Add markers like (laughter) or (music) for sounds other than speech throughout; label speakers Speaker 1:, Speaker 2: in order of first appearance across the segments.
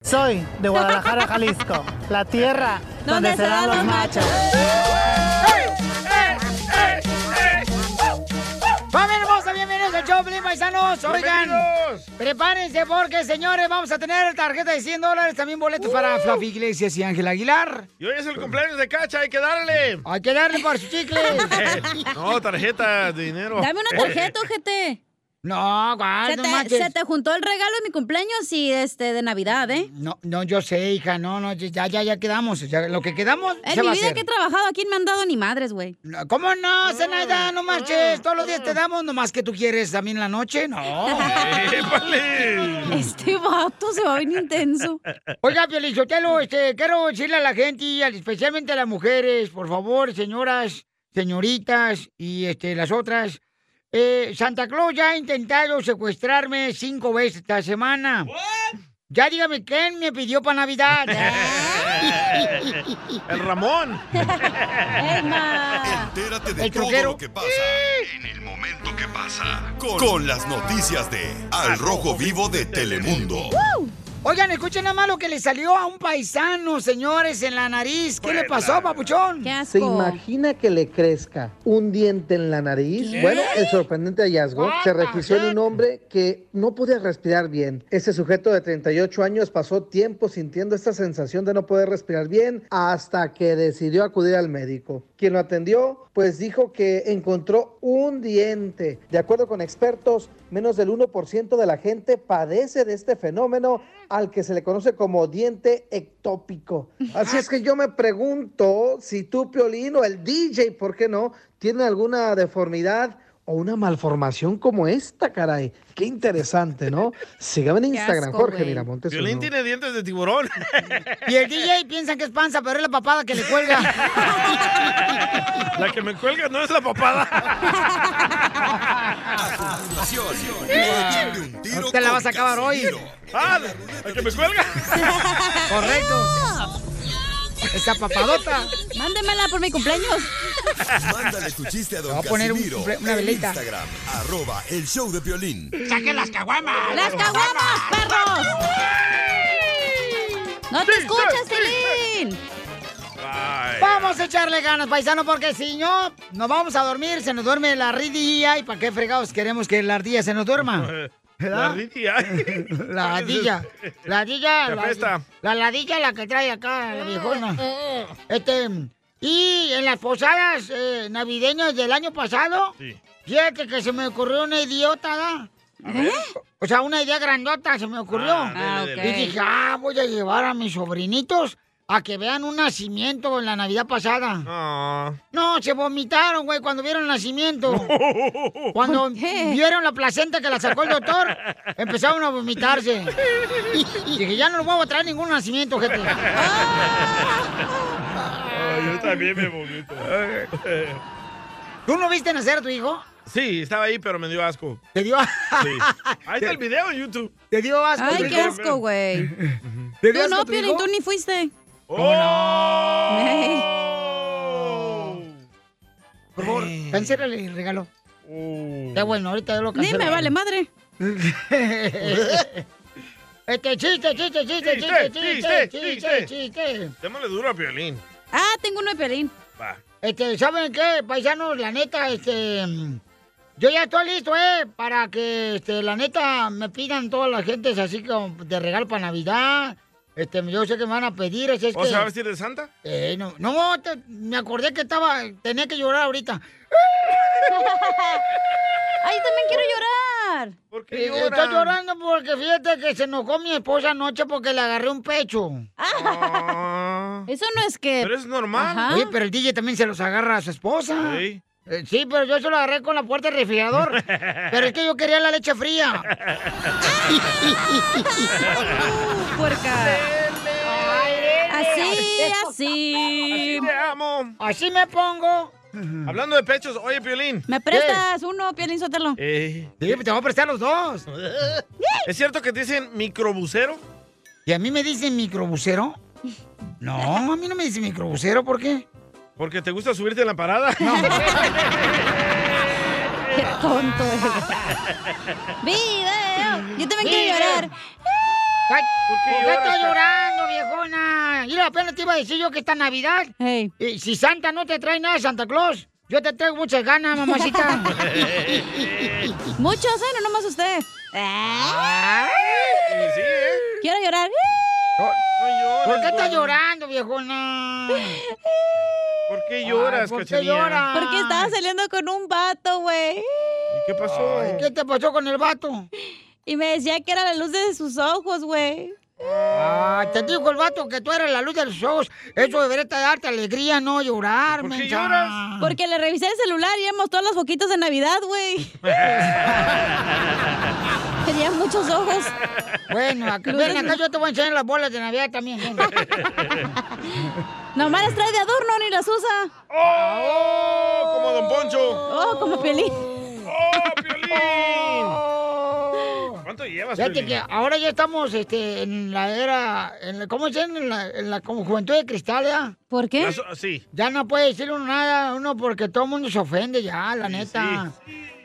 Speaker 1: Soy de Guadalajara, Jalisco, la (laughs) tierra
Speaker 2: ¿Dónde
Speaker 1: donde se dan los machos.
Speaker 3: ¡Familia hermosa! Bienvenidos al show, Pelín Paisanos. Oigan, prepárense porque, señores, vamos a tener tarjeta de 100 dólares, también boletos
Speaker 4: Uh.
Speaker 3: para Fluffy Iglesias y Ángel Aguilar.
Speaker 4: Y hoy es el cumpleaños de Cacha, hay que darle.
Speaker 3: Hay que darle por su chicle.
Speaker 4: (laughs) no, tarjeta de dinero. Eh.
Speaker 2: Dame una tarjeta, ojete.
Speaker 3: No, guay,
Speaker 2: se,
Speaker 3: Ah, no
Speaker 2: te,
Speaker 3: manches.
Speaker 2: se te juntó el regalo de mi cumpleaños y este de Navidad, ¿eh?
Speaker 3: No, no, yo sé, hija, no, no, ya, ya, ya quedamos. ya, lo que quedamos
Speaker 2: En
Speaker 3: se
Speaker 2: mi
Speaker 3: va a
Speaker 2: vida
Speaker 3: hacer.
Speaker 2: que he trabajado aquí no me han dado ni madres, güey.
Speaker 3: ¿Cómo no, Zenaida? No marches. Todos los días te damos, nomás que tú quieres también en la noche. No.
Speaker 2: (laughs) Este vato se va bien intenso.
Speaker 3: Oiga, Pielichotelo, este, quiero decirle a la gente, y al- especialmente a las mujeres, por favor, señoras, señoritas y este, las otras. eh, Santa Claus ya ha intentado secuestrarme cinco veces esta semana. Ya dígame, ¿quién me pidió para Navidad?
Speaker 4: (laughs) El
Speaker 2: (laughs)
Speaker 4: Ramón.
Speaker 5: Entérate de
Speaker 3: El
Speaker 5: todo
Speaker 3: troquero.
Speaker 5: lo que pasa en el momento que pasa con, con las noticias de Al Rojo Vivo de Telemundo.
Speaker 3: Oigan, escuchen nada más lo que le salió a un paisano, señores, en la nariz. ¿Qué le pasó, papuchón?
Speaker 1: ¿Se imagina que le crezca un diente en la nariz?
Speaker 3: ¿Qué?
Speaker 1: Bueno, el sorprendente hallazgo
Speaker 3: What
Speaker 1: se
Speaker 3: the
Speaker 1: registró en
Speaker 3: heck?
Speaker 1: un hombre que no podía respirar bien. Este sujeto de 38 años pasó tiempo sintiendo esta sensación de no poder respirar bien hasta que decidió acudir al médico. Quien lo atendió, pues dijo que encontró un diente. De acuerdo con expertos, menos del 1% de la gente padece de este fenómeno al que se le conoce como diente ectópico. Así es que yo me pregunto si tú, Piolín, o el DJ, ¿por qué no? ¿Tiene alguna deformidad o una malformación como esta, caray? Qué interesante,
Speaker 6: (laughs)
Speaker 1: ¿no? Sígame en
Speaker 2: Qué
Speaker 1: Instagram,
Speaker 2: asco,
Speaker 1: Jorge
Speaker 2: güey.
Speaker 1: Miramontes.
Speaker 4: Violín
Speaker 1: uno.
Speaker 4: tiene dientes de tiburón.
Speaker 3: Y el DJ piensa que es panza, pero es la papada que le cuelga.
Speaker 4: La que me cuelga no es la papada.
Speaker 5: Continuación, échate un tiro
Speaker 3: No (laughs) te la
Speaker 5: con
Speaker 3: vas a acabar hoy.
Speaker 5: Casimiro.
Speaker 4: (laughs) Ah, la que me cuelga.
Speaker 3: Correcto. Esa papadota.
Speaker 2: Mándemela por mi cumpleaños.
Speaker 5: Mándale tu chiste a don
Speaker 3: voy a poner un
Speaker 5: Casimiro
Speaker 3: cumple- una
Speaker 5: en
Speaker 3: velita.
Speaker 5: Instagram, arroba el show de Piolín.
Speaker 3: ¡Saque las caguamas!
Speaker 2: ¡Las caguamas, perros! ¡No te
Speaker 4: Sí,
Speaker 2: escuchas,
Speaker 4: sí,
Speaker 2: Celín!
Speaker 4: Ay.
Speaker 3: Vamos a echarle ganas, paisano, porque si no, nos vamos a dormir, se nos duerme la ardilla. ¿Y para qué fregados queremos que la ardilla se nos
Speaker 4: (laughs)
Speaker 3: duerma?
Speaker 4: La Riti, ay.
Speaker 3: La ardilla. La ardilla.
Speaker 4: Te
Speaker 3: La,
Speaker 4: apesta. Eh,
Speaker 3: la ladilla la que trae acá, la viejona. Este. Y en las posadas eh, navideñas del año pasado,
Speaker 4: Sí.
Speaker 3: fíjate que se me ocurrió una idiota, ¿da? ¿Eh? O sea, una idea grandota se me ocurrió.
Speaker 4: Ah,
Speaker 2: dele,
Speaker 3: Y
Speaker 2: dele.
Speaker 3: dije, ah, voy a llevar a mis sobrinitos a que vean un nacimiento en la Navidad pasada.
Speaker 4: Ah.
Speaker 3: No, se vomitaron, güey, cuando vieron
Speaker 2: (laughs)
Speaker 3: el nacimiento. Cuando
Speaker 2: ¿Por qué?
Speaker 3: vieron la placenta que la sacó el doctor, empezaron a
Speaker 2: (laughs)
Speaker 3: vomitarse. Dije, ya no les voy a traer ningún nacimiento, gente.
Speaker 4: Ay, yo también me vomito.
Speaker 3: (laughs) ¿Tú no viste nacer a tu hijo?
Speaker 4: Sí, estaba ahí, pero me dio asco.
Speaker 3: Te dio, (laughs)
Speaker 4: Sí. Ahí está el video en YouTube.
Speaker 3: te dio asco. tu
Speaker 2: ¡Ay,
Speaker 3: hijo?
Speaker 2: qué asco, güey!
Speaker 3: ¿Te
Speaker 2: Tú
Speaker 3: dio asco
Speaker 2: no,
Speaker 3: tu hijo?
Speaker 2: Piolín, tú ni fuiste.
Speaker 4: ¡Oh!
Speaker 3: Por favor,
Speaker 4: Eh.
Speaker 3: cancélale el regalo.
Speaker 4: Oh.
Speaker 3: Está bueno, ahorita yo lo
Speaker 2: Ni
Speaker 3: cancelo.
Speaker 2: me vale madre.
Speaker 3: (laughs) Este chiste, chiste, chiste, chiste, chiste,
Speaker 4: Chiste, chiste,
Speaker 3: chiste,
Speaker 4: chiste.
Speaker 3: chiste.
Speaker 4: Démosle duro a Piolín.
Speaker 2: Ah, tengo uno de Piolín.
Speaker 4: Va.
Speaker 3: Este, ¿saben qué, paisanos? La neta, este. Yo ya estoy listo, ¿eh? Para que, este, la neta, me pidan todas las gentes así como de regalo para Navidad. Este, yo sé que me van a pedir, así es
Speaker 4: ¿O
Speaker 3: que...
Speaker 4: se va a vestir de santa?
Speaker 3: Eh, no, no te- me acordé que estaba, tenía que llorar
Speaker 2: (laughs)
Speaker 3: ahorita.
Speaker 2: ¡Ay, yo también quiero llorar!
Speaker 4: ¿Por
Speaker 3: Eh, Estoy llorando porque fíjate que se enojó mi esposa anoche porque le agarré un pecho.
Speaker 4: Ah,
Speaker 2: Eso no es que...
Speaker 4: pero es normal.
Speaker 2: Ajá.
Speaker 3: Oye, pero el DJ también se los agarra a su esposa.
Speaker 4: Sí.
Speaker 3: Eh, sí, pero yo se lo agarré con la puerta del
Speaker 4: (laughs)
Speaker 3: refrigerador. pero es que yo quería la leche fría.
Speaker 2: (laughs) Puerca. (laughs) Así, así.
Speaker 4: Te amo.
Speaker 3: Así me pongo.
Speaker 4: Hablando de pechos, oye, Piolín.
Speaker 2: ¿Me prestas uno, Piolín Sotelo?
Speaker 4: eh,
Speaker 3: Sí, te voy a prestar los dos.
Speaker 4: ¿Es cierto que te dicen microbusero?
Speaker 3: ¿Y a mí me dicen microbusero? No, a mí no me dicen microbusero, ¿por qué?
Speaker 4: Porque te gusta subirte en la parada.
Speaker 2: Qué tonto es. ¡Video! Yo también quiero llorar.
Speaker 3: Ay, ¿Por
Speaker 4: ¿Por qué
Speaker 3: qué
Speaker 4: lloras,
Speaker 3: estás
Speaker 4: Pepe?
Speaker 3: pues, llorando, viejona? Mira, apenas te iba a decir yo que esta Navidad
Speaker 2: Hey.
Speaker 3: Y si Santa no te trae nada, Santa Claus, yo te traigo muchas ganas, mamacita.
Speaker 2: (laughs)
Speaker 4: (laughs)
Speaker 2: Muchos, ¿eh? No nomás usted.
Speaker 4: Y sí, ¿eh?
Speaker 2: Quiero llorar.
Speaker 4: No llores.
Speaker 3: ¿Por qué estás
Speaker 4: gordo.
Speaker 3: llorando, viejona?
Speaker 4: (laughs) ¿Por qué lloras,
Speaker 3: Ay, ¿Por qué
Speaker 4: cachanilla?
Speaker 3: lloras?
Speaker 2: Porque estaba saliendo con un vato, güey.
Speaker 4: ¿Y qué pasó?
Speaker 3: ¿Qué te pasó con el vato?
Speaker 2: Y me decía que era la luz de sus ojos, güey.
Speaker 3: Ah, te dijo el vato que tú eres la luz de los ojos. Eso debería darte alegría, no llorar,
Speaker 4: ¿Por qué
Speaker 3: mensa.
Speaker 4: lloras?
Speaker 2: Porque le revisé el celular y hemos todos los foquitos de Navidad, güey. Tenía muchos ojos.
Speaker 3: Bueno, acá,
Speaker 2: Luz de
Speaker 3: ven acá, yo te voy a enseñar las bolas de Navidad también. ven.
Speaker 2: Nomás las trae de adorno, ni las usa.
Speaker 4: ¡Oh! Como Don Poncho.
Speaker 2: Oh, como Piolín.
Speaker 4: ¡Oh, Piolín! ¿Cuánto llevas,
Speaker 3: (laughs) Fíjate
Speaker 4: Piolín?
Speaker 3: que ahora ya estamos este, en la era, en la- ¿cómo se llama? En la, en la como juventud de cristal, ¿ya?
Speaker 2: ¿Por qué?
Speaker 4: Las- sí.
Speaker 3: Ya no puede decir uno nada, uno porque todo el mundo se ofende ya, la neta.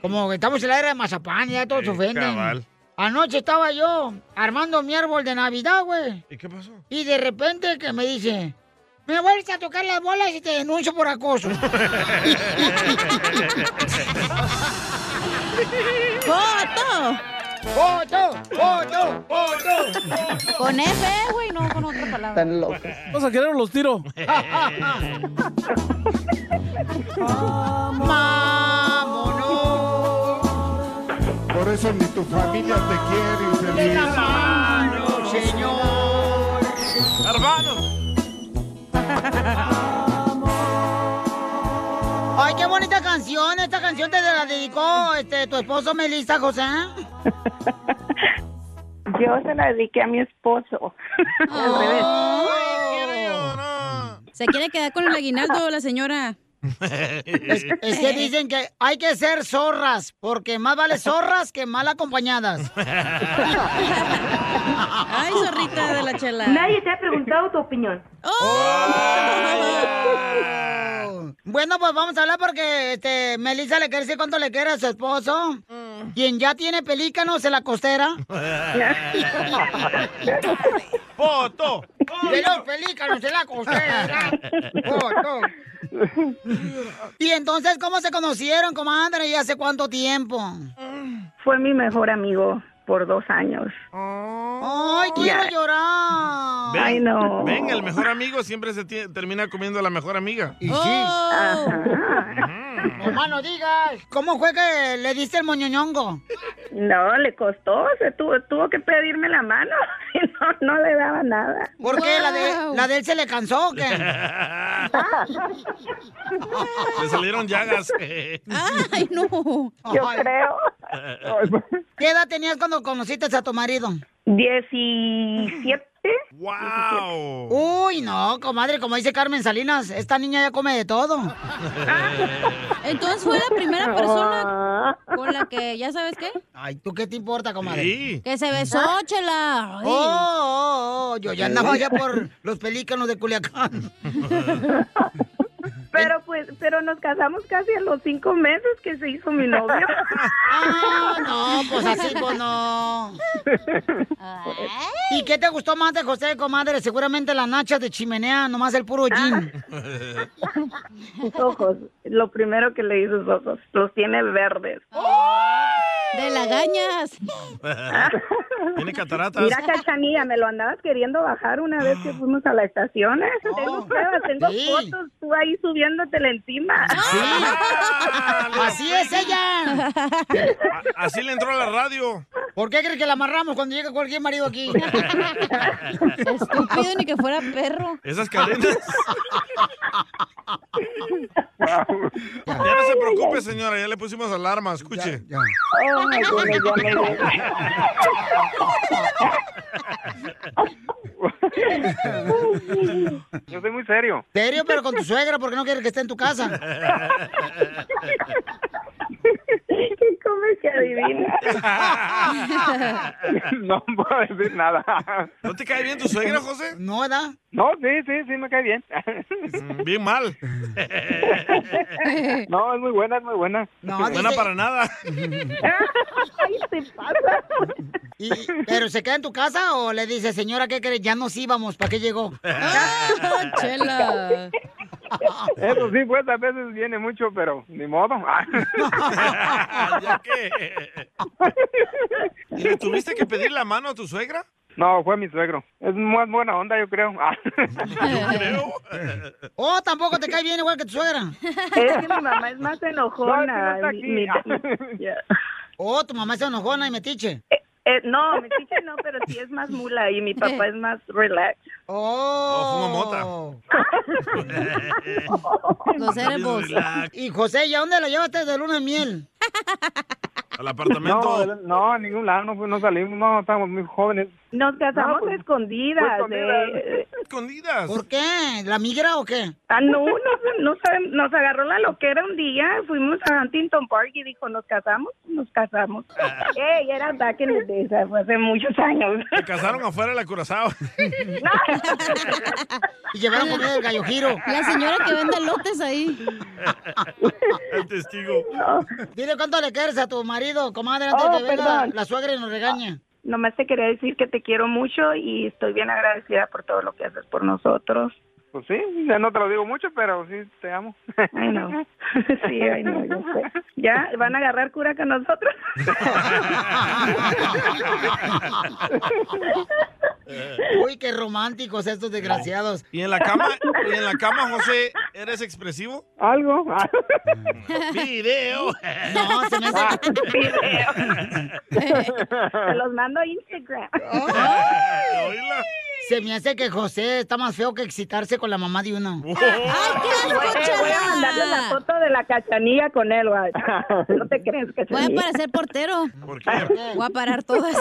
Speaker 3: Como que estamos en la era de Mazapán, ya todos
Speaker 4: Eh,
Speaker 3: se ofenden.
Speaker 4: cabal.
Speaker 3: Anoche estaba yo armando mi árbol de Navidad, güey.
Speaker 4: ¿Y qué pasó?
Speaker 3: Y de repente que me dice, me vuelves a tocar las bolas y te denuncio por acoso.
Speaker 2: ¡Foto!
Speaker 3: ¡Foto! ¡Foto! ¡Foto!
Speaker 2: Con ese, güey, no con otra palabra.
Speaker 7: Están locos.
Speaker 8: Vamos a querer los tiro.
Speaker 3: ¡Vámonos!
Speaker 9: Por eso ni tu familia te quiere,
Speaker 3: ¡De la
Speaker 9: infeliz.
Speaker 3: mano, señor!
Speaker 4: ¡Hermano!
Speaker 3: Ay, qué bonita canción. Esta canción te la dedicó este, tu esposo Melissa José.
Speaker 10: Yo se la dediqué a mi esposo. Al revés.
Speaker 2: Se quiere quedar con el aguinaldo, la señora.
Speaker 3: Es que dicen que hay que ser zorras, porque más vale zorras que mal acompañadas.
Speaker 2: Ay, zorrita de la chela.
Speaker 10: Nadie te ha preguntado tu opinión.
Speaker 3: Oh. Bueno, pues vamos a hablar porque este, Melissa le quiere decir cuánto le quiere a su esposo.
Speaker 10: Mm.
Speaker 3: Quien ya tiene pelícanos en la costera.
Speaker 4: ¡Foto!
Speaker 3: (laughs) De los pelícanos en la costera.
Speaker 4: (laughs)
Speaker 3: Foto. (laughs) Y entonces, ¿cómo se conocieron, comadre? ¿Y hace cuánto tiempo?
Speaker 10: Fue mi mejor amigo por dos años.
Speaker 3: ¡Ay, quiero llorar!
Speaker 10: Ay, no.
Speaker 4: Ven, el mejor amigo siempre se tie- termina comiendo a la mejor amiga.
Speaker 3: Y
Speaker 2: Oh.
Speaker 10: Ajá.
Speaker 3: Mamá, no digas. ¿Cómo fue que le diste el moñoñongo?
Speaker 10: (laughs) No, le costó, se tuvo, tuvo que pedirme la mano, (laughs) si no, no le daba nada.
Speaker 3: ¿Por qué? ¿La de,
Speaker 2: Wow.
Speaker 3: la de él se le cansó o qué?
Speaker 4: Le salieron llagas.
Speaker 2: Ay, no.
Speaker 10: (laughs) Yo
Speaker 3: Ay.
Speaker 10: creo.
Speaker 3: ¿Qué edad tenías cuando conociste a tu marido?
Speaker 10: Diecisiete.
Speaker 4: ¡Wow!
Speaker 3: Uy, no, comadre, como dice Carmen Salinas, esta niña ya come de todo.
Speaker 2: Entonces fue la primera persona
Speaker 10: Ah,
Speaker 2: con la que, ¿ya sabes qué?
Speaker 3: Ay, ¿tú qué te importa, comadre?
Speaker 4: Sí.
Speaker 2: Que se besó, chela. Ay.
Speaker 3: Oh, oh, oh, yo ya andaba ya por los pelícanos de Culiacán.
Speaker 10: (laughs) pero pues, pero nos casamos casi a los cinco meses que se hizo mi novio.
Speaker 3: (laughs) Ah, no, pues así, pues no. ¿Y qué te gustó más de José, comadre? Seguramente las nachas de chimenea, nomás el puro gin. Ah,
Speaker 10: Sus ojos, lo primero que le di sus ojos, los tiene verdes.
Speaker 2: De lagañas.
Speaker 4: Tiene cataratas.
Speaker 11: Mira, Cachanilla, me lo andabas queriendo bajar una vez que fuimos a la estación. ¿eh? Tengo pruebas, tengo
Speaker 3: Ah. Oh. Sí.
Speaker 11: fotos, tú ahí subiéndotela encima. (laughs)
Speaker 3: (laughs) Así es ella.
Speaker 4: Así le entró a la radio.
Speaker 3: ¿Por qué crees que la amarramos cuando llega cualquier marido aquí?
Speaker 2: (laughs) Estúpido ni que fuera perro.
Speaker 4: Esas cadenas. Ya no se preocupe, señora, ya le pusimos alarma, escuche.
Speaker 11: Oh, my goodness, ya me dio.
Speaker 12: Yo soy muy serio.
Speaker 3: Serio, pero con tu suegra porque no quiere que esté en tu
Speaker 11: (laughs)
Speaker 3: casa.
Speaker 11: ¿Qué comes que adivina?
Speaker 12: (laughs) no puedo decir nada.
Speaker 4: ¿No te cae bien tu suegra, José?
Speaker 3: No, ¿da?
Speaker 12: No, sí, sí, sí, me cae bien.
Speaker 4: Mm, Bien mal.
Speaker 12: (laughs) no, es muy buena, es muy buena.
Speaker 3: No,
Speaker 4: Buena
Speaker 3: dice- (laughs)
Speaker 4: para nada.
Speaker 11: Ay, te pasa.
Speaker 3: Y- ¿Pero se queda en tu casa o le dice, señora, qué crees? Ya nos íbamos, ¿para
Speaker 2: (laughs)
Speaker 3: qué llegó?
Speaker 2: Ah, Chela.
Speaker 12: (laughs) Eso sí, pues a veces viene mucho, pero ni modo.
Speaker 4: (laughs) ¿Ya qué? (laughs) ¿Y le tuviste que pedir la mano a tu suegra?
Speaker 12: no, fue mi suegro. Es muy buena onda, yo creo. (laughs)
Speaker 4: Creo.
Speaker 3: ¿O Oh, tampoco te cae bien igual que tu suegra?
Speaker 11: (laughs) Es que mi mamá es más enojona.
Speaker 12: No, es que no está aquí.
Speaker 11: Mi- mi-
Speaker 12: (laughs)
Speaker 11: ya.
Speaker 3: ¿O Oh, tu mamá es enojona y metiche?
Speaker 11: Eh, no, mi chicha no, pero sí es
Speaker 3: Pues
Speaker 11: más mula y mi papá es más relax.
Speaker 3: (laughs) ¡Oh! (laughs)
Speaker 2: Los cerebros.
Speaker 3: Y José, ¿y a dónde la llevaste de luna de miel?
Speaker 4: Al
Speaker 12: no,
Speaker 4: apartamento.
Speaker 12: no, a ningún lado, no, fu- no salimos, no, estábamos muy jóvenes.
Speaker 11: Nos casamos
Speaker 12: No, pues,
Speaker 11: escondidas.
Speaker 12: fue escondidas.
Speaker 11: eh.
Speaker 4: Escondidas.
Speaker 3: ¿Por qué? ¿La migra o qué?
Speaker 11: Ah, no, nos, nos, nos agarró la loquera un día, fuimos a Huntington Park y dijo, ¿nos casamos? Nos casamos. Ey, era back in the days, fue hace muchos años.
Speaker 4: Se casaron afuera de la Curazao.
Speaker 3: (laughs) Y llevaron comida del gallo giro.
Speaker 2: La señora que vende lotes ahí.
Speaker 4: El testigo.
Speaker 3: Dile cuánto le quieres a tu marido, comadre, antes
Speaker 11: Oh,
Speaker 3: de que venga
Speaker 11: perdón.
Speaker 3: la suegra y nos
Speaker 11: (laughs)
Speaker 3: regañe.
Speaker 11: Nomás te quería decir que te quiero mucho y estoy bien agradecida por todo lo que haces por nosotros.
Speaker 12: Pues sí, ya no te lo digo mucho, pero sí, te amo.
Speaker 11: Ay,
Speaker 12: (laughs)
Speaker 11: no. Sí, ay, no, yo sé. Ya, van a agarrar cura con nosotros.
Speaker 3: Uy, qué románticos estos desgraciados.
Speaker 4: ¿Y en la cama, y en la cama José,
Speaker 2: (laughs)
Speaker 4: eres expresivo?
Speaker 3: (laughs)
Speaker 12: Algo.
Speaker 3: Ah.
Speaker 4: ¡Video!
Speaker 3: No, se me hace... (laughs) Ah.
Speaker 11: Te los mando a Instagram.
Speaker 3: Oh.
Speaker 4: Oíla.
Speaker 3: Se me hace que José está más feo que excitarse con la mamá de (laughs) uno.
Speaker 11: Eh, voy a mandarle
Speaker 3: (laughs)
Speaker 11: la foto de la cachanilla con él, guay. No te crees,
Speaker 2: Voy a
Speaker 11: cachanilla.
Speaker 2: parecer portero.
Speaker 4: ¿Por qué?
Speaker 2: Voy a parar (laughs)
Speaker 3: (laughs)
Speaker 2: todas.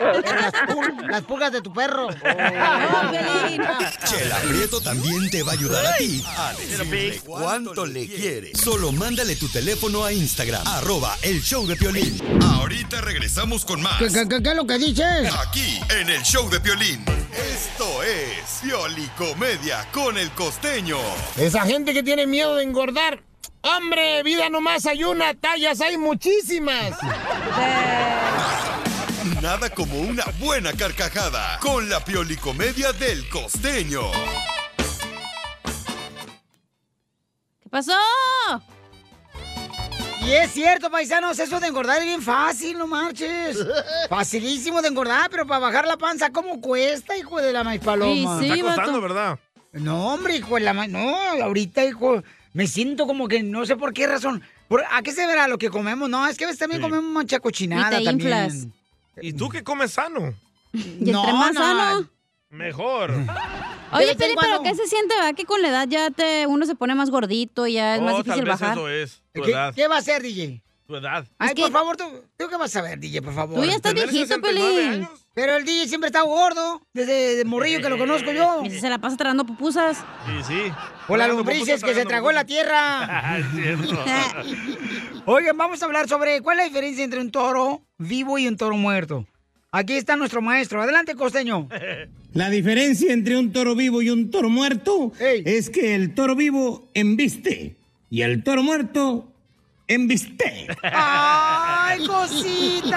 Speaker 3: Las, pul- las pulgas de tu perro.
Speaker 2: No, Piolín.
Speaker 5: Chela Prieto también te va a ayudar a ti a decirle cuánto le quiere. Solo mándale tu teléfono a Instagram, arroba el show de Piolín. Ahorita regresamos con más.
Speaker 3: ¿Qué, qué, qué- qué es lo que dices?
Speaker 5: Aquí, en el show de Piolín. Esto es Piolicomedia con el costeño.
Speaker 13: Esa gente que tiene miedo de engordar. Hombre, vida nomás hay una, tallas hay muchísimas.
Speaker 5: Nada como una buena carcajada con la Piolicomedia del costeño.
Speaker 2: ¿Qué pasó?
Speaker 3: Y es cierto, paisanos, eso de engordar es bien fácil, no
Speaker 4: (laughs)
Speaker 3: marches. Facilísimo de engordar, pero para bajar la panza, ¿cómo cuesta, hijo de la maíz paloma?
Speaker 2: Sí, sí,
Speaker 4: Está
Speaker 2: vato.
Speaker 4: costando, ¿verdad?
Speaker 3: No, hombre, hijo de la ma- No, ahorita, hijo, me siento como que no sé por qué razón. Por- ¿A qué se verá lo que comemos? No, es que a veces también
Speaker 4: Sí.
Speaker 3: comemos mucha cochinada
Speaker 2: Y te
Speaker 3: también.
Speaker 2: inflas.
Speaker 4: ¿Y tú que comes sano?
Speaker 2: Y entre más sano.
Speaker 4: Mejor.
Speaker 2: Oye,
Speaker 3: vez en
Speaker 2: Pili, pero
Speaker 3: cuando.
Speaker 2: ¿qué se siente, verdad? Que con la edad ya te, uno se pone más gordito y ya es más
Speaker 4: Oh, tal
Speaker 2: difícil
Speaker 4: vez
Speaker 2: bajar.
Speaker 4: eso es. Tu
Speaker 3: ¿Qué,
Speaker 4: edad.
Speaker 3: qué va a hacer, DJ?
Speaker 4: (laughs) Tu edad.
Speaker 3: Ay,
Speaker 2: que-
Speaker 3: por favor, ¿tú, ¿tú qué vas a ver, DJ, por favor?
Speaker 2: Tú ya estás
Speaker 4: ¿Tener
Speaker 2: viejito,
Speaker 4: 69
Speaker 2: Pili.
Speaker 4: años?
Speaker 3: Pero el DJ siempre está gordo, desde de morrillo que lo conozco yo.
Speaker 2: Y si se la pasa tragando pupusas.
Speaker 4: Sí, sí.
Speaker 3: O las
Speaker 4: Tragando
Speaker 3: lombrices
Speaker 4: pupusas,
Speaker 3: que se tragó
Speaker 4: tragando
Speaker 3: en la
Speaker 4: pupusas.
Speaker 3: tierra.
Speaker 4: (laughs) Ah, es cierto.
Speaker 3: Oigan, vamos a hablar sobre cuál es la diferencia entre un toro vivo y un toro muerto. Aquí está nuestro maestro. Adelante, costeño.
Speaker 14: La diferencia entre un toro vivo y un toro muerto es que el toro vivo embiste y el toro muerto embiste.
Speaker 3: ¡Ay, cosita!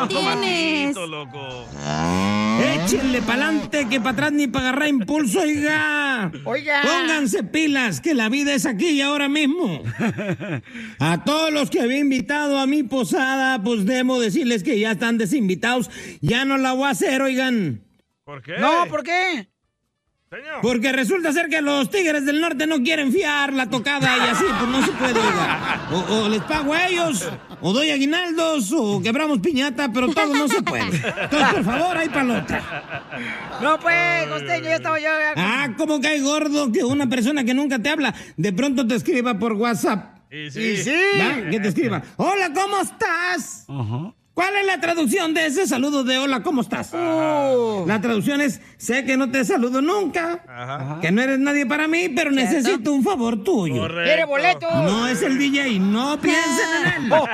Speaker 2: La tienes.
Speaker 4: Maldito, loco.
Speaker 14: Échenle pa'lante que para atrás ni para agarrar impulso, oiga.
Speaker 3: Oiga.
Speaker 14: Pónganse pilas, que la vida es aquí y ahora mismo. A todos los que había invitado a mi posada, pues debo decirles que ya están desinvitados. Ya no la voy a hacer, oigan.
Speaker 4: ¿Por qué?
Speaker 14: No,
Speaker 4: (laughs)
Speaker 14: ¿por qué? Porque resulta ser que los tigres del norte no quieren fiar la tocada y así, pues no se puede, oiga. O, o les pago a ellos, o doy aguinaldos, o quebramos piñata, pero todo no se puede. Entonces, por favor, hay palota.
Speaker 4: (laughs)
Speaker 3: No, pues, costeño, ya estaba yo.
Speaker 14: Ah, ¿cómo cae gordo que una persona que nunca te habla de pronto te escriba por WhatsApp?
Speaker 4: Y
Speaker 3: sí. Y sí.
Speaker 14: ¿Va? Que te escriba. Hola, ¿cómo estás? ¿Cuál es la traducción de ese saludo de hola, ¿cómo estás?
Speaker 3: Oh.
Speaker 14: La traducción es sé que no te saludo nunca, que no eres nadie para mí, pero necesito un favor tuyo.
Speaker 3: ¿Quiere boletos?
Speaker 14: No es el DJ, no piensen en él.
Speaker 3: ¡Oh,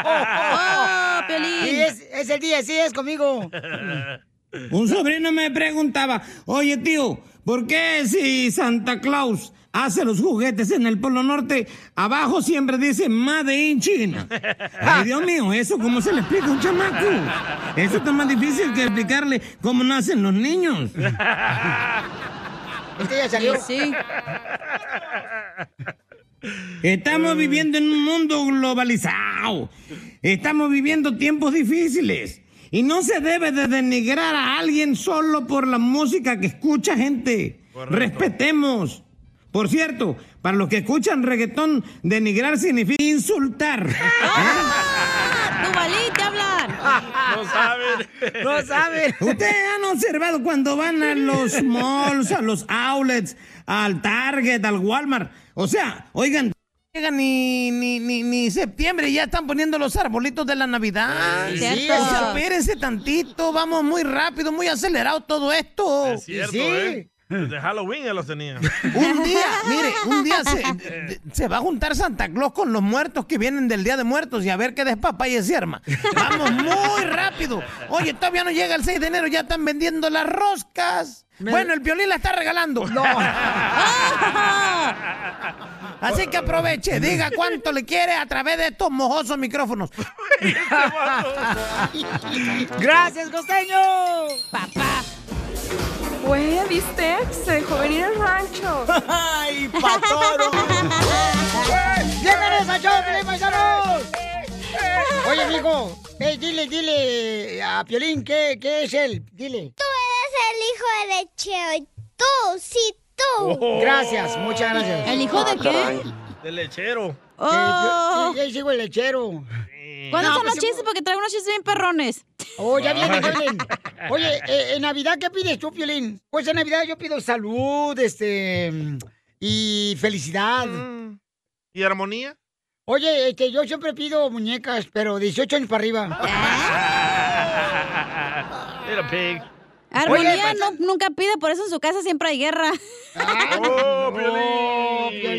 Speaker 3: Piolín! Sí, es, es el día, sí, es conmigo.
Speaker 14: Un sobrino me preguntaba, oye tío, ¿por qué si Santa Claus hace los juguetes en el Polo Norte, abajo siempre dice Made in
Speaker 3: (laughs)
Speaker 14: China? Ay, Dios mío, ¿eso cómo se le explica a un chamaco? Eso está más difícil que explicarle cómo nacen los niños.
Speaker 3: Este ya salió. Sí. Mm.
Speaker 14: Estamos viviendo en un mundo globalizado. Estamos viviendo tiempos difíciles. Y no se debe de denigrar a alguien solo por la música que escucha gente. Respetemos. Por cierto, para los que escuchan reggaetón, denigrar significa insultar.
Speaker 3: Ah.
Speaker 2: ¡Tu valí, te hablar!
Speaker 4: No saben.
Speaker 3: No
Speaker 4: (laughs)
Speaker 3: saben.
Speaker 14: Ustedes han observado cuando van a
Speaker 3: (laughs)
Speaker 14: los malls, a los outlets, al Target, al Walmart. O sea, oigan, llega ni, ni, ni, ni septiembre y ya están poniendo los arbolitos de la Navidad.
Speaker 15: Sí,
Speaker 14: Sí,
Speaker 15: es
Speaker 14: o
Speaker 15: cierto.
Speaker 14: sea, espérense tantito, vamos muy rápido, muy acelerado todo esto.
Speaker 4: Es cierto, ¿eh? Desde Halloween ya
Speaker 3: (laughs)
Speaker 4: los tenía.
Speaker 14: Un día, mire, un día se, se va a juntar Santa Claus con los muertos que vienen del Día de Muertos y a ver qué despapalle se arma. Vamos muy rápido. Oye, todavía no llega el 6 de enero, ya están vendiendo las roscas. Bueno, el violín la está regalando. No. (laughs) Así que aproveche, diga cuánto le quiere a través de estos mojosos micrófonos.
Speaker 3: ¡Gracias, costeño!
Speaker 2: ¡Papá!
Speaker 6: Güey, ¿viste? Se dejó venir el rancho.
Speaker 15: ¡Ay, patoro!
Speaker 3: Pues, ¡Bienvenidos a Choplin, paisanos! Oye, mijo, eh, dile, dile a Piolín, ¿qué, qué es él? Dile.
Speaker 16: Tú eres el hijo de Cheo. Tú, sí, tú.
Speaker 3: Oh. Gracias, muchas
Speaker 4: (laughs)
Speaker 3: gracias.
Speaker 2: Oh. ¿El hijo de qué?
Speaker 4: De lechero.
Speaker 2: Oh.
Speaker 3: Sí, yo, yo sigo el lechero.
Speaker 4: Eh,
Speaker 2: ¿Cuándo
Speaker 3: No,
Speaker 2: son
Speaker 3: pues
Speaker 2: los chistes? Porque traigo unos chistes bien perrones.
Speaker 3: Oh, ya viene,
Speaker 2: (laughs)
Speaker 3: Piolín. Oye, eh, en Navidad, ¿qué pides tú, Piolín? Pues en Navidad yo pido salud, este, y felicidad.
Speaker 4: ¿Y armonía?
Speaker 3: Oye, este, yo siempre pido muñecas, pero 18 años para
Speaker 2: Ah.
Speaker 3: arriba.
Speaker 4: Little pig.
Speaker 3: Oye,
Speaker 2: Armonía
Speaker 3: pues-
Speaker 2: no- nunca pide, por eso en su casa siempre hay guerra.
Speaker 4: ¡Oh,
Speaker 3: Piolín!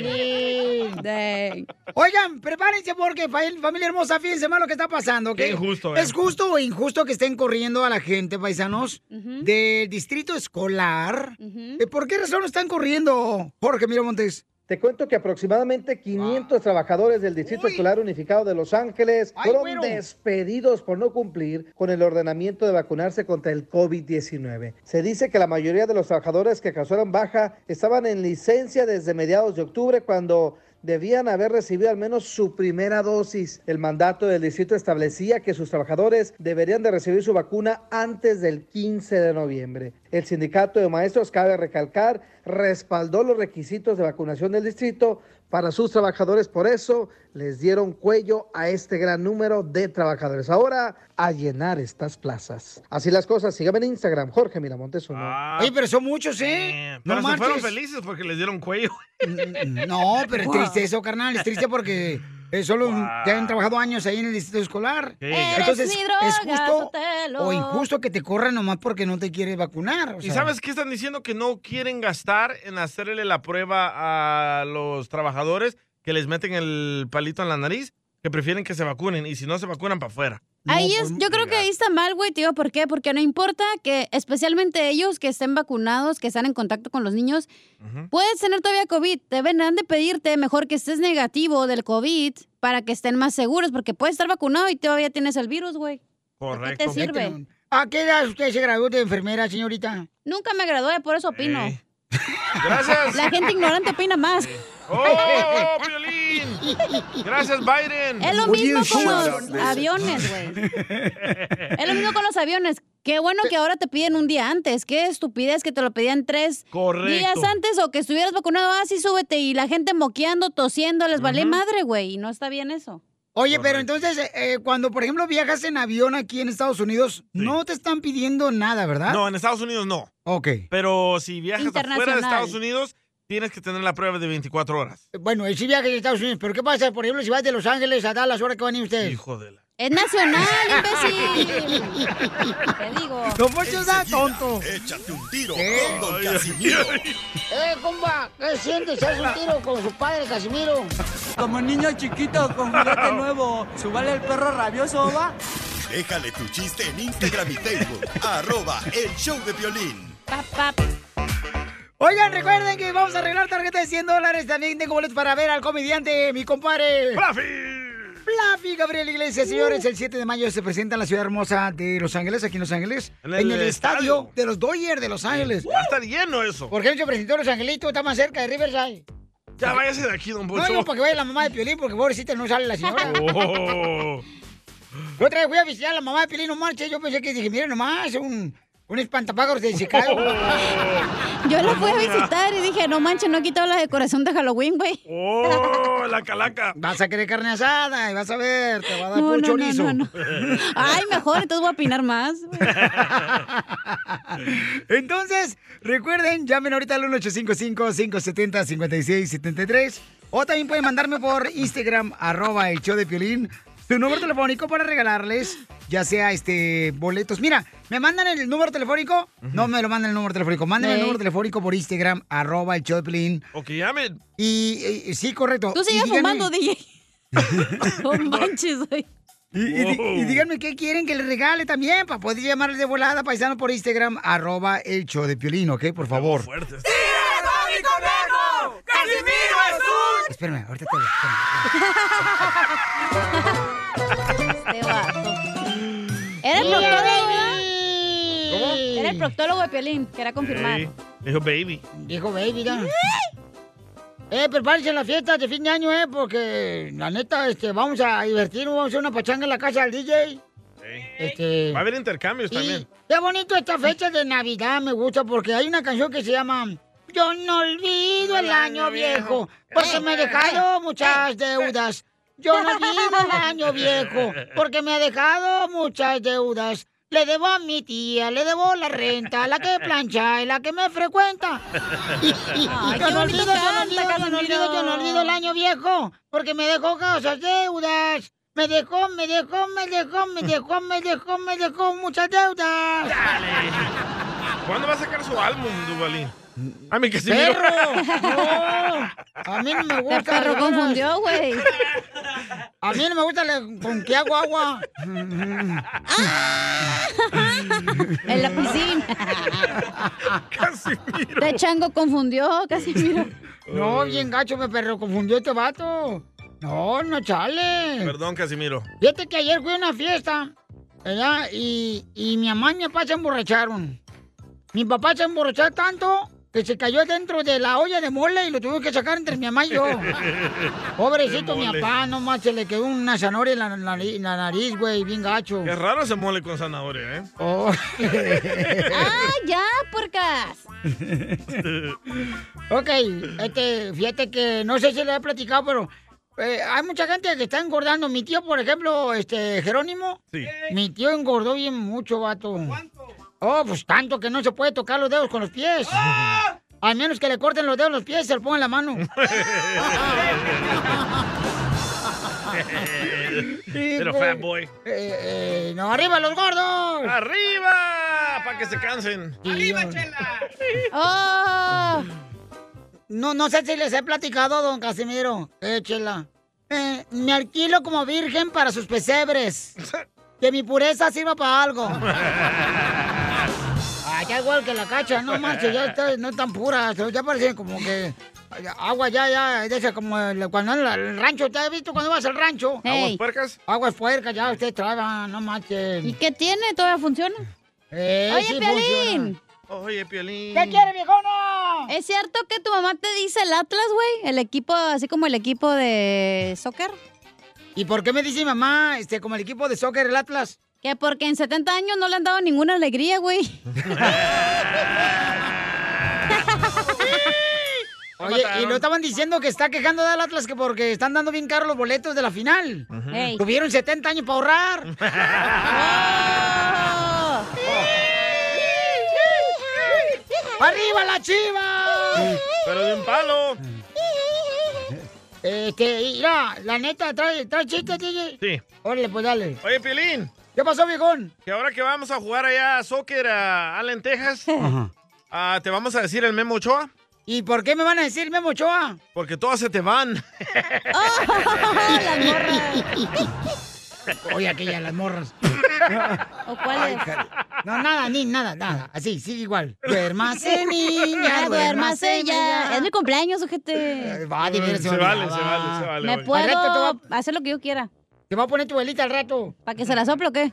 Speaker 3: Oigan, prepárense porque, fa- familia hermosa, fíjense más lo que está pasando, ¿ok?
Speaker 4: Qué injusto, ¿eh?
Speaker 3: ¿Es justo o injusto que estén corriendo a la gente, paisanos, del distrito escolar? ¿Eh, ¿Por qué razón están corriendo, Jorge Mira Montes?
Speaker 1: Te cuento que aproximadamente 500 trabajadores del Distrito Escolar Unificado de Los Ángeles
Speaker 3: Ay,
Speaker 1: fueron
Speaker 3: güero.
Speaker 1: despedidos por no cumplir con el ordenamiento de vacunarse contra el COVID-19. Se dice que la mayoría de los trabajadores que causaron baja estaban en licencia desde mediados de octubre cuando debían haber recibido al menos su primera dosis. El mandato del distrito establecía que sus trabajadores deberían de recibir su vacuna antes del 15 de noviembre. El sindicato de maestros, cabe recalcar, respaldó los requisitos de vacunación del distrito para sus trabajadores, por eso les dieron cuello a este gran número de trabajadores. Ahora a llenar estas plazas. Así las cosas, síganme en Instagram, Jorge Miramontes uno.
Speaker 3: Oye, pero son muchos, ¿eh?
Speaker 4: Ah. Pero
Speaker 3: no
Speaker 4: se fueron
Speaker 3: marches.
Speaker 4: felices porque les dieron cuello.
Speaker 3: Mm, No, pero es triste eso, carnal. Es triste porque eh, solo te han trabajado años ahí en el distrito escolar.
Speaker 4: Sí. Eres
Speaker 3: Entonces,
Speaker 4: mi droga,
Speaker 3: ¿es justo
Speaker 4: Sotelo.
Speaker 3: o injusto que te corran nomás porque no te quieres vacunar? O
Speaker 4: ¿Y
Speaker 3: sea,
Speaker 4: sabes qué están diciendo? Que no quieren gastar en hacerle la prueba a los trabajadores que les meten el palito en la nariz, que prefieren que se vacunen y si no se vacunan para afuera.
Speaker 2: ahí es, yo creo que ahí está mal, güey, te digo, ¿por qué? Porque no importa que especialmente ellos que estén vacunados, que están en contacto con los niños, puedes tener todavía COVID, te han de pedirte mejor que estés negativo del COVID para que estén más seguros, porque puedes estar vacunado y todavía tienes el virus, güey. ¿Qué
Speaker 4: Correcto.
Speaker 2: te sirve?
Speaker 3: ¿A qué edad usted se graduó de enfermera, señorita?
Speaker 2: Nunca me gradué, por eso opino.
Speaker 4: (laughs) Eh, Gracias.
Speaker 2: La gente ignorante opina más.
Speaker 4: (laughs) ¡Oh, Violín! Gracias, Biden.
Speaker 2: Es lo
Speaker 4: Will
Speaker 2: mismo
Speaker 4: you
Speaker 2: con
Speaker 4: shut
Speaker 2: los
Speaker 4: up?
Speaker 2: (laughs) aviones, güey. Es lo mismo con los aviones. Qué bueno que ahora te piden un día antes. Qué estupidez que te lo pedían tres
Speaker 4: Correcto.
Speaker 2: días antes o que estuvieras vacunado. Ah, sí, súbete. Y la gente moqueando, tosiendo, les vale madre, güey. Y no está bien eso.
Speaker 3: Oye, pero entonces, eh, cuando por ejemplo viajas en avión aquí en Estados Unidos, no te están pidiendo nada, ¿verdad?
Speaker 4: No, en Estados Unidos no.
Speaker 3: Ok.
Speaker 4: Pero si viajas afuera de
Speaker 3: Internacional.
Speaker 4: Estados Unidos, tienes que tener la prueba de 24 horas.
Speaker 3: Bueno, eh, sí viajas a Estados Unidos, pero ¿qué pasa, por ejemplo, si vas de Los Ángeles a Dallas, ahora que van a ir ustedes?
Speaker 4: Hijo de la...
Speaker 2: Es
Speaker 3: (laughs)
Speaker 2: nacional, imbécil. Te digo.
Speaker 3: No, Poncho, da tonto.
Speaker 5: Échate un tiro
Speaker 3: ¿Qué?
Speaker 5: con Don Casimiro.
Speaker 3: ¡Eh, compa! ¿Qué sientes? ¿Haz un tiro con su padre, Casimiro?
Speaker 17: Como niño chiquito con juguete nuevo, subale el perro rabioso, va.
Speaker 5: Déjale tu chiste en Instagram y Facebook. (laughs) arroba el show de violín.
Speaker 3: Oigan, recuerden que vamos a arreglar tarjeta de 100 dólares. También tengo boletos para ver al comediante, mi compadre. ¡Fluffy! Fluffy Gabriel Iglesias,
Speaker 4: Uh.
Speaker 3: señores. El 7 de mayo se presenta en la ciudad hermosa de Los Ángeles, aquí en Los Ángeles. En el, estadio, de los Dodgers de Los Ángeles.
Speaker 4: Va a estar lleno eso.
Speaker 3: ¿Por qué no se presentó Los Angelitos? Está más cerca de Riverside.
Speaker 4: Ya váyase de aquí, don
Speaker 3: No
Speaker 4: Poncho.
Speaker 3: digo para que vaya la mamá de Piolín, porque pobrecita no sale la señora.
Speaker 4: Oh.
Speaker 3: La otra vez fui a visitar a la mamá de Piolín, no marche. Yo pensé que dije, mira nomás, un, un espantapájaros de Chicago.
Speaker 2: (laughs) Yo la fui a visitar y dije, no manches, no he quitado la decoración de Halloween, güey.
Speaker 4: ¡Oh, la calaca!
Speaker 3: Vas a querer carne asada y vas a ver, te va a dar
Speaker 2: No,
Speaker 3: puro
Speaker 2: no,
Speaker 3: chorizo.
Speaker 2: no, no,
Speaker 3: (laughs)
Speaker 2: Ay, mejor, entonces voy a opinar más.
Speaker 3: Entonces, recuerden, llamen ahorita al 1-855-570-5673. O también pueden mandarme por Instagram, arroba el show de Piolín, tu número telefónico para regalarles, ya sea este boletos. Mira, ¿me mandan el número telefónico? No me lo mandan el número telefónico. Mándenme el
Speaker 4: Ey.
Speaker 3: número telefónico por Instagram, arroba el show de Piolín.
Speaker 4: O que llamen.
Speaker 3: Y, y- sí, correcto.
Speaker 2: Tú
Speaker 3: Y
Speaker 2: sigues
Speaker 3: díganme-
Speaker 2: fumando,
Speaker 3: (laughs)
Speaker 2: DJ. No manches, güey.
Speaker 3: y, y di- y díganme qué quieren que les regale también para poder llamarles de volada paisano por Instagram, arroba el show de Piolín, ¿ok? Por favor.
Speaker 17: mi conejo! ¡Casimiro es un...
Speaker 3: Espérame, ahorita te lo...
Speaker 2: Era el proctólogo,
Speaker 17: Sí,
Speaker 4: Oh.
Speaker 17: baby.
Speaker 2: ¿verdad? Era el proctólogo de Piolín, que era confirmado.
Speaker 4: Ey, Dijo baby.
Speaker 3: Dijo baby, ya. Eh, prepárense en la fiesta de fin de año, eh, porque la neta, este, vamos a divertirnos, vamos a hacer una pachanga en la casa del DJ. Este...
Speaker 4: Va a haber intercambios también.
Speaker 3: Qué bonito esta fecha de Navidad, me gusta, porque hay una canción que se llama Yo no olvido el año viejo, porque me he dejado muchas deudas. Yo no olvido el
Speaker 17: (laughs)
Speaker 3: año viejo, porque me ha dejado muchas deudas. Le debo a mi tía, le debo la renta, la que plancha y la que me frecuenta.
Speaker 2: (laughs)
Speaker 17: Ay,
Speaker 3: yo
Speaker 17: qué
Speaker 3: no
Speaker 17: bonito
Speaker 3: olvido, yo no
Speaker 17: canta,
Speaker 3: olvido, yo no olvido, yo no
Speaker 17: Casimiro.
Speaker 3: olvido el año viejo, porque me dejó causas deudas. Me dejó, me dejó, me dejó, me dejó, me dejó, me dejó muchas deudas.
Speaker 4: ¿Cuándo va a sacar su álbum, Duvalín? A mí que sí.
Speaker 3: ¡Perro! No, a mí no me gusta.
Speaker 2: Te perro confundió, güey.
Speaker 3: A mí no me gusta la- con qué hago agua.
Speaker 2: (laughs) En la piscina. Te chango confundió, Casimiro.
Speaker 3: No, bien gacho, me perro confundió este vato. No, no chale.
Speaker 4: Perdón, Casimiro.
Speaker 3: Fíjate que ayer fui a una fiesta, ¿verdad? Y, y mi mamá y mi papá se emborracharon. Mi papá se emborrachó tanto que se cayó dentro de la olla de mole y lo tuve que sacar entre mi mamá y
Speaker 18: (laughs)
Speaker 3: yo. Pobrecito, mi
Speaker 4: Mole.
Speaker 3: papá, nomás se le quedó una zanahoria en la, la- la nariz, güey, bien gacho.
Speaker 4: Qué raro ese mole con zanahoria, ¿eh?
Speaker 3: Oh.
Speaker 4: (laughs)
Speaker 2: ¡Ah, ya, porcas!
Speaker 4: (laughs)
Speaker 3: Ok, este, fíjate que no sé si le he platicado, pero eh, hay mucha gente que está engordando. Mi tío, por ejemplo, este, Jerónimo,
Speaker 4: Sí.
Speaker 3: mi tío engordó bien mucho, vato. ¿Cuánto? Oh, pues tanto que no se puede tocar los dedos con los pies.
Speaker 4: Ah.
Speaker 3: Al menos que le corten los dedos los pies y se lo pongan en la
Speaker 4: (laughs)
Speaker 3: mano.
Speaker 4: Pero fat boy.
Speaker 3: Eh, no, arriba los gordos.
Speaker 4: ¡Arriba! Para que se cansen.
Speaker 3: ¡Arriba, chela!
Speaker 2: Ah.
Speaker 3: No, no sé si les he platicado, don Casimiro. Eh, chela. Eh, me alquilo como virgen para sus pesebres. Que mi pureza sirva
Speaker 2: (laughs)
Speaker 3: para algo. Ay, ya igual que la cacha, no manches, ya está- no es tan pura, se- ya parece como que agua ya, ya, de esa como el- cuando en la- el rancho, ¿te has visto cuando vas al rancho?
Speaker 2: Hey. ¿Aguas
Speaker 3: puercas? Aguas puercas, ya usted traga, no manches.
Speaker 2: ¿Y qué tiene? ¿Todavía funciona?
Speaker 3: Eh,
Speaker 2: Oye,
Speaker 3: sí
Speaker 2: Piolín.
Speaker 4: Oye, Piolín.
Speaker 3: ¿Qué quiere, viejona?
Speaker 2: ¿Es cierto que tu mamá te dice el Atlas, güey? El equipo, así como el equipo de soccer.
Speaker 3: ¿Y por qué me dice mi mamá, este, como el equipo de soccer, el Atlas?
Speaker 2: Que porque en 70 años no le han dado ninguna alegría, güey.
Speaker 3: Oye, y lo estaban diciendo que está quejando del Atlas que porque están dando bien caros los boletos de la final.
Speaker 2: Ey.
Speaker 3: Tuvieron 70 años para ahorrar. ¡Arriba la chiva!
Speaker 4: Pero de un palo.
Speaker 3: Este, mira, la neta, trae, trae chiste, DJ.
Speaker 4: Sí.
Speaker 3: Órale, pues dale.
Speaker 4: Oye, Piolín.
Speaker 3: ¿Qué pasó, viejón?
Speaker 4: Que ahora que vamos a jugar allá a soccer a
Speaker 3: (laughs)
Speaker 4: Allen, Texas, ah, te vamos a decir el Memo Ochoa.
Speaker 3: ¿Y por qué me van a decir Memo Ochoa? Oh,
Speaker 4: Porque todas se
Speaker 3: (laughs)
Speaker 4: te van. (laughs)
Speaker 2: las
Speaker 3: morras! Oye, aquella, las morras.
Speaker 2: ¿O cuál es?
Speaker 3: No, nada, ni nada, nada. Así,
Speaker 2: (laughs)
Speaker 3: sigue igual. Duérmase, niña,
Speaker 2: Ya,
Speaker 3: duérmase
Speaker 2: duérmase ya.
Speaker 3: ya.
Speaker 2: Es mi cumpleaños, ojete.
Speaker 3: Va, de veras,
Speaker 4: Mm, Se vale,
Speaker 3: olvidaba.
Speaker 4: se vale, se vale,
Speaker 2: Me
Speaker 4: güey.
Speaker 2: puedo
Speaker 3: Al rato te
Speaker 2: hacer lo que yo quiera.
Speaker 3: Te va a poner tu velita al rato.
Speaker 2: ¿Para que se la sople o qué?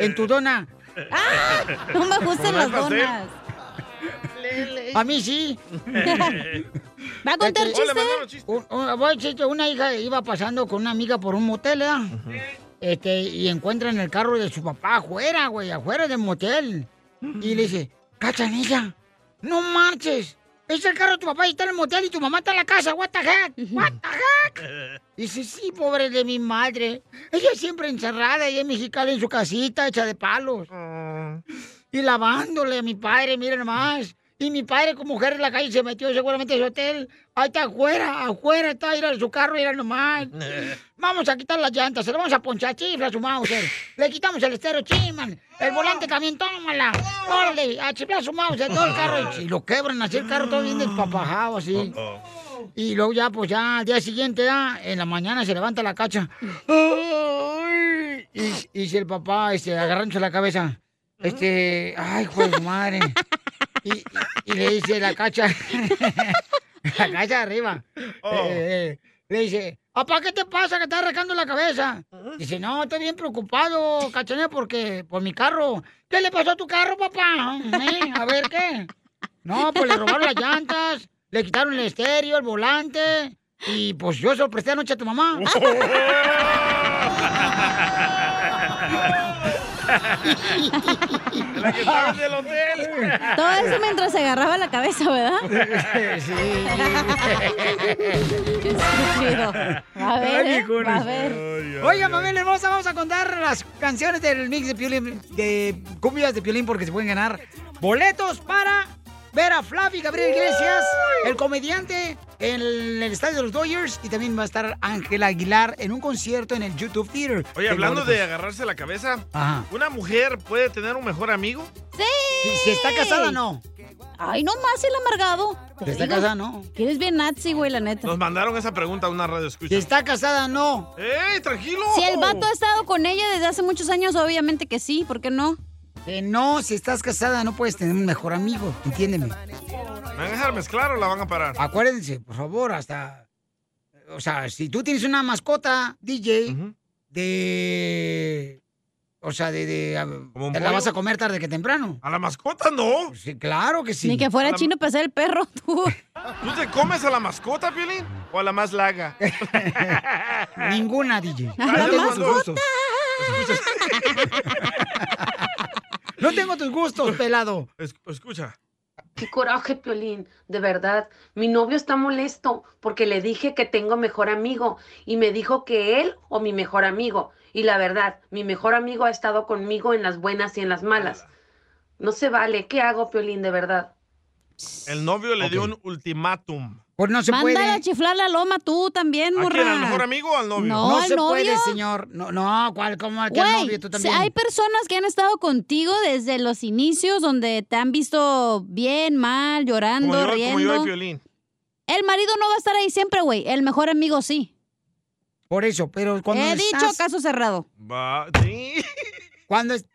Speaker 3: En tu dona.
Speaker 2: ¡Ah! No me gustan las
Speaker 3: Pastel.
Speaker 2: donas.
Speaker 3: A
Speaker 2: (laughs)
Speaker 3: mí sí.
Speaker 2: ¿Va a contar
Speaker 3: Este,
Speaker 2: chiste?
Speaker 3: Un- un- voy a chiste. Una hija iba pasando con una amiga por un motel, ¿verdad? Este, y encuentra en el carro de su papá afuera, güey, afuera del motel. Y le dice, cachanilla, no marches. Es el carro de tu papá y está en el motel y tu mamá está en la casa. What the heck? What the heck? Y dice, sí, pobre de mi madre. Ella siempre encerrada y en Mexicali en su casita, hecha de palos. Y lavándole a mi padre, miren más. Y mi padre con mujer en la calle se metió seguramente a su hotel. Ahí está afuera, afuera está, ir a su carro, ir nomás. Vamos a quitar las llantas, se le vamos a ponchar, chifla a su Mauser. Le quitamos el estero, chiman. El volante también, tómala. Órale, a chiflar a su Mauser, todo el carro. Y lo quebran, así el carro todo bien despapajado, así. Y luego ya, pues ya, al día siguiente, ya, en la mañana se levanta la cacha. Ay, Y, y si el papá, este, agarrándose la cabeza, este, ay, juez de madre. Y, y- y le dice la cacha, (laughs) la cacha arriba. eh, eh, le dice, papá, ¿qué te pasa que estás arrancando la cabeza? Dice, no, estoy bien preocupado, cachanilla, porque, por mi carro. ¿Qué le pasó a tu carro, papá? ¿Eh? A ver, ¿qué? No, pues le robaron las llantas, le quitaron el estéreo, el volante, y pues yo se lo presté anoche a tu mamá.
Speaker 4: La que estaba en el hotel.
Speaker 2: Todo eso mientras se agarraba la cabeza,
Speaker 4: (laughs)
Speaker 2: ¿verdad?
Speaker 3: Sí.
Speaker 2: Qué estúpido. Va a ver,
Speaker 3: Ay,
Speaker 2: ¿eh?
Speaker 3: viejones.
Speaker 2: Va a ver.
Speaker 3: Oiga, familia hermosa, vamos a contar las canciones del mix de Piolín, de cumbias de Piolín, porque se pueden ganar boletos para ver a Flavi Gabriel Iglesias, el comediante, en el estadio de los Dodgers, y también va a estar Ángela Aguilar en un concierto en el YouTube Theater.
Speaker 4: Oye,
Speaker 3: Tengo
Speaker 4: hablando de
Speaker 3: boletos.
Speaker 4: agarrarse la cabeza,
Speaker 3: Ajá.
Speaker 4: ¿una mujer puede tener un mejor amigo?
Speaker 2: Sí.
Speaker 3: Si está casada, no.
Speaker 2: Ay, no más el amargado.
Speaker 4: Si está casada, no.
Speaker 2: Que eres bien nazi, güey, la neta.
Speaker 4: Nos mandaron esa pregunta a una radio escucha.
Speaker 3: está casada, no.
Speaker 4: ¡Ey, tranquilo!
Speaker 2: Si el vato ha estado con ella desde hace muchos años, obviamente que sí, ¿por qué no?
Speaker 3: Que no, si estás casada no puedes tener un mejor amigo, entiéndeme.
Speaker 4: ¿Me van a dejar mezclar o la van a parar?
Speaker 3: Acuérdense, por favor, hasta... O sea, si tú tienes una mascota, DJ, de... O sea, de... de- a-
Speaker 4: un
Speaker 3: te la
Speaker 4: pollo?
Speaker 3: vas a comer tarde que temprano. Pues
Speaker 4: ¿A la mascota no?
Speaker 3: Sí, claro que sí.
Speaker 2: Ni que fuera chino para ser el perro, (laughs) tú.
Speaker 4: ¿Tú te comes a la mascota, Piolín? ¿O a la más larga?
Speaker 3: (laughs) Ninguna, DJ.
Speaker 4: A la
Speaker 3: No tengo tus
Speaker 4: mascota.
Speaker 3: gustos. No tengo tus
Speaker 4: (laughs)
Speaker 3: gustos, pelado.
Speaker 4: escucha.
Speaker 19: Qué coraje, Piolín, de verdad. Mi novio está molesto porque le dije que tengo mejor amigo y me dijo que él o mi mejor amigo. Y la verdad, mi mejor amigo ha estado conmigo en las buenas y en las malas. No se vale. ¿Qué hago, Piolín, de verdad?
Speaker 4: (laughs) El novio le dio un ultimátum.
Speaker 3: Pues no
Speaker 2: Mándale a chiflar la loma tú también,
Speaker 4: ¿A
Speaker 2: morra.
Speaker 4: quién? ¿Al mejor amigo o al novio?
Speaker 2: Ah. No, al
Speaker 3: se
Speaker 2: novio.
Speaker 3: puede, señor. No, no, ¿cuál? ¿Cómo? ¿Qué
Speaker 2: Güey,
Speaker 3: novio? Tú
Speaker 2: si
Speaker 3: también.
Speaker 2: hay personas que han estado contigo desde los inicios, donde te han visto bien, mal, llorando,
Speaker 4: Como yo,
Speaker 2: riendo.
Speaker 4: como yo y Piolín.
Speaker 2: el marido no va a estar ahí siempre, güey. El mejor amigo sí.
Speaker 3: Por eso, pero cuando
Speaker 2: He
Speaker 3: estás...
Speaker 2: dicho caso cerrado.
Speaker 4: Va, sí.
Speaker 3: Cuando... es-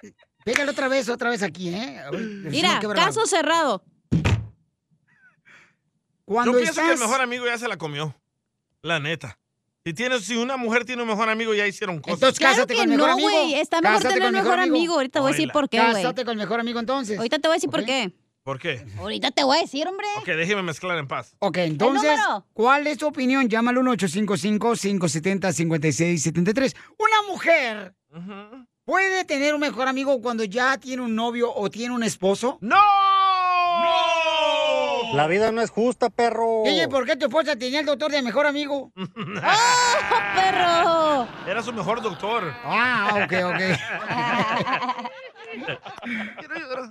Speaker 3: Pégale otra vez, otra vez aquí, ¿eh? A ver,
Speaker 2: Mira,
Speaker 3: decime qué verdad.
Speaker 2: caso cerrado.
Speaker 3: Cuando
Speaker 4: Yo pienso que el
Speaker 3: estás-
Speaker 4: mejor amigo ya se la comió. La neta. Si tienes, si una mujer tiene un mejor amigo, ya hicieron cosas.
Speaker 3: Entonces,
Speaker 2: Claro que no, güey. Está mejor
Speaker 3: Cásate
Speaker 2: tener
Speaker 3: con
Speaker 2: un mejor amigo. Ahorita voy a decir
Speaker 4: Oila.
Speaker 2: por qué, güey.
Speaker 3: Cásate con el mejor amigo entonces.
Speaker 2: Ahorita te voy a decir por qué.
Speaker 4: ¿Por qué?
Speaker 2: Ahorita te voy a decir, hombre.
Speaker 4: Ok, déjeme mezclar en paz.
Speaker 3: Ok, entonces,
Speaker 2: número?
Speaker 3: ¿cuál es tu opinión? Llama al 1-855-570-5673. Una mujer puede tener un mejor amigo cuando ya tiene un novio o tiene un esposo. ¡No! ¡No!
Speaker 20: La vida no es justa, perro.
Speaker 3: Oye, ¿por qué tu esposa tenía el doctor de mejor amigo?
Speaker 2: (laughs) ¡Ah,
Speaker 4: perro! Era su mejor doctor.
Speaker 3: Ah, ok,
Speaker 2: (laughs)
Speaker 3: ok.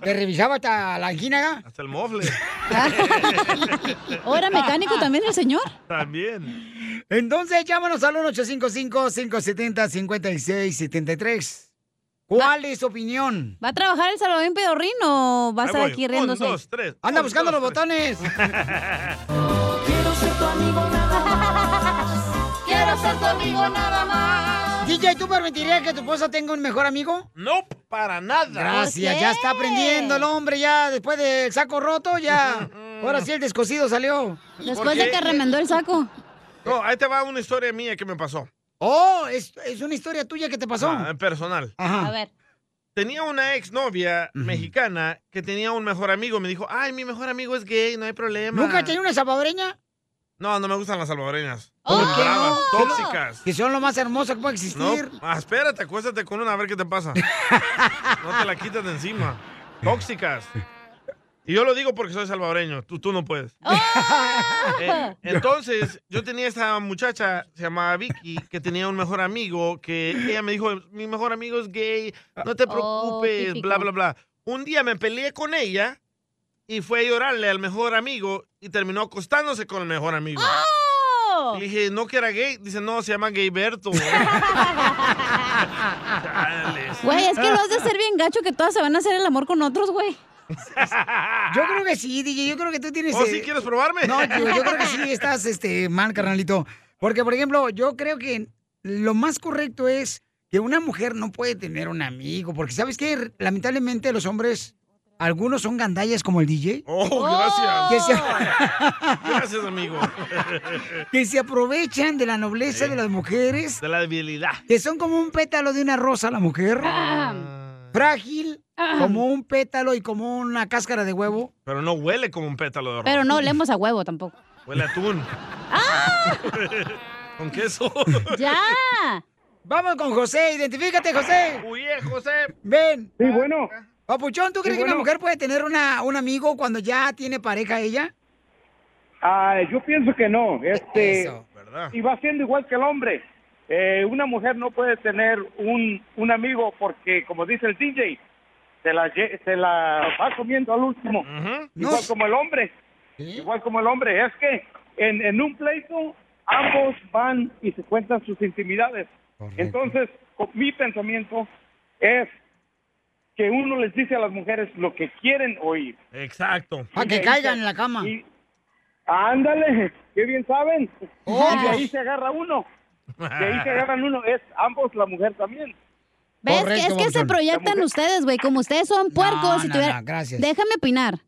Speaker 3: ¿Te revisaba hasta la angina?
Speaker 4: Hasta el mofle.
Speaker 2: ¿O era mecánico también el señor?
Speaker 4: También.
Speaker 3: Entonces, llámanos al 1-855-570-5673. ¿Cuál es tu opinión?
Speaker 2: ¿Va a trabajar el Salvador Pedorrín o va a
Speaker 3: Ahí
Speaker 2: estar
Speaker 3: voy.
Speaker 2: aquí
Speaker 3: Un,
Speaker 2: riéndose?
Speaker 3: dos, tres. Anda Un, buscando dos, los tres.
Speaker 2: Quiero ser tu amigo
Speaker 3: Quiero ser tu amigo nada (laughs) más. DJ, ¿tú permitirías que tu esposa tenga un mejor amigo?
Speaker 4: No, para nada.
Speaker 3: Gracias,
Speaker 4: ¿Por
Speaker 3: ya
Speaker 4: qué?
Speaker 3: está aprendiendo el hombre, ya después del saco roto,
Speaker 4: (laughs)
Speaker 3: ya. Ahora sí el descosido salió.
Speaker 4: Después de que remendó
Speaker 2: el saco.
Speaker 4: No, ahí te va una historia mía que me pasó.
Speaker 3: Oh, es, es una historia tuya que te pasó.
Speaker 4: Ah, personal.
Speaker 3: Ajá. A
Speaker 2: ver.
Speaker 4: Tenía una exnovia mexicana que tenía un mejor amigo. Me dijo, ay, mi mejor amigo es gay, no hay problema.
Speaker 3: ¿Nunca has tenido una salvadoreña?
Speaker 4: No, no me gustan las salvadoreñas.
Speaker 3: ¿Por
Speaker 4: Son
Speaker 3: qué
Speaker 4: bravas,
Speaker 3: no?
Speaker 4: Tóxicas.
Speaker 3: Que son lo más hermoso que puede
Speaker 4: No,
Speaker 3: existir.
Speaker 4: ah, espérate, acuéstate con una a ver qué
Speaker 3: (laughs)
Speaker 4: te pasa. No te la quitas de encima. Tóxicas. Y yo lo digo porque soy salvadoreño. Tú, tú no puedes.
Speaker 2: (laughs)
Speaker 4: Eh, entonces, yo tenía esta muchacha, se llamaba Vicky, que tenía un mejor amigo, que ella me dijo, mi mejor amigo es gay,
Speaker 2: Ah,
Speaker 4: no te
Speaker 21: Oh,
Speaker 4: preocupes,
Speaker 21: típico.
Speaker 4: bla, bla, bla. Un día me peleé con ella y fue a llorarle al mejor amigo y terminó acostándose con el mejor amigo.
Speaker 2: ¡Oh!
Speaker 4: Le dije, no que era gay. Dice, no, se
Speaker 2: (laughs)
Speaker 4: llama Gayberto. Chales.
Speaker 2: Güey, es que lo has de
Speaker 3: (laughs)
Speaker 2: hacer bien gacho que todas se van a hacer el amor con otros, güey.
Speaker 3: Yo creo que sí, DJ. Yo creo que tú tienes. eh,
Speaker 4: ¿Oh, sí? ¿Quieres probarme?
Speaker 3: No, yo, yo creo que
Speaker 4: (laughs)
Speaker 3: sí estás este, mal, carnalito. Porque, por ejemplo, yo creo que lo más correcto es que una mujer no puede tener un amigo. Porque, ¿sabes qué? Lamentablemente, los hombres, algunos son gandallas como el DJ.
Speaker 4: Oh, gracias.
Speaker 3: Que se,
Speaker 4: (laughs) Gracias,
Speaker 2: (laughs)
Speaker 4: amigo.
Speaker 3: que se aprovechan de la nobleza de las mujeres.
Speaker 4: De la debilidad.
Speaker 3: Que son como un pétalo de una rosa la mujer.
Speaker 4: Ah.
Speaker 3: Frágil,
Speaker 2: Ah.
Speaker 3: como un pétalo y como una cáscara de huevo.
Speaker 4: Pero no huele como un pétalo de rosa.
Speaker 2: Pero no olemos a huevo tampoco.
Speaker 4: Huele a atún. Con queso.
Speaker 2: (laughs) ¡Ya!
Speaker 3: (laughs) Vamos con José, identifícate, José.
Speaker 4: Huye, eh, José.
Speaker 3: Ven.
Speaker 8: Sí, bueno.
Speaker 3: Papuchón, ¿tú
Speaker 8: Sí,
Speaker 3: crees que una
Speaker 8: bueno.
Speaker 3: mujer puede tener una, un amigo cuando ya tiene pareja ella?
Speaker 8: Ah, yo pienso que no. Este,
Speaker 3: Eso,
Speaker 8: y va siendo igual que el hombre. Eh, una mujer no puede tener un, un amigo porque, como dice el DJ, se la, lle- se la va comiendo al último. Igual como el hombre. Igual como el hombre. Es que en, en un pleito ambos van y se cuentan sus intimidades. Entonces, co- mi pensamiento es que uno les dice a las mujeres lo que quieren oír.
Speaker 4: Exacto.
Speaker 3: Para que caigan en la cama.
Speaker 8: Ándale, qué bien saben.
Speaker 3: Oh.
Speaker 8: Y de ahí se agarra uno. De ahí se agarran uno. Es ambos la mujer también.
Speaker 2: ¿Ves?
Speaker 8: Correcto,
Speaker 2: que es que se
Speaker 8: Papuchón.
Speaker 2: proyectan ustedes, güey. Como ustedes son puercos, si
Speaker 3: no,
Speaker 2: tuviera-
Speaker 3: no, gracias.
Speaker 2: Déjame opinar.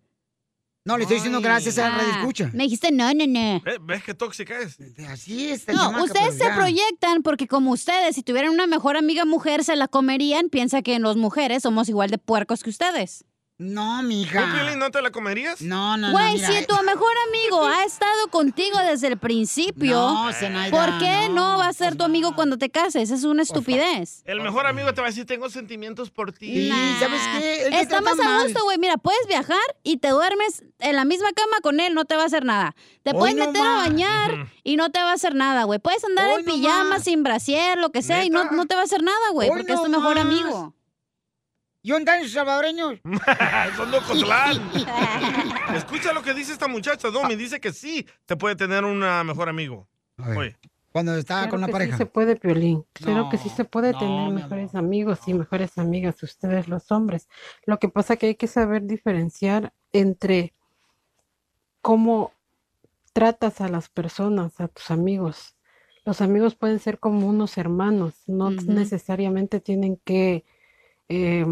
Speaker 3: No, le estoy diciendo gracias a la
Speaker 2: Ah,
Speaker 3: radio escucha.
Speaker 2: Me dijiste no, no, no.
Speaker 4: ¿Ves, Eh, ves qué tóxica es?
Speaker 3: Así
Speaker 4: Este,
Speaker 3: es.
Speaker 2: No, ustedes
Speaker 4: pues
Speaker 2: se proyectan porque como ustedes, si tuvieran una mejor amiga mujer, se la comerían. Piensa que las mujeres somos igual de puercos que ustedes.
Speaker 3: No,
Speaker 4: ¿Tú, Piolín, no te la comerías?
Speaker 3: No, eh.
Speaker 2: Güey,
Speaker 4: eh.
Speaker 2: si tu mejor amigo ha estado contigo desde el principio,
Speaker 4: No, Zenaida,
Speaker 2: ¿por qué no, va a ser tu amigo cuando te cases? Es una estupidez.
Speaker 4: El mejor amigo te va a decir, tengo sentimientos por ti.
Speaker 2: Nah.
Speaker 4: Él te
Speaker 2: Está
Speaker 4: Eh, trata
Speaker 2: más a
Speaker 4: mal.
Speaker 2: gusto, güey. Mira, puedes viajar y te duermes en la misma cama con él, no te va a hacer nada. Te
Speaker 3: Hoy
Speaker 2: puedes
Speaker 3: no
Speaker 2: meter a
Speaker 3: más.
Speaker 2: bañar y no te va a hacer nada, güey. Puedes andar en pijama, sin brasier, lo que sea, y no, no te va a hacer nada, güey,
Speaker 3: Hoy
Speaker 2: porque es
Speaker 3: no
Speaker 2: tu mejor
Speaker 3: más.
Speaker 2: amigo.
Speaker 3: ¿Y un salvadoreños?
Speaker 4: (laughs) Son de Ocotlán.
Speaker 2: (laughs)
Speaker 4: Escucha lo que dice esta muchacha, Domi. Dice que sí te puede tener un mejor amigo. Oye.
Speaker 3: Cuando está
Speaker 22: Claro
Speaker 3: con la
Speaker 22: que
Speaker 3: pareja.
Speaker 22: Sí se puede, Piolín. Claro que sí se puede
Speaker 3: no,
Speaker 22: tener mejores amigos y mejores amigas ustedes los hombres. Lo que pasa que hay que saber diferenciar entre cómo tratas a las personas, a tus amigos. Los amigos pueden ser como unos hermanos, no necesariamente tienen que eh,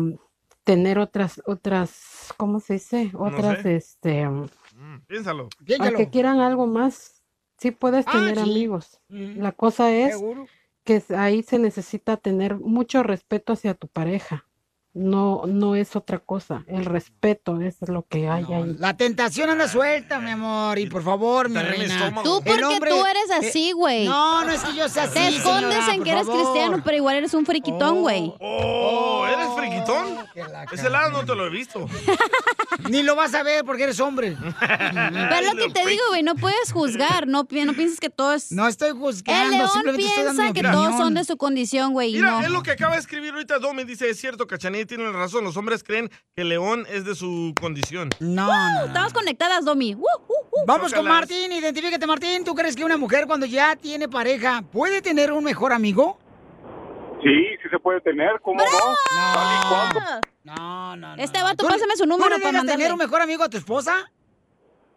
Speaker 22: tener otras, otras, ¿cómo se dice? Otras,
Speaker 4: sé.
Speaker 22: este,
Speaker 4: mm, Piénsalo.
Speaker 22: aunque quieran algo más, sí puedes
Speaker 10: Ah,
Speaker 22: tener
Speaker 10: sí.
Speaker 22: amigos.
Speaker 23: Mm,
Speaker 10: Ujú.
Speaker 22: La cosa es
Speaker 10: Seguro.
Speaker 22: que s- ahí se necesita tener mucho respeto hacia tu pareja. No, no es otra cosa. El respeto es lo que hay ahí.
Speaker 3: La tentación anda suelta, mi amor. Y por favor, mi
Speaker 22: También el
Speaker 3: reina.
Speaker 22: estómago. Tú,
Speaker 3: El
Speaker 2: porque
Speaker 3: hombre-
Speaker 2: tú eres
Speaker 3: eh,
Speaker 2: así, güey.
Speaker 3: no, no es que yo sea así.
Speaker 2: Te escondes
Speaker 3: señora,
Speaker 2: en
Speaker 3: por
Speaker 2: que eres
Speaker 3: favor.
Speaker 2: cristiano, pero igual eres un friquitón, güey.
Speaker 4: Oh, ¿eres friquitón? Ese lado no te lo he visto.
Speaker 3: Ni lo vas a ver porque eres
Speaker 4: (laughs)
Speaker 3: hombre.
Speaker 2: Pero lo que te digo, güey, no puedes juzgar, no, pi- no pienses que todo es...
Speaker 3: No estoy juzgando,
Speaker 2: El león
Speaker 4: simplemente estoy dando
Speaker 2: piensa
Speaker 4: mi
Speaker 2: que
Speaker 4: opinión.
Speaker 2: todos son de su condición, güey, y
Speaker 4: Mira,
Speaker 2: no.
Speaker 4: es lo que acaba de escribir ahorita Domi. Dice, es cierto, Cachanilla tiene razón. Los hombres creen que León es de su condición.
Speaker 3: No,
Speaker 2: Uh, Estamos conectadas, Domi. Uh, uh, uh.
Speaker 3: Vamos con Martín, identifícate Martín. ¿Tú crees que una mujer cuando ya tiene pareja puede tener un mejor amigo?
Speaker 8: Sí, sí se puede tener, ¿cómo no? No.
Speaker 2: Este vato, pásame su número
Speaker 3: ¿Tú le
Speaker 2: para
Speaker 3: dejas tener
Speaker 2: mandarle.
Speaker 3: un mejor amigo a tu esposa?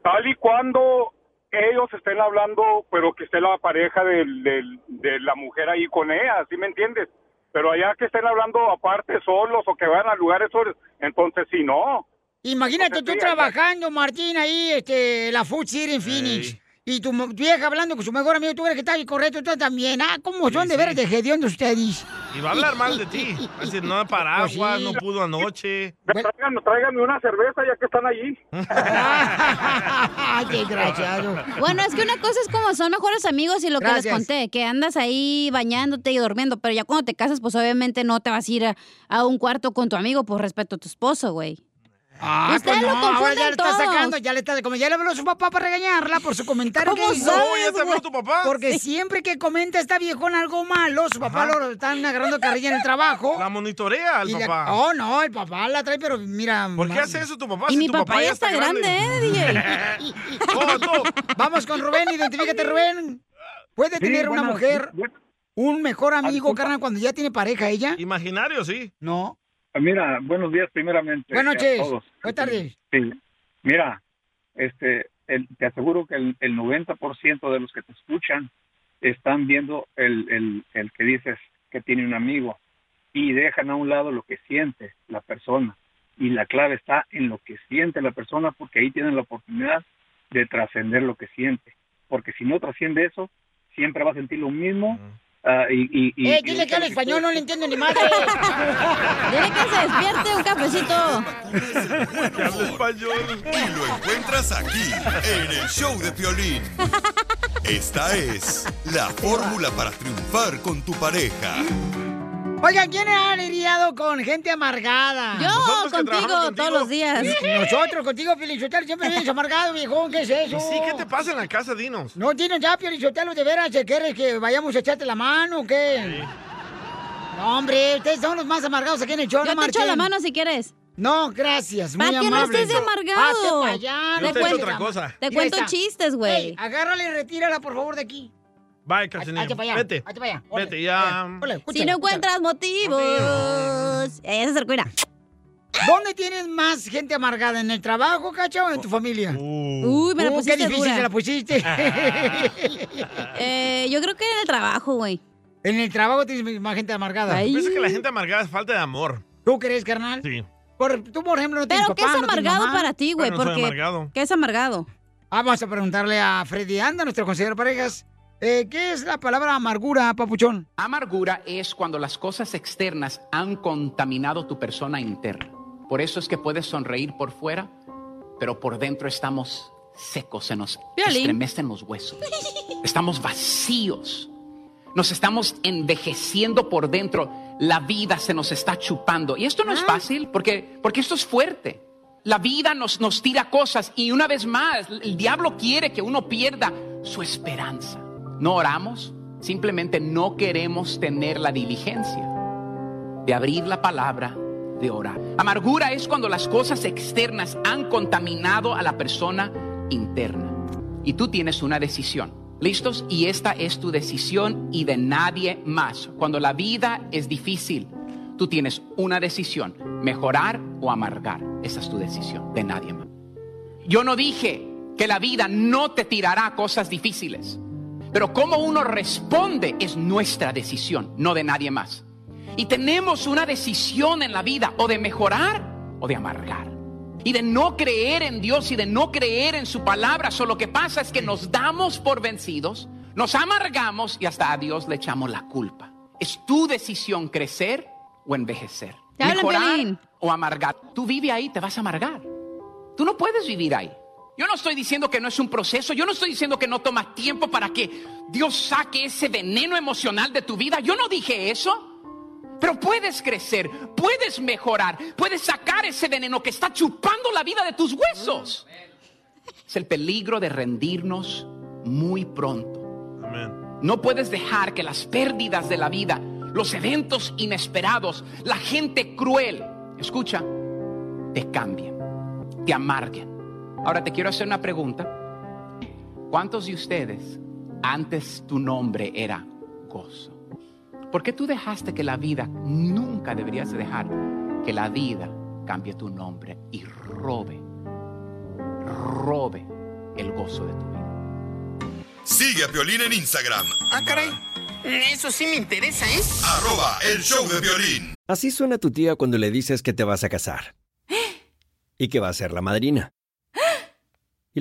Speaker 8: Tal y cuando ellos estén hablando, pero que esté la pareja del- del- de la mujer ahí con ella, ¿sí me entiendes? Pero allá que estén hablando aparte solos o que vayan a lugares solos, entonces sí, no.
Speaker 3: Imagínate tú trabajando, Martín, ahí, este, la Food City en Phoenix. Y tu mo- vieja hablando con su mejor amigo, tú crees que está correcto, tú también. Ah, ¿cómo son de veras de hediondos ustedes?
Speaker 4: Y va a hablar mal de ti. Va a decir, no, paraguas,
Speaker 3: Pues sí.
Speaker 4: no pudo anoche.
Speaker 8: Tráiganme, tráiganme una cerveza ya que están allí.
Speaker 3: Ay, desgraciado.
Speaker 2: Bueno, es que una cosa es como son mejores amigos y lo que
Speaker 3: Gracias.
Speaker 2: les conté, que andas ahí bañándote y durmiendo, pero ya cuando te casas, pues obviamente no te vas a ir a, a un cuarto con tu amigo por respeto a tu esposo, güey.
Speaker 3: Ah,
Speaker 2: Ustedes
Speaker 3: pues
Speaker 2: lo
Speaker 3: no, ahora ya
Speaker 2: confunden
Speaker 3: le está
Speaker 2: todos.
Speaker 3: sacando, ya le está, como ya le habló su papá para regañarla por su comentario.
Speaker 2: ¿Cómo
Speaker 3: que hizo.
Speaker 2: sabes, No, ya te habló
Speaker 3: güey?
Speaker 2: tu papá.
Speaker 3: Porque
Speaker 2: Sí.
Speaker 3: siempre que comenta esta viejona algo malo, su papá
Speaker 4: Ajá.
Speaker 3: lo están agarrando carrilla en el trabajo.
Speaker 4: La monitorea al
Speaker 3: Y la-
Speaker 4: papá.
Speaker 3: oh, no, el papá la trae, pero mira.
Speaker 4: ¿Por qué
Speaker 3: mal.
Speaker 4: hace eso tu papá? si tu
Speaker 2: ¿eh,
Speaker 3: ¿eh,
Speaker 4: (laughs) Oh, no.
Speaker 3: Vamos con Rubén, identifícate, Rubén. ¿Puede
Speaker 4: Sí,
Speaker 3: tener una
Speaker 4: buenas-
Speaker 3: mujer un mejor amigo,
Speaker 4: disculpa.
Speaker 3: carnal, cuando ya tiene pareja ella?
Speaker 4: Imaginario, sí.
Speaker 3: No.
Speaker 21: Ah, Mira, buenos días primeramente.
Speaker 3: Buenas
Speaker 21: a
Speaker 3: noches.
Speaker 21: todos.
Speaker 3: Buenas tardes.
Speaker 21: Sí. Mira, este, el- te aseguro que el, el 90% de los que te escuchan están viendo el, el, el que dices que tiene un amigo y dejan a un lado lo que siente la persona. Y la clave está en lo que siente la persona porque ahí tienen la oportunidad de trascender lo que siente. Porque si no trasciende eso, siempre va a sentir lo mismo. ah, y, y, y-
Speaker 3: eh,
Speaker 21: y
Speaker 3: dile que
Speaker 21: ahorita
Speaker 3: al
Speaker 21: lo estoy
Speaker 3: español no le entiendo ni madre.
Speaker 2: dile que se despierte un cafecito.
Speaker 5: Y lo encuentras aquí, en el show de Piolín. Esta es la fórmula para triunfar con tu pareja.
Speaker 3: Oigan, ¿quién ha lidiado con gente amargada?
Speaker 2: Yo, Nosotros que contigo, trabajamos contigo. todos los días.
Speaker 3: Nosotros contigo, Felicitelo, siempre vienes amargado, viejo, ¿qué es eso?
Speaker 4: Sí, ¿qué te pasa en la casa, Dinos?
Speaker 3: No tienes ya, Felicitelo, de veras, ¿se quieres que vayamos a echarte la mano o qué? No, hombre, ustedes son los más amargados aquí en el show,
Speaker 2: Yo
Speaker 3: ¿no,
Speaker 2: te echo
Speaker 3: Martín?
Speaker 2: la mano si quieres.
Speaker 3: No, gracias, muy
Speaker 2: Para que no
Speaker 3: amable.
Speaker 2: estés de amargado.
Speaker 3: Hazte pa' allá,
Speaker 2: Te
Speaker 3: no
Speaker 2: cuento-
Speaker 3: seas amar-
Speaker 2: Te
Speaker 3: Mira,
Speaker 2: cuento
Speaker 3: ahí está.
Speaker 2: chistes, güey.
Speaker 3: Ey, agárrala y retírala, por favor, de aquí.
Speaker 4: Bye,
Speaker 3: Hazte
Speaker 4: Cachanilla.
Speaker 3: para allá.
Speaker 4: Vete.
Speaker 3: Hazte para allá. Órale,
Speaker 4: Vete ya.
Speaker 3: órale, órale,
Speaker 2: si
Speaker 3: escúchala,
Speaker 2: no
Speaker 3: escúchala.
Speaker 2: encuentras Eh, motivos. Ella se acercó, mira.
Speaker 3: ¿Dónde tienes más gente amargada? ¿En el trabajo, cacha, o en
Speaker 4: Oh.
Speaker 3: tu familia?
Speaker 4: Uh.
Speaker 3: Uh,
Speaker 2: Uy, me la pusiste
Speaker 3: qué difícil
Speaker 2: dura.
Speaker 3: se la pusiste.
Speaker 2: (laughs) Eh, yo creo que en el trabajo, güey.
Speaker 3: en el trabajo tienes más gente amargada.
Speaker 4: Yo Pienso que la gente amargada es falta de amor.
Speaker 3: ¿Tú crees, carnal?
Speaker 4: Sí.
Speaker 3: Por, tú, por ejemplo, no tienes
Speaker 2: Pero ¿qué
Speaker 3: papá,
Speaker 2: es
Speaker 3: no tienes
Speaker 2: amargado
Speaker 3: mamá.
Speaker 2: para ti, güey?
Speaker 4: Pero no soy
Speaker 2: Porque
Speaker 4: amargado.
Speaker 2: ¿Qué es amargado?
Speaker 3: Ah, vamos a preguntarle a Freddy Anda, nuestro consejero de parejas. Eh, ¿Qué es la palabra amargura, papuchón?
Speaker 24: Amargura es cuando las cosas externas han contaminado tu persona interna. Por eso es que puedes sonreír por fuera, pero por dentro estamos secos, se nos estremecen los huesos. Estamos vacíos. Nos estamos envejeciendo por dentro. La vida se nos está chupando. Y esto no es fácil porque, porque esto es fuerte. La vida nos, nos tira cosas y una vez más, Ah, el diablo quiere que uno pierda su esperanza. No oramos, simplemente no queremos tener la diligencia de abrir la palabra, de orar. Amargura es cuando las cosas externas han contaminado a la persona interna. Y tú tienes una decisión. ¿Listos? Y esta es tu decisión y de nadie más. Cuando la vida es difícil, tú tienes una decisión. Mejorar o amargar. Esa es tu decisión, de nadie más. Yo no dije que la vida no te tirará cosas difíciles. Pero cómo uno responde es nuestra decisión, no de nadie más. Y tenemos una decisión en la vida, o de mejorar o de amargar. y de no creer en Dios y de no creer en su palabra. Solo lo que pasa es que nos damos por vencidos, nos amargamos y hasta a Dios le echamos la culpa. Es tu decisión crecer o envejecer.
Speaker 2: Te hablan,
Speaker 24: Mejorar
Speaker 2: Piolín.
Speaker 24: o amargar. Tú vive ahí, te vas a amargar. Tú no puedes vivir ahí. Yo no estoy diciendo que no es un proceso, yo no estoy diciendo que no tomas tiempo para que Dios saque ese veneno emocional de tu vida. Yo no dije eso. Pero puedes crecer, puedes mejorar, puedes sacar ese veneno que está chupando la vida de tus huesos. Es el peligro de rendirnos muy pronto. No puedes dejar que las pérdidas de la vida, los eventos inesperados, la gente cruel, escucha, te cambien, te amarguen. Ahora te quiero hacer una pregunta. ¿Cuántos de ustedes antes tu nombre era gozo? ¿Por qué tú dejaste que la vida, nunca deberías de dejar que la vida cambie tu nombre y robe, robe el gozo de tu vida?
Speaker 5: Sigue a Piolín en Instagram.
Speaker 16: Ah, caray. Eso sí me interesa, ¿eh?
Speaker 5: Arroba el show de violín.
Speaker 25: Así suena tu tía cuando le dices que te vas a casar. Y que va a ser la madrina. Y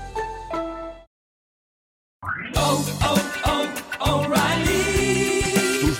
Speaker 26: (laughs) ¿Tus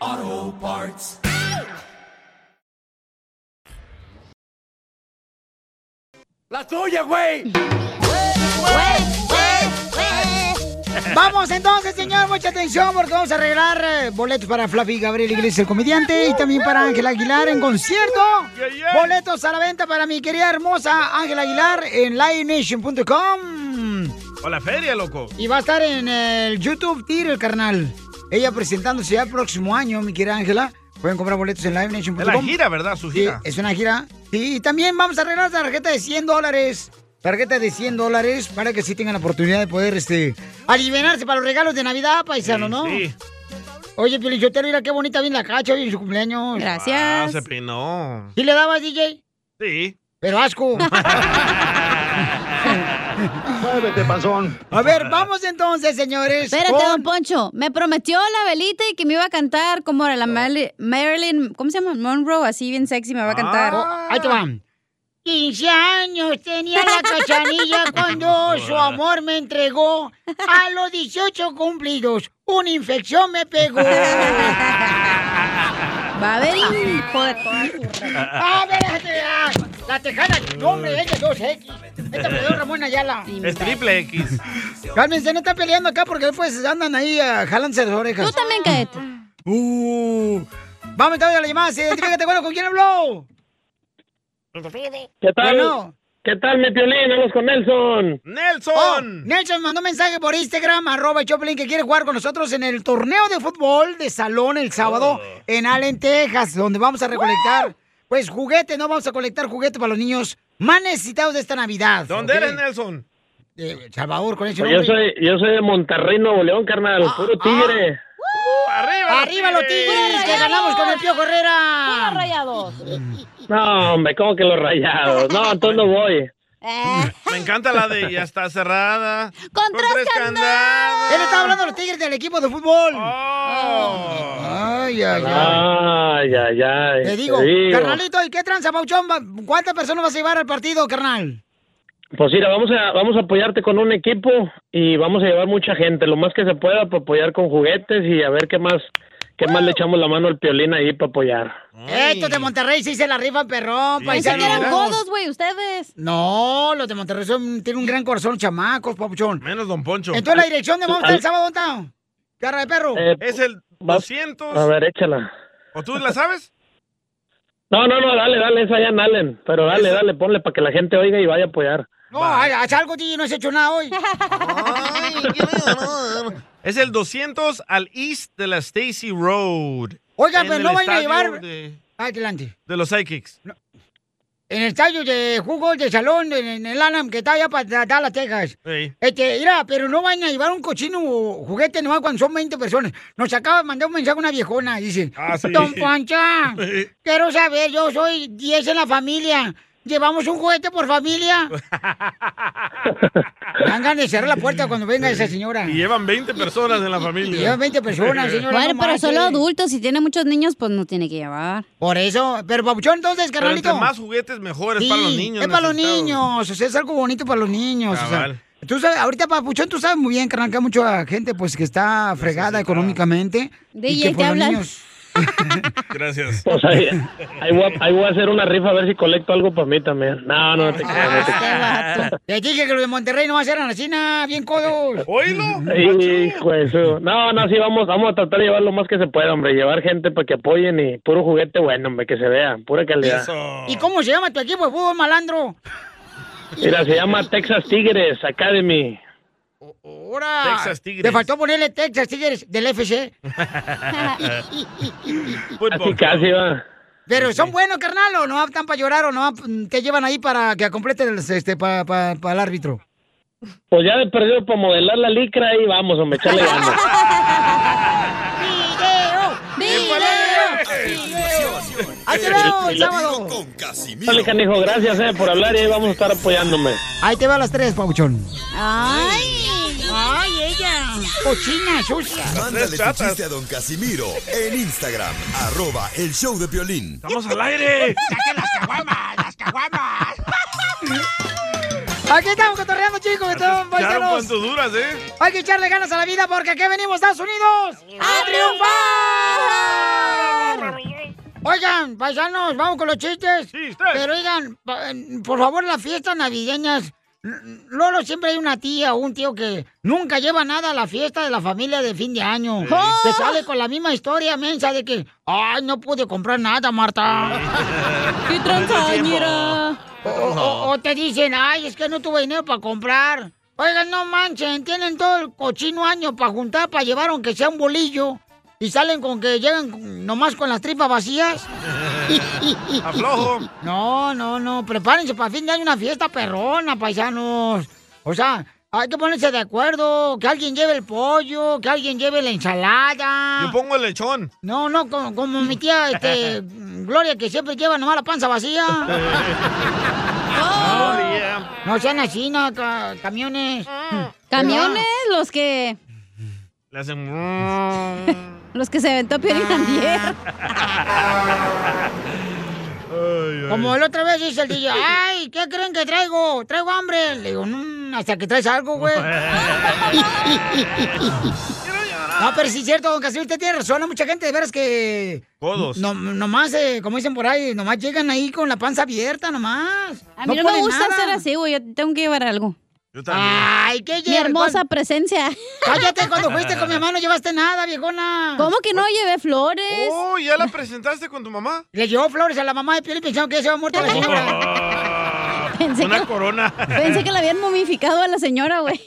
Speaker 16: Auto Parts.
Speaker 3: ¡La tuya, güey! (laughs) Vamos entonces, señor, mucha atención porque vamos a arreglar eh, boletos para Flavi Gabriel Iglesias, el comediante, y también para Ángela Aguilar en concierto. Boletos a la venta para mi querida hermosa Ángela Aguilar en livenation.com.
Speaker 4: O la feria, loco.
Speaker 3: Y va a estar en el YouTube Tiro, el carnal. Ella presentándose ya el próximo año, mi querida Ángela. Pueden comprar boletos en livenation.com.
Speaker 4: Es la gira, ¿verdad? Su
Speaker 3: Sí,
Speaker 4: gira.
Speaker 3: es una gira. Sí, y también vamos a arreglar tarjeta de 100 dólares. Tarjeta de 100 dólares para que sí tengan la oportunidad de poder este, aliviarse para los regalos de Navidad, paisano, ¿no? Sí. Oye, Pilichotero, mira qué bonita viene la cacha hoy en su cumpleaños.
Speaker 4: Ah, se peinó.
Speaker 3: ¿Sí le dabas, DJ?
Speaker 4: Sí.
Speaker 3: Pero
Speaker 4: (laughs)
Speaker 3: asco.
Speaker 20: Muévete, panzón.
Speaker 3: A
Speaker 4: (laughs)
Speaker 3: ver, vamos entonces, señores.
Speaker 2: Espérate,
Speaker 3: con-
Speaker 2: don Poncho. Me prometió la velita y que me iba a cantar como la
Speaker 3: Oh.
Speaker 2: Maril- Marilyn, ¿cómo se llama? Monroe, así bien sexy me va a cantar.
Speaker 3: Ah. ahí te va. 15 años tenía
Speaker 2: (laughs)
Speaker 3: la cachanilla cuando su amor me entregó. A los 18 cumplidos, una infección me pegó. Va
Speaker 2: a haber
Speaker 3: hijo ¡Ah, espérate! ah, La tejana, no, hombre, es de 2X. Esta me dio Ramón Ayala.
Speaker 4: Es triple
Speaker 3: (laughs)
Speaker 4: X.
Speaker 3: Cálmense, no están peleando acá porque después andan ahí, ah, jalándose las orejas. Tú
Speaker 2: también, cállate.
Speaker 3: Uh, vamos entonces a la llamada. Identifícate, bueno, ¿con quién habló?
Speaker 2: pues,
Speaker 27: ¿Qué tal?
Speaker 3: Bueno.
Speaker 27: ¿Qué tal, mi piolín? Vamos con Nelson.
Speaker 4: ¡Nelson!
Speaker 3: Oh, Nelson mandó mensaje por Instagram, arroba Choplin, que quiere jugar con nosotros en el torneo de fútbol de salón el sábado
Speaker 4: Oh.
Speaker 3: en Allen, Texas, donde vamos a recolectar, pues, juguetes, ¿no? Vamos a colectar juguetes para los niños más necesitados de esta Navidad.
Speaker 4: ¿Dónde
Speaker 3: ¿ok?
Speaker 4: eres, Nelson?
Speaker 3: Eh, Salvador, con ese
Speaker 27: Pues yo
Speaker 3: nombre. Ah,
Speaker 27: soy, yo soy de Monterrey, Nuevo León, carnal. puro tigre.
Speaker 4: ¡Uh,
Speaker 3: ¡Arriba, los tigres! ¡Que ganamos con el Pío Herrera!
Speaker 2: rayados!
Speaker 27: No, hombre, ¿cómo que los rayados? No, entonces no voy.
Speaker 4: Me encanta la de ya está cerrada.
Speaker 2: ¡Con
Speaker 4: tres candados! Oh.
Speaker 3: Él estaba hablando de los tigres del equipo de fútbol. Ay, ay, ay.
Speaker 27: Ay, ay, ay.
Speaker 3: Te digo, carnalito, ¿y qué tranza, Pauchón? Va- ¿Cuántas personas vas a llevar al partido, carnal?
Speaker 27: Pues mira, vamos a, vamos a apoyarte con un equipo y vamos a llevar mucha gente, lo más que se pueda, para apoyar con juguetes y a ver qué más, qué más le echamos la mano al piolín ahí para apoyar.
Speaker 3: Estos de Monterrey sí se la rifan, perrón,
Speaker 2: Pensé
Speaker 3: paisano.
Speaker 2: que eran codos, güey, ustedes.
Speaker 3: No, los de Monterrey son- tienen un gran corazón, chamacos, papuchón.
Speaker 4: Menos Don Poncho.
Speaker 3: Entonces, ¿la dirección de vamos a estar el
Speaker 4: Al-
Speaker 3: sábado, dónde está? Garra de perro.
Speaker 27: Eh,
Speaker 4: Es el
Speaker 27: va-
Speaker 4: 200.
Speaker 27: A ver, échala.
Speaker 4: ¿O tú la sabes?
Speaker 27: No, no, no, dale, dale, esa ya en Allen, pero dale, dale, ponle para que la gente oiga y vaya a apoyar.
Speaker 3: No, ha- haz algo, tío, no has hecho nada hoy.
Speaker 4: (laughs) Es el 200 al east de la Stacy Road.
Speaker 3: Oigan,
Speaker 4: En
Speaker 3: pero
Speaker 4: el
Speaker 3: no vayan a
Speaker 4: estadio
Speaker 3: llevar-
Speaker 4: De,
Speaker 3: Adelante.
Speaker 4: de los Psychics.
Speaker 3: En el estadio de jugos de salón, en, en el Alam, que está allá para Dallas, Texas.
Speaker 4: Ey.
Speaker 3: Este, mira, pero no van a llevar un cochino juguete nomás cuando son 20 personas. Nos acaba de mandar un mensaje una viejona, dice.
Speaker 4: Ah, sí.
Speaker 3: Don Pancha, quiero saber, yo soy 10 en la familia. ¿Llevamos un juguete por
Speaker 4: (laughs)
Speaker 3: familia? Vengan de cerrar la puerta cuando venga esa señora.
Speaker 4: Y llevan 20 personas en la familia.
Speaker 3: Llevan 20
Speaker 4: (laughs)
Speaker 3: personas, señora.
Speaker 2: Bueno,
Speaker 3: no
Speaker 2: pero
Speaker 3: marche.
Speaker 2: solo adultos. Si tiene muchos niños, pues no tiene que llevar.
Speaker 3: Por eso. Pero, Papuchón, entonces,
Speaker 4: Pero entre
Speaker 3: carnalito.
Speaker 4: más juguetes, mejor. Es
Speaker 3: Sí,
Speaker 4: para los niños.
Speaker 3: Es para los
Speaker 4: necesitados.
Speaker 3: niños, o sea, es algo bonito para los niños. o sea.
Speaker 4: Cabal.
Speaker 3: tú sabes, ahorita, Papuchón, tú sabes muy bien, carnal, que hay mucha gente pues que está fregada económicamente. y
Speaker 2: DJ, te
Speaker 3: que por los
Speaker 2: hablan.
Speaker 3: niños.
Speaker 4: Gracias.
Speaker 27: Pues ahí, ahí, voy a, ahí voy a hacer una rifa a ver si colecto algo para mí también. No, no, no te creas, no te creas.
Speaker 3: Te dije que los de Monterrey no va a ser a la China, bien codos.
Speaker 4: (laughs) ¡Oílo!
Speaker 27: Hijo de su- No, no, sí, vamos, vamos a tratar de llevar lo más que se pueda, hombre. Llevar gente para que apoyen y puro juguete bueno, hombre, que se vea, pura calidad.
Speaker 3: ¿Y cómo se llama tu equipo de fútbol, malandro?
Speaker 27: Mira, se llama Texas Tigres Academy.
Speaker 3: Ahora.
Speaker 27: Texas Tigres.
Speaker 3: Te faltó ponerle Texas Tigres del FC.
Speaker 27: Pues Casi, casi va.
Speaker 3: (laughs) Pero son buenos, carnal, o no están para llorar o no te llevan ahí para que completen el- este, para el árbitro.
Speaker 27: Pues ya de perdido para modelar la licra y vamos, hombre, echarle ganas.
Speaker 3: ¡Video! ¡Ahí te veo el sábado!
Speaker 27: Dale, canijo, gracias, eh, por hablar y ahí vamos a estar apoyándome.
Speaker 3: Ahí te va a las tres, Pabuchón.
Speaker 2: ¡Ay!
Speaker 3: ¡Ay, ella! ¡Cochina, sucia!
Speaker 5: Mándale tu chiste a don Casimiro en Instagram, arroba el show de violín.
Speaker 4: ¡Estamos al aire!
Speaker 3: Aquí estamos cotorreando, chicos. Estamos
Speaker 4: Claro,
Speaker 3: paisanos.
Speaker 4: cuánto duras, ¿eh?
Speaker 3: Hay que echarle ganas a la vida porque aquí venimos, Estados Unidos, a triunfar. Oigan, paisanos, vamos con los chistes. Pero oigan, pa- eh, por favor, las fiestas navideñas. L- Lolo, siempre hay una tía o un tío que nunca lleva nada a la fiesta de la familia de fin de año. Te sale con la misma historia mensa de que, ay, no pude comprar nada, Marta.
Speaker 2: ¡Qué Oh, tranzañera!
Speaker 3: O, o- o te dicen, ay, es que no tuve dinero para comprar. Oigan, no manchen, tienen todo el cochino año para juntar, para llevar aunque sea un bolillo. Y salen con que llegan nomás con las tripas vacías.
Speaker 4: (laughs)
Speaker 3: (laughs)
Speaker 4: Aflojo.
Speaker 3: No, no, no, prepárense para fin de año una fiesta perrona, paisanos. O sea, hay que ponerse de acuerdo, que alguien lleve el pollo, que alguien lleve la ensalada.
Speaker 4: Yo pongo el lechón.
Speaker 3: No, no, como, como mi tía
Speaker 4: (laughs)
Speaker 3: este, Gloria, que siempre lleva nomás la panza vacía.
Speaker 4: (laughs)
Speaker 3: No sean así, no, ca- camiones.
Speaker 2: Camiones, los que.
Speaker 4: Le hacen...
Speaker 2: Los que se aventó Piolín
Speaker 3: Ah.
Speaker 2: también.
Speaker 3: (laughs) Como la otra vez dice el DJ, ay, ¿qué creen que traigo? Traigo hambre. Le digo, "Mm, hasta que traes
Speaker 18: (laughs)
Speaker 3: algo,
Speaker 2: Pues.
Speaker 3: güey. No, pero sí es cierto, don Casimiro, usted tiene razón. Hay mucha gente, de veras que...
Speaker 4: Codos.
Speaker 3: No, nomás, eh, como dicen por ahí, nomás llegan ahí con la panza abierta, nomás.
Speaker 2: A mí no, me
Speaker 3: ponen
Speaker 2: gusta
Speaker 3: nada.
Speaker 2: hacer así, güey. Yo tengo que llevar algo.
Speaker 4: Yo
Speaker 3: Ay, qué
Speaker 2: Mi
Speaker 3: llevar-
Speaker 2: hermosa presencia.
Speaker 3: Cállate, cuando fuiste con mi mamá no llevaste nada, viejona.
Speaker 2: ¿Cómo que no llevé flores?
Speaker 4: Oh, ¿ya la presentaste con tu mamá?
Speaker 3: Le llevó flores a la mamá de Piolín pensando que se va a
Speaker 2: (laughs)
Speaker 3: muerta la señora.
Speaker 4: (laughs)
Speaker 2: Pensé
Speaker 4: Una
Speaker 2: que-
Speaker 4: corona.
Speaker 2: Pensé que la habían momificado a la señora,
Speaker 4: (laughs)
Speaker 2: güey.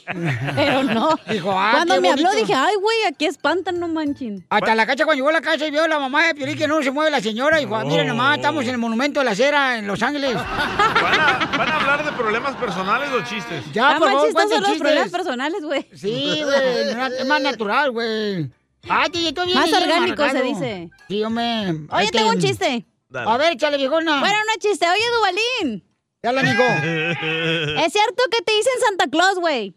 Speaker 2: Pero no.
Speaker 3: Dijo, ah,
Speaker 2: Cuando
Speaker 3: qué
Speaker 28: (laughs)
Speaker 2: me habló
Speaker 3: bonito.
Speaker 2: dije, ay, güey, aquí espantan, no manchen.
Speaker 3: Hasta la cacha cuando llegó a la casa y vio a la mamá de Piolín que no se mueve la señora. Dijo, ah, miren nomás, estamos en el Monumento de la Cera en Los Ángeles.
Speaker 4: ¿Van a, van a hablar de problemas personales o chistes?
Speaker 3: Ya, por
Speaker 2: Están más
Speaker 3: favor, cuenten
Speaker 2: chistosos los problemas
Speaker 3: chistes.
Speaker 2: personales, güey.
Speaker 3: Sí, güey, na- es más natural, güey. Ay, DJ, tú bien
Speaker 2: Más
Speaker 3: bien
Speaker 2: orgánico, se
Speaker 3: amargado.
Speaker 2: dice.
Speaker 3: Sí, hombre.
Speaker 2: Oye,
Speaker 3: este,
Speaker 2: tengo un chiste.
Speaker 3: A ver, échale, viejona.
Speaker 2: Bueno, no chiste. Oye, Dubalín.
Speaker 3: Ya la dijo.
Speaker 2: ¿Es cierto que te dicen Santa Claus,
Speaker 3: ¿Eh?
Speaker 2: güey?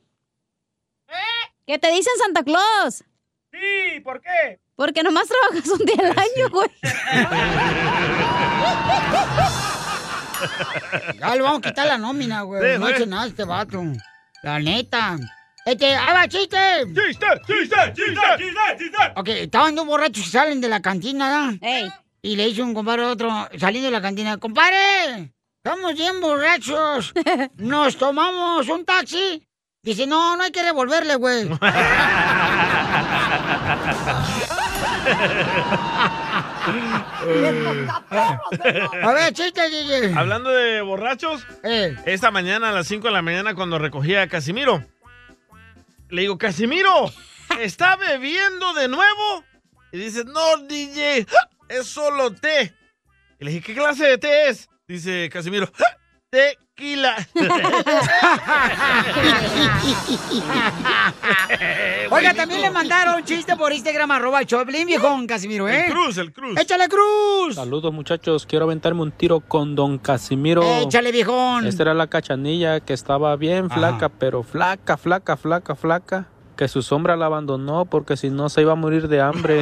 Speaker 2: ¿Qué te dicen Santa Claus? (laughs)
Speaker 28: Sí, ¿por qué?
Speaker 2: Porque nomás trabajas un día
Speaker 3: Ah,
Speaker 2: al año, güey.
Speaker 3: Ya le vamos a quitar la nómina, güey.
Speaker 2: Sí,
Speaker 3: no
Speaker 2: güey.
Speaker 3: hace nada este vato. La neta. Este, ¡ah, va, chiste! ¡Chiste, chiste, chiste, chiste, chiste! Ok, estaban dos borrachos que salen de la cantina, ¿verdad? Y le dice un compadre a otro, saliendo de la cantina, ¡compadre! Estamos bien borrachos. ¿Nos tomamos un taxi? Dice, no, no hay que devolverle, güey. (laughs)
Speaker 4: A
Speaker 3: ver, chiste, DJ.
Speaker 4: Eh. Hablando de borrachos, esta mañana a las 5 de la mañana cuando recogía a Casimiro, le digo,
Speaker 3: (laughs)
Speaker 4: Casimiro, ¿está bebiendo de nuevo? Y dice, no, DJ, es solo té. Y le dije, ¿qué clase de té es? Dice Casimiro, "Ah, tequila.
Speaker 3: (laughs) Oiga, también le mandaron chiste por Instagram, arroba el Choplin, viejón, Casimiro, ¿eh?
Speaker 28: El Cruz, el Cruz.
Speaker 3: ¡Échale Cruz!
Speaker 28: Saludos muchachos, quiero aventarme un tiro con don Casimiro.
Speaker 3: Échale, viejón.
Speaker 28: Esta era la cachanilla que estaba bien flaca, pero flaca, flaca, flaca, flaca, que su sombra la abandonó porque si no se iba a morir de
Speaker 3: (laughs)
Speaker 28: hambre.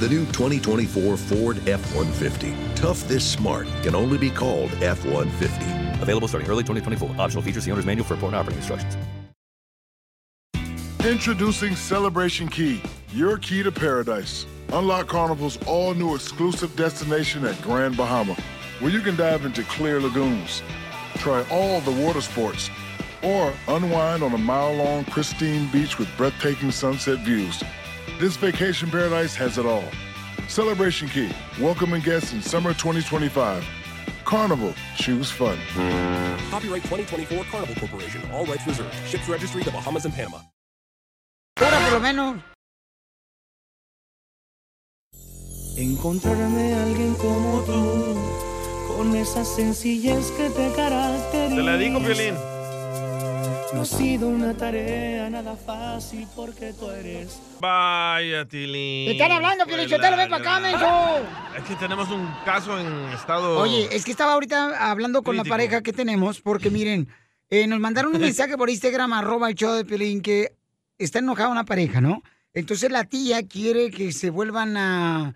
Speaker 29: The new 2024 Ford F 150. Tough this smart can only be called F 150.
Speaker 9: Available starting early 2024. Optional features. See owner's manual for important operating instructions.
Speaker 30: Introducing Celebration Key, your key to paradise. Unlock Carnival's all new exclusive destination at Grand Bahama, where you can dive into clear lagoons, try all the water sports, or unwind on a mile long pristine beach with breathtaking sunset views. This vacation paradise has it all. Celebration Key, welcoming guests in summer 2025. Carnival, choose fun.
Speaker 9: Copyright 2024 Carnival Corporation. All rights reserved. Ships registry the Bahamas and Panama.
Speaker 3: (laughs) Ahora por lo menos.
Speaker 18: Encontrarme a alguien como tú, con esa sencillez que te caracteriza.
Speaker 4: Te la digo, Violín.
Speaker 18: No ha sido una tarea nada fácil porque tú eres.
Speaker 4: Vaya, Tilín. pues,
Speaker 3: Te están hablando, Piolín Sotelo, ven pa' acá, menso.
Speaker 4: Es que tenemos un caso en estado...
Speaker 3: Oye, es que estaba ahorita hablando con la
Speaker 4: Oh. Crítico.
Speaker 3: pareja que tenemos, porque miren, eh, nos
Speaker 4: (laughs)
Speaker 3: mandaron un mensaje por Instagram, arroba el show de Piolín, que está enojada una pareja, ¿no? Entonces la tía quiere que se vuelvan a,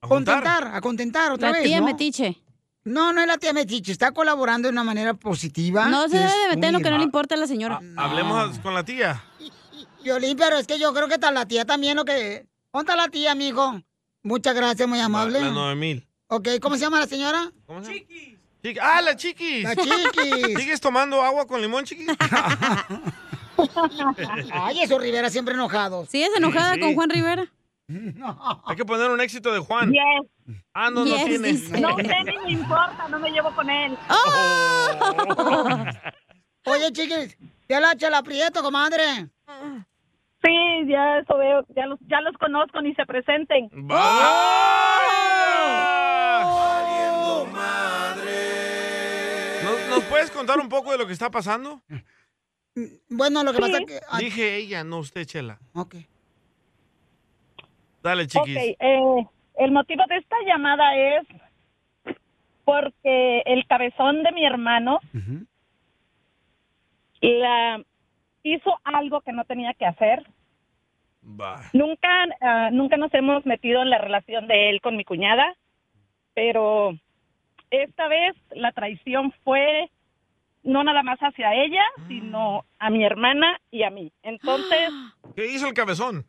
Speaker 2: juntar.
Speaker 3: contentar, a contentar otra
Speaker 2: La
Speaker 3: vez.
Speaker 2: tía
Speaker 3: ¿no?
Speaker 2: metiche.
Speaker 3: No, no es la tía metiche, está colaborando de una manera positiva.
Speaker 2: No se
Speaker 3: que
Speaker 2: debe
Speaker 3: es
Speaker 2: de meter en lo
Speaker 3: unir.
Speaker 2: que no le importa a la señora.
Speaker 4: Ah, Hablemos con la tía.
Speaker 3: Piolín, pero es que yo creo que está la tía también, lo que... ¿Dónde está la tía, amigo? Muchas gracias, muy amable.
Speaker 4: La 9000.
Speaker 3: Ok, ¿cómo se llama la señora?
Speaker 4: Chiqui- Ah, la chiquis.
Speaker 3: La chiquis.
Speaker 4: (laughs) ¿Sigues tomando agua con limón, chiquis?
Speaker 3: (laughs) Ay, eso Rivera siempre enojado.
Speaker 2: ¿Sigues
Speaker 4: enojada Sí, sí. con Juan
Speaker 2: Rivera?
Speaker 4: Hay que poner un éxito de Juan. Ah, no, no
Speaker 3: Yes,
Speaker 4: tiene.
Speaker 3: dice.
Speaker 10: No sé, ni me importa, no me llevo con él.
Speaker 4: Oh.
Speaker 3: (laughs) Oye, chiquis, ya la chela aprieto, comadre.
Speaker 10: Sí, ya eso veo, ya los, ya los conozco ni se presenten.
Speaker 4: ¿Nos, nos puedes contar un poco de lo que está pasando?
Speaker 3: Bueno, lo que pasa es que...
Speaker 4: Dije ella, no usted, Chela.
Speaker 3: Ok.
Speaker 4: Dale, chiquis.
Speaker 10: Ok, eh, el motivo de esta llamada es porque el cabezón de mi hermano la- hizo algo que no tenía que hacer. Nunca, ah, nunca nos hemos metido en la relación de él con mi cuñada, pero esta vez la traición fue no nada más hacia ella, sino a mi hermana y a mí. Entonces,
Speaker 4: ¿Qué hizo el cabezón?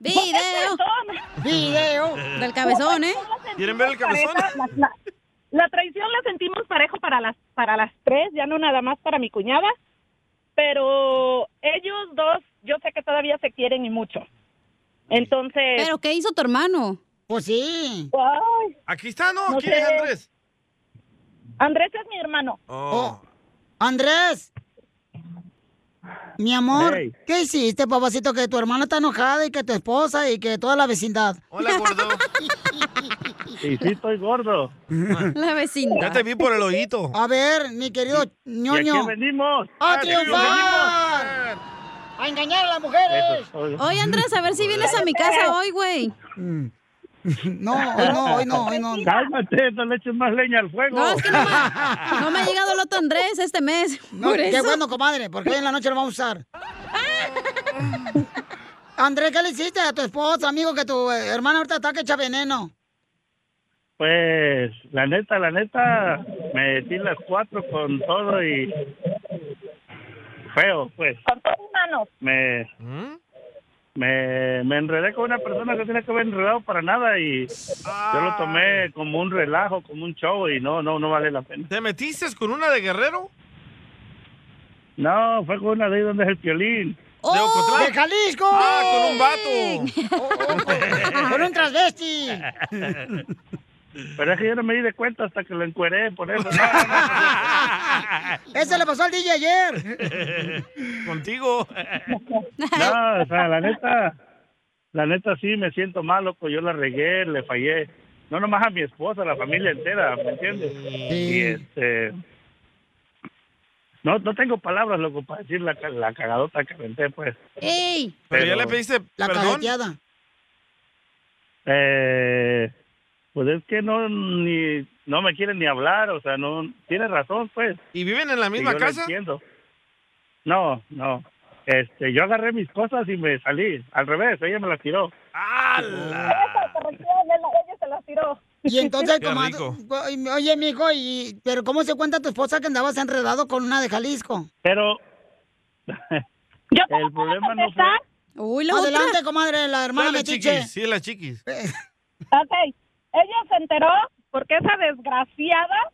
Speaker 2: Video.
Speaker 3: Video.
Speaker 2: Del cabezón, ¿eh?
Speaker 4: ¿Quieren ver el cabezón?
Speaker 10: pareja, la, la- la traición la sentimos parejo para las para las tres, ya no nada más para mi cuñada, pero ellos dos, yo sé que todavía se quieren y mucho. Entonces.
Speaker 2: ¿Pero qué hizo tu hermano?
Speaker 3: Pues sí.
Speaker 4: Aquí está, ¿no?
Speaker 10: No
Speaker 4: ¿Quién es
Speaker 10: sé.
Speaker 4: Andrés?
Speaker 10: Andrés es mi hermano.
Speaker 4: Oh.
Speaker 3: Andrés. Mi amor,
Speaker 4: Hey.
Speaker 3: ¿qué hiciste, papacito? Que tu hermana está enojada y que tu esposa y que toda la vecindad.
Speaker 4: Hola, gordo.
Speaker 7: Y sí, estoy gordo.
Speaker 2: La vecindad.
Speaker 7: Ya te vi por el ojito.
Speaker 3: A ver, mi querido ñoño.
Speaker 7: qué venimos?
Speaker 3: ¡A
Speaker 7: ¿A qué
Speaker 3: triunfar! ¡A engañar a las mujeres!
Speaker 2: Hoy, Andrés, a ver si vienes a mi casa
Speaker 3: (laughs)
Speaker 2: hoy, güey.
Speaker 3: Mm.
Speaker 17: (laughs)
Speaker 3: No, hoy no, hoy no, hoy no.
Speaker 7: Cálmate, no le eches más leña al fuego.
Speaker 2: No, es
Speaker 17: (laughs)
Speaker 2: que no me, no me ha llegado el otro Andrés este mes.
Speaker 3: No,
Speaker 2: por
Speaker 3: qué
Speaker 2: eso.
Speaker 3: bueno, comadre, porque hoy en la noche lo vamos a
Speaker 2: (laughs)
Speaker 3: usar. Andrés, ¿qué le hiciste a tu esposa, amigo, que tu eh, hermana ahorita está que echa veneno?
Speaker 7: Pues, la neta, la neta, me metí las cuatro con todo y. Feo, pues.
Speaker 10: Con todas las manos.
Speaker 7: Me. Me, me enredé con una persona que tiene que haber enredado para nada y yo lo tomé como un relajo, como un show y no, no, no vale la pena.
Speaker 4: ¿Te metiste con una de Guerrero?
Speaker 7: No, fue con una de ahí donde es el piolín.
Speaker 4: ¿De Ocotlán?
Speaker 3: Oh. ¡De Jalisco! Oh,
Speaker 4: ¡Ah, con un vato!
Speaker 3: ¡Con un transvesti!
Speaker 7: Pero es que yo no me di de cuenta hasta que lo encueré, por eso.
Speaker 3: Eso le pasó al DJ ayer.
Speaker 7: Contigo. (laughs) No, o sea, la neta, la neta sí me siento mal, loco. Yo la regué, le fallé. No nomás a mi esposa, a la familia entera, ¿me entiendes? Y este. No, no tengo palabras, loco, para decir la, ca- la cagadota que aventé, pues.
Speaker 3: Eh,
Speaker 2: ¡Ey!
Speaker 7: Pero ya le pediste
Speaker 3: La
Speaker 7: perdón.
Speaker 3: cajeteada.
Speaker 7: Eh, pues es que no ni no me quieren ni hablar, o sea, no tiene razón, pues.
Speaker 4: ¿Y viven en la misma
Speaker 7: yo lo
Speaker 4: casa?
Speaker 7: entiendo. No, no. Este, yo agarré mis cosas y me salí. Al revés, ella me las tiró.
Speaker 4: Ah.
Speaker 10: Ella se las tiró. (laughs)
Speaker 3: Y entonces,
Speaker 7: Qué
Speaker 3: comadre,
Speaker 7: rico.
Speaker 3: oye, oye, mijo, y, ¿pero cómo se cuenta tu esposa que andabas enredado con una de Jalisco?
Speaker 7: Pero el problema no fue
Speaker 2: Uy,
Speaker 3: la Adelante, comadre, la hermana
Speaker 4: Dale,
Speaker 3: metiche.
Speaker 4: chiquis, sí, las chiquis.
Speaker 10: Ok, ella se enteró porque esa desgraciada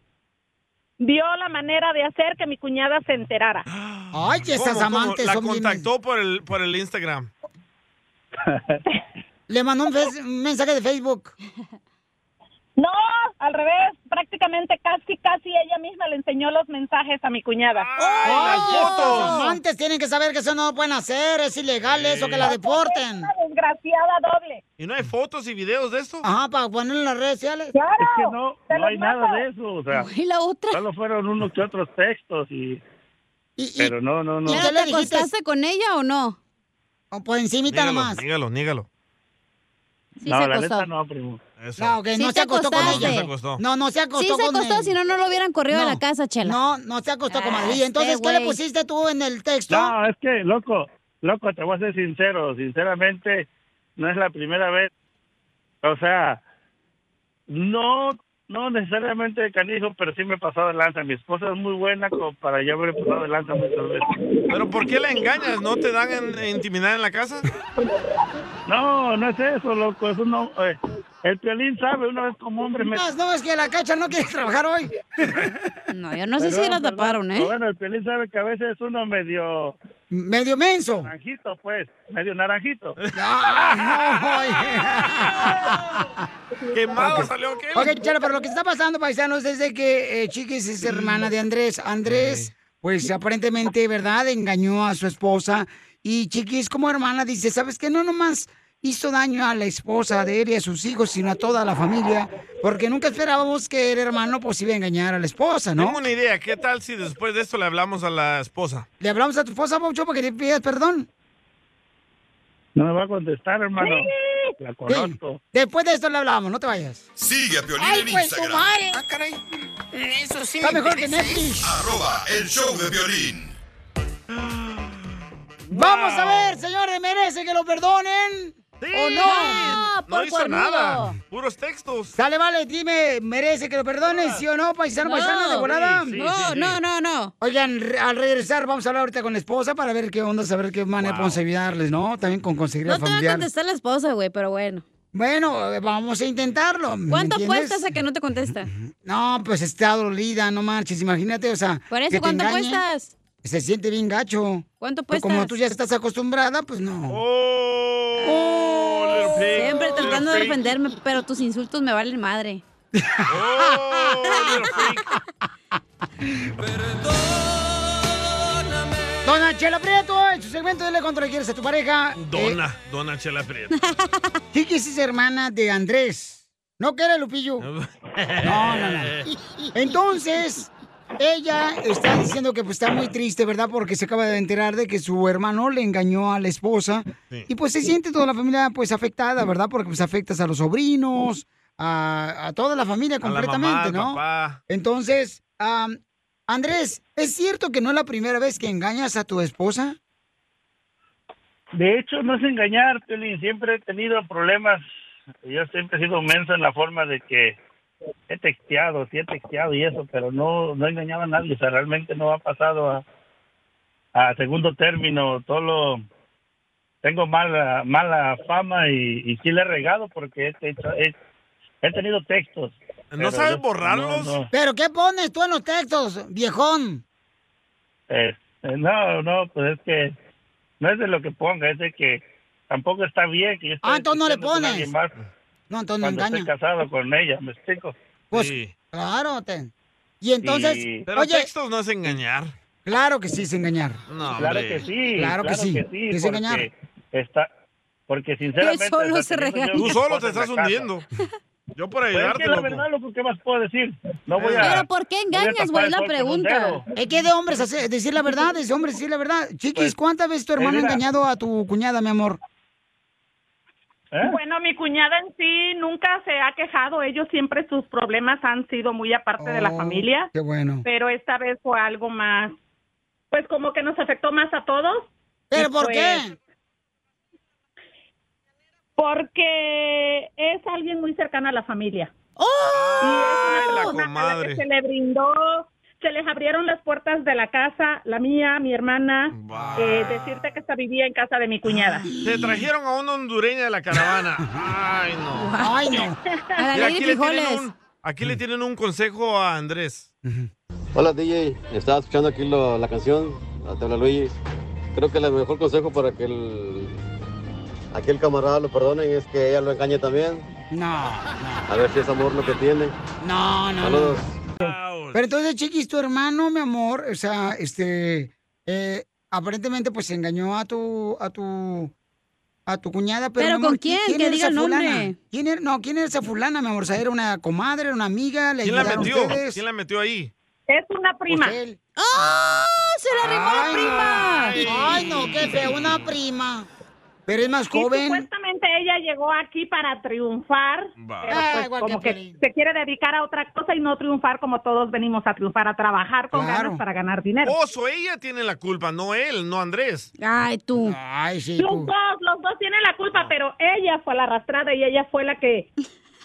Speaker 10: vio la manera de hacer que mi cuñada se enterara.
Speaker 3: Ay, que
Speaker 4: ¿Cómo,
Speaker 3: esas
Speaker 4: cómo?
Speaker 3: amantes
Speaker 4: La
Speaker 3: son bien-
Speaker 4: contactó por el por el Instagram.
Speaker 3: Le mandó un, fes- un mensaje de Facebook.
Speaker 10: No, al revés, prácticamente casi, casi ella misma le enseñó los mensajes a mi cuñada.
Speaker 3: ¡Ay, esas amantes tienen que saber que eso no lo pueden hacer, es ilegal eso, que la deporten.
Speaker 10: desgraciada doble.
Speaker 4: ¿Y no hay fotos y videos de esto?
Speaker 3: Ajá, para ponerlo en las redes sociales.
Speaker 10: Claro.
Speaker 7: Es que no, no hay nada de eso, o sea.
Speaker 2: Y la otra.
Speaker 7: Solo fueron unos que otros textos y, pero no, no, no.
Speaker 2: ¿Pero te acostaste con ella o no?
Speaker 3: O por encimita
Speaker 7: Dígalo,
Speaker 2: nomás.
Speaker 4: Nígalo, nígalo.
Speaker 2: Sí
Speaker 7: no,
Speaker 2: se
Speaker 7: la
Speaker 2: acostó.
Speaker 7: neta no, primo.
Speaker 3: No, ok, no
Speaker 2: Sí
Speaker 3: se
Speaker 2: te
Speaker 3: acostó con
Speaker 2: acostaste.
Speaker 3: ella.
Speaker 2: No se acostó.
Speaker 3: No, no se acostó
Speaker 2: Sí se
Speaker 3: con
Speaker 2: acostó,
Speaker 3: él.
Speaker 2: si no, no lo hubieran corrido de la casa, Chela.
Speaker 3: No, no se acostó con Madrid.
Speaker 2: Ah,
Speaker 3: Entonces,
Speaker 2: este
Speaker 3: ¿qué le
Speaker 2: güey.
Speaker 3: pusiste tú en el texto?
Speaker 7: No, es que, loco, loco, te voy a ser sincero, sinceramente, no es la primera vez. O sea, no, no necesariamente de canijo, pero sí me he pasado de lanza. Mi esposa es muy buena como para yo haber pasado de lanza muchas veces.
Speaker 4: ¿Pero por qué la engañas? ¿No te dan en- intimidad en la casa?
Speaker 7: No, no es eso, loco, eso no... eh, el piolín sabe, una vez como hombre me...
Speaker 3: No, no, es que la cacha no quiere trabajar hoy.
Speaker 2: No, yo no sé si la
Speaker 7: Perdón,
Speaker 2: taparon,
Speaker 7: perdón.
Speaker 2: ¿eh?
Speaker 7: Bueno, el piolín sabe que a veces (laughs) uno medio...
Speaker 3: Medio menso.
Speaker 7: Naranjito, pues, medio naranjito.
Speaker 4: Quemado
Speaker 3: Ok.
Speaker 4: salió aquel.
Speaker 3: Ok, Chela, pero lo que está pasando, paisanos, es de que eh, Chiquis es hermana de Andrés. Andrés, pues aparentemente, ¿verdad? Engañó a su esposa. Y Chiquis, como hermana, dice, ¿sabes qué? No nomás hizo daño a la esposa de él y a sus hijos, sino a toda la familia. Porque nunca esperábamos que el hermano pues iba a engañar a la esposa, ¿no?
Speaker 4: Tengo una idea. ¿Qué tal si después de esto le hablamos a la esposa?
Speaker 3: ¿Le hablamos a tu esposa, Paucho, para que le pidas perdón?
Speaker 7: No me va a contestar, hermano. La conozco.
Speaker 3: Después de esto le hablamos, no te vayas.
Speaker 5: Sigue a Piolín en
Speaker 3: pues,
Speaker 5: Instagram.
Speaker 3: Ah, caray.
Speaker 5: Eso
Speaker 3: sí Está me mejor que interesa. ¿eh? Netflix.
Speaker 5: Arroba el show de Piolín.
Speaker 3: Vamos a ver, señores, ¿merece que lo perdonen? ¿O no?
Speaker 4: No, hizo nada. Puros textos.
Speaker 3: Dale, vale, dime, ¿merece que lo perdonen, sí o no, paisano,
Speaker 2: No.
Speaker 3: paisano, de volada?
Speaker 2: Sí, sí, No, sí, sí. no, no, no.
Speaker 3: Oigan, re- al regresar vamos a hablar ahorita con la esposa para ver qué onda, saber qué manera podemos ayudarles, ¿no? También con conseguir
Speaker 2: No
Speaker 3: a
Speaker 2: te va a
Speaker 3: familiar.
Speaker 2: contestar la esposa, güey, pero bueno.
Speaker 3: Bueno, eh, vamos a intentarlo. ¿me
Speaker 2: ¿Cuánto
Speaker 3: entiendes?
Speaker 2: cuesta a que no te contesta?
Speaker 3: No, pues está dolida, no marches, imagínate, o sea.
Speaker 2: Por eso,
Speaker 3: que te
Speaker 2: ¿cuánto
Speaker 3: engañen,
Speaker 2: cuestas?
Speaker 3: Se siente bien gacho.
Speaker 2: ¿Cuánto
Speaker 3: Pero como
Speaker 2: cuestas?
Speaker 3: tú ya estás acostumbrada, pues no.
Speaker 2: Oh, Siempre tratando de defenderme, pero tus insultos me valen madre.
Speaker 3: Dona Chela Prieto, en su segmento de Le Contra Quieres a tu pareja. Eh, (laughs)
Speaker 4: Dona, dona Chela Prieto.
Speaker 3: Chiquis es hermana de Andrés. No, que era Lupillo. No, (laughs) no, no. Entonces, ella está diciendo que pues, está muy triste, ¿verdad? Porque se acaba de enterar de que su hermano le engañó a la esposa. Y pues se siente toda la familia pues afectada, ¿verdad? Porque pues afectas a los sobrinos, a, a toda la familia
Speaker 4: la mamá,
Speaker 3: completamente,
Speaker 4: al
Speaker 3: ¿no?
Speaker 4: papá.
Speaker 3: Entonces, am, Andrés, ¿es cierto que no es la primera vez que engañas a tu esposa?
Speaker 7: De hecho, no es engañar, Piolín. Siempre he tenido problemas. Yo siempre he sido menso en la forma de que he texteado, sí he texteado y eso, pero no, no engañaba a nadie. O sea, realmente no ha pasado a, a segundo término. Solo tengo mala mala fama y, y sí le he regado porque he, hecho- he- he tenido textos. pero yo- no, no.
Speaker 3: ¿Pero qué pones tú en los textos, viejón?
Speaker 7: Eh, eh, no, no, pues es que no es de lo que ponga, es de que tampoco está bien que yo esté
Speaker 3: Ah, entonces no le
Speaker 7: discutiendo con
Speaker 3: pones.
Speaker 7: alguien más
Speaker 3: No, entonces no
Speaker 7: cuando
Speaker 3: engaña.
Speaker 7: esté casado con ella, ¿me explico?
Speaker 3: Pues, Claro, te- Y entonces,
Speaker 7: Sí.
Speaker 4: Pero
Speaker 3: oye,
Speaker 4: textos no es engañar.
Speaker 3: claro que sí es engañar.
Speaker 4: No,
Speaker 7: claro
Speaker 4: hombre.
Speaker 7: que sí,
Speaker 3: Claro que sí, es
Speaker 7: porque
Speaker 3: engañar.
Speaker 7: Está, porque sinceramente...
Speaker 3: solo
Speaker 7: está
Speaker 3: se
Speaker 7: teniendo
Speaker 3: regaña.
Speaker 7: yo
Speaker 4: Tú solo te
Speaker 7: cosas en
Speaker 4: estás
Speaker 7: la casa.
Speaker 4: hundiendo. Yo por
Speaker 7: Pues es
Speaker 4: ayudarte,
Speaker 7: que la
Speaker 4: loco.
Speaker 7: verdad, loco, ¿qué más puedo decir? No voy a...
Speaker 2: Pero ¿por qué
Speaker 7: no voy a
Speaker 2: engañas,
Speaker 7: tapar
Speaker 2: güey?
Speaker 7: el
Speaker 2: La
Speaker 7: sol con un
Speaker 2: pregunta.
Speaker 7: dedo.
Speaker 3: Es que de hombres hace- decir la verdad, es de hombres decir la verdad. Chiquis,
Speaker 7: Pues,
Speaker 3: ¿cuántas veces tu
Speaker 7: eh,
Speaker 3: hermano ha
Speaker 7: mira.
Speaker 3: engañado a tu cuñada, mi amor?
Speaker 10: Bueno, mi cuñada en sí nunca se ha quejado. Ellos siempre sus problemas han sido muy aparte de la
Speaker 3: Oh,
Speaker 10: familia.
Speaker 3: Qué bueno.
Speaker 10: Pero esta vez fue algo más, pues como que nos afectó más a todos.
Speaker 3: ¿Pero
Speaker 10: Y
Speaker 3: por
Speaker 10: pues,
Speaker 3: qué?
Speaker 10: Porque es alguien muy cercano a la familia.
Speaker 3: ¡Oh!
Speaker 4: Ay, la
Speaker 10: A la que
Speaker 4: comadre.
Speaker 10: se le brindó, se les abrieron las puertas de la casa, la mía, mi hermana, eh, decirte que hasta vivía en casa de mi cuñada.
Speaker 4: Te trajeron a una hondureña de la caravana. Ay, no.
Speaker 3: Ay, no.
Speaker 4: Mira, aquí, le tienen un, aquí le tienen un consejo a Andrés.
Speaker 14: Hola DJ, estaba escuchando aquí lo- la canción, la tabla Luis. Creo que el mejor consejo para que el, aquel camarada lo perdonen es que ella lo engañe también.
Speaker 3: No,
Speaker 14: A ver si es amor lo que tiene.
Speaker 3: no, no.
Speaker 14: Saludos.
Speaker 3: Pero entonces, Chiquis, tu hermano, mi amor, o sea, este, eh, aparentemente pues engañó a tu, a tu, a tu cuñada. Pero,
Speaker 2: ¿Pero
Speaker 3: mi amor,
Speaker 2: con quién? Que
Speaker 3: era
Speaker 2: diga
Speaker 3: esa
Speaker 2: el nombre.
Speaker 3: fulana? ¿Quién era- no, ¿quién era esa fulana, mi amor? O sea, era una comadre, era una amiga, le
Speaker 4: ¿Quién la
Speaker 3: ayudaron
Speaker 4: metió?
Speaker 3: ustedes.
Speaker 4: ¿Quién la metió ahí?
Speaker 10: Es una prima.
Speaker 2: ¡Oh!
Speaker 3: ¡Ah! ¡Se la arrimó la prima!
Speaker 4: Ay.
Speaker 3: Ay, no, qué feo, una prima. Pero es más
Speaker 10: Y
Speaker 3: joven.
Speaker 10: supuestamente ella llegó aquí para triunfar,
Speaker 3: Va.
Speaker 10: pero
Speaker 3: Ah,
Speaker 10: pues
Speaker 3: igual
Speaker 10: como
Speaker 3: que
Speaker 10: que, se quiere dedicar a otra cosa y no triunfar como todos venimos a triunfar, a trabajar con ganas para ganar dinero.
Speaker 4: Oso, ella tiene la culpa, no él, no Andrés.
Speaker 2: Ay, tú.
Speaker 3: Ay, sí,
Speaker 10: Los dos, los dos tienen la
Speaker 4: Ah.
Speaker 10: culpa, pero ella fue la arrastrada y ella fue la que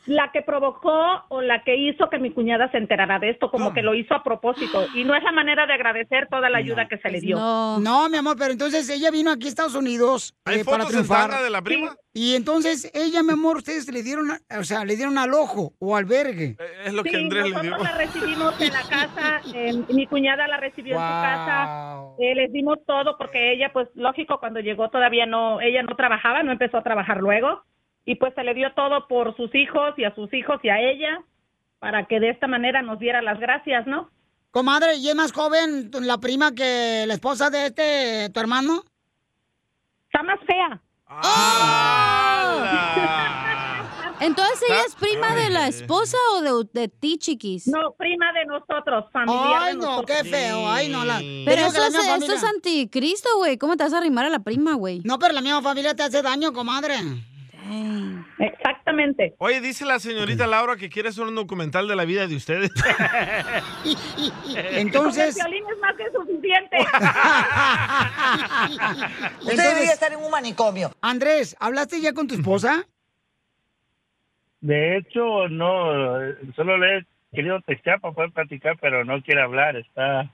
Speaker 10: la que provocó o la que hizo que mi cuñada se enterara de esto,
Speaker 4: Ah.
Speaker 10: como que lo hizo a propósito. Y no es la manera de agradecer toda la ayuda que se le dio.
Speaker 3: Pues No, mi amor, pero entonces ella vino aquí a Estados Unidos
Speaker 10: ¿Hay
Speaker 3: eh,
Speaker 10: fotos
Speaker 3: para
Speaker 10: en
Speaker 3: triunfar.
Speaker 10: tanga de la prima?
Speaker 3: Y entonces ella, mi amor, ustedes le dieron, a- o sea, le dieron al ojo o albergue.
Speaker 10: Eh,
Speaker 4: Es lo
Speaker 10: Sí,
Speaker 4: que Andrés le dio.
Speaker 10: nosotros la recibimos en la casa, eh, mi cuñada la recibió en su
Speaker 3: Wow.
Speaker 10: casa, eh, les dimos todo porque ella, pues lógico, cuando llegó todavía no, ella no trabajaba, no empezó a trabajar luego y pues se le dio todo por sus hijos y a sus hijos y a ella para que de esta manera nos diera las gracias, ¿no?
Speaker 3: Comadre, ¿y es más joven tu- la prima que la esposa de este, tu hermano?
Speaker 10: Está más fea.
Speaker 2: Entonces ella es prima de la esposa o de, de ti, chiquis.
Speaker 10: No, prima de nosotros,
Speaker 2: familia.
Speaker 10: familiar de nosotros.
Speaker 2: Pero
Speaker 3: Digo que
Speaker 2: eso,
Speaker 3: la
Speaker 2: es,
Speaker 3: misma
Speaker 2: esto
Speaker 3: familia.
Speaker 2: es anticristo, güey. ¿Cómo te vas a arrimar a la prima, güey?
Speaker 3: No, pero la misma familia te hace daño, comadre.
Speaker 10: Exactamente.
Speaker 4: Oye, dice la señorita Laura que quiere hacer un documental de la vida
Speaker 3: (laughs)
Speaker 4: de ustedes. (laughs) Eh.
Speaker 3: Entonces-
Speaker 10: Con el violín es más que suficiente.
Speaker 3: Usted debería estar en un manicomio. Andrés, ¿hablaste ya con tu esposa?
Speaker 7: De hecho, no, eh, solo le he querido textear para poder platicar, pero no quiere hablar, está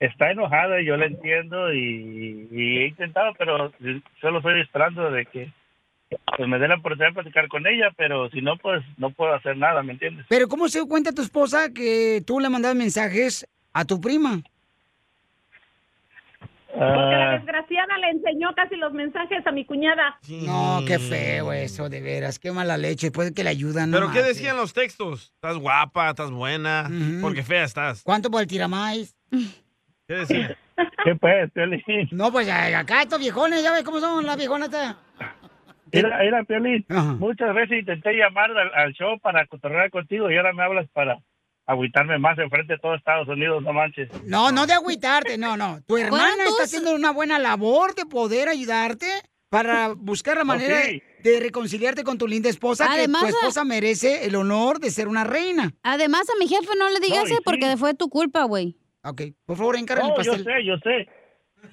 Speaker 7: está enojada y yo la entiendo y, y he intentado, pero solo estoy esperando de que pues, me dé la oportunidad de platicar con ella, pero si no, pues no puedo hacer nada, ¿me entiendes?
Speaker 3: Pero ¿cómo se dio cuenta tu esposa que tú le mandabas mensajes a tu prima?
Speaker 10: Porque la desgraciada le enseñó casi los mensajes a mi cuñada.
Speaker 3: No, qué feo eso, de veras. Qué mala leche. Después de que le ayudan. no
Speaker 4: ¿Pero qué
Speaker 3: marches.
Speaker 4: decían los textos? Estás guapa, estás buena, porque fea estás.
Speaker 3: ¿Cuánto por el tiramais?
Speaker 4: ¿Qué decían?
Speaker 7: ¿Qué pues,
Speaker 3: No, pues ay, acá estos viejones, ya ves cómo son las viejonas.
Speaker 7: Era, era Piolín. Muchas veces intenté llamar al, al show para cotorrear contigo y ahora me hablas para agüitarme más enfrente de todo Estados Unidos, no manches.
Speaker 3: No, no de agüitarte, no, no. Tu hermana está haciendo una buena labor de poder ayudarte para buscar la manera
Speaker 2: Ok.
Speaker 3: de reconciliarte con tu linda esposa,
Speaker 2: Además,
Speaker 3: que tu esposa merece el honor de ser una reina.
Speaker 2: Además, a mi jefe no le digas
Speaker 3: No, y
Speaker 2: eh, porque fue tu culpa, güey.
Speaker 3: Ok, por favor, encárgale
Speaker 7: No,
Speaker 3: el pastel.
Speaker 7: yo sé, yo sé.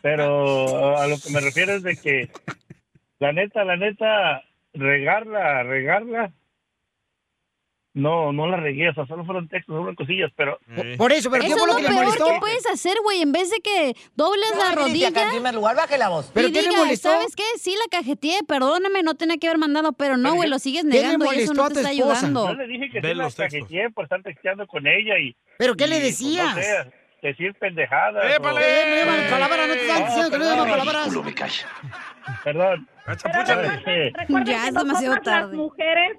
Speaker 7: Pero a lo que me refiero es de que, la neta, la neta, regarla, regarla. No, no la regué, o sea, solo fueron textos, solo fueron cosillas, pero...
Speaker 3: Por eso, pero
Speaker 2: Eso es lo peor que puedes hacer, güey. En vez de que dobles la
Speaker 7: grite
Speaker 2: rodilla.
Speaker 7: acá encima
Speaker 3: lugar, baje la voz.
Speaker 2: Pero
Speaker 3: ¿Pero
Speaker 2: y
Speaker 3: qué le
Speaker 2: diga,
Speaker 3: molestó?
Speaker 2: ¿sabes qué? Sí, la cajeteé, perdóname, no tenía que haber mandado, pero no, güey, lo sigues negando y eso no te está ayudando. (laughs)
Speaker 3: (laughs)
Speaker 7: Yo le dije que sí la cajeteé por estar texteando con ella y...
Speaker 3: ¿Pero qué le
Speaker 7: y, pues, no
Speaker 3: decías?
Speaker 7: sé, decir pendejadas.
Speaker 3: ¡Épale! Eh, no llaman palabras, no te están diciendo que no llaman palabras.
Speaker 7: me calla. Perdón. Este,
Speaker 10: Recuerden
Speaker 2: Ya
Speaker 10: que
Speaker 2: es demasiado
Speaker 10: nosotras,
Speaker 2: tarde.
Speaker 10: Las mujeres,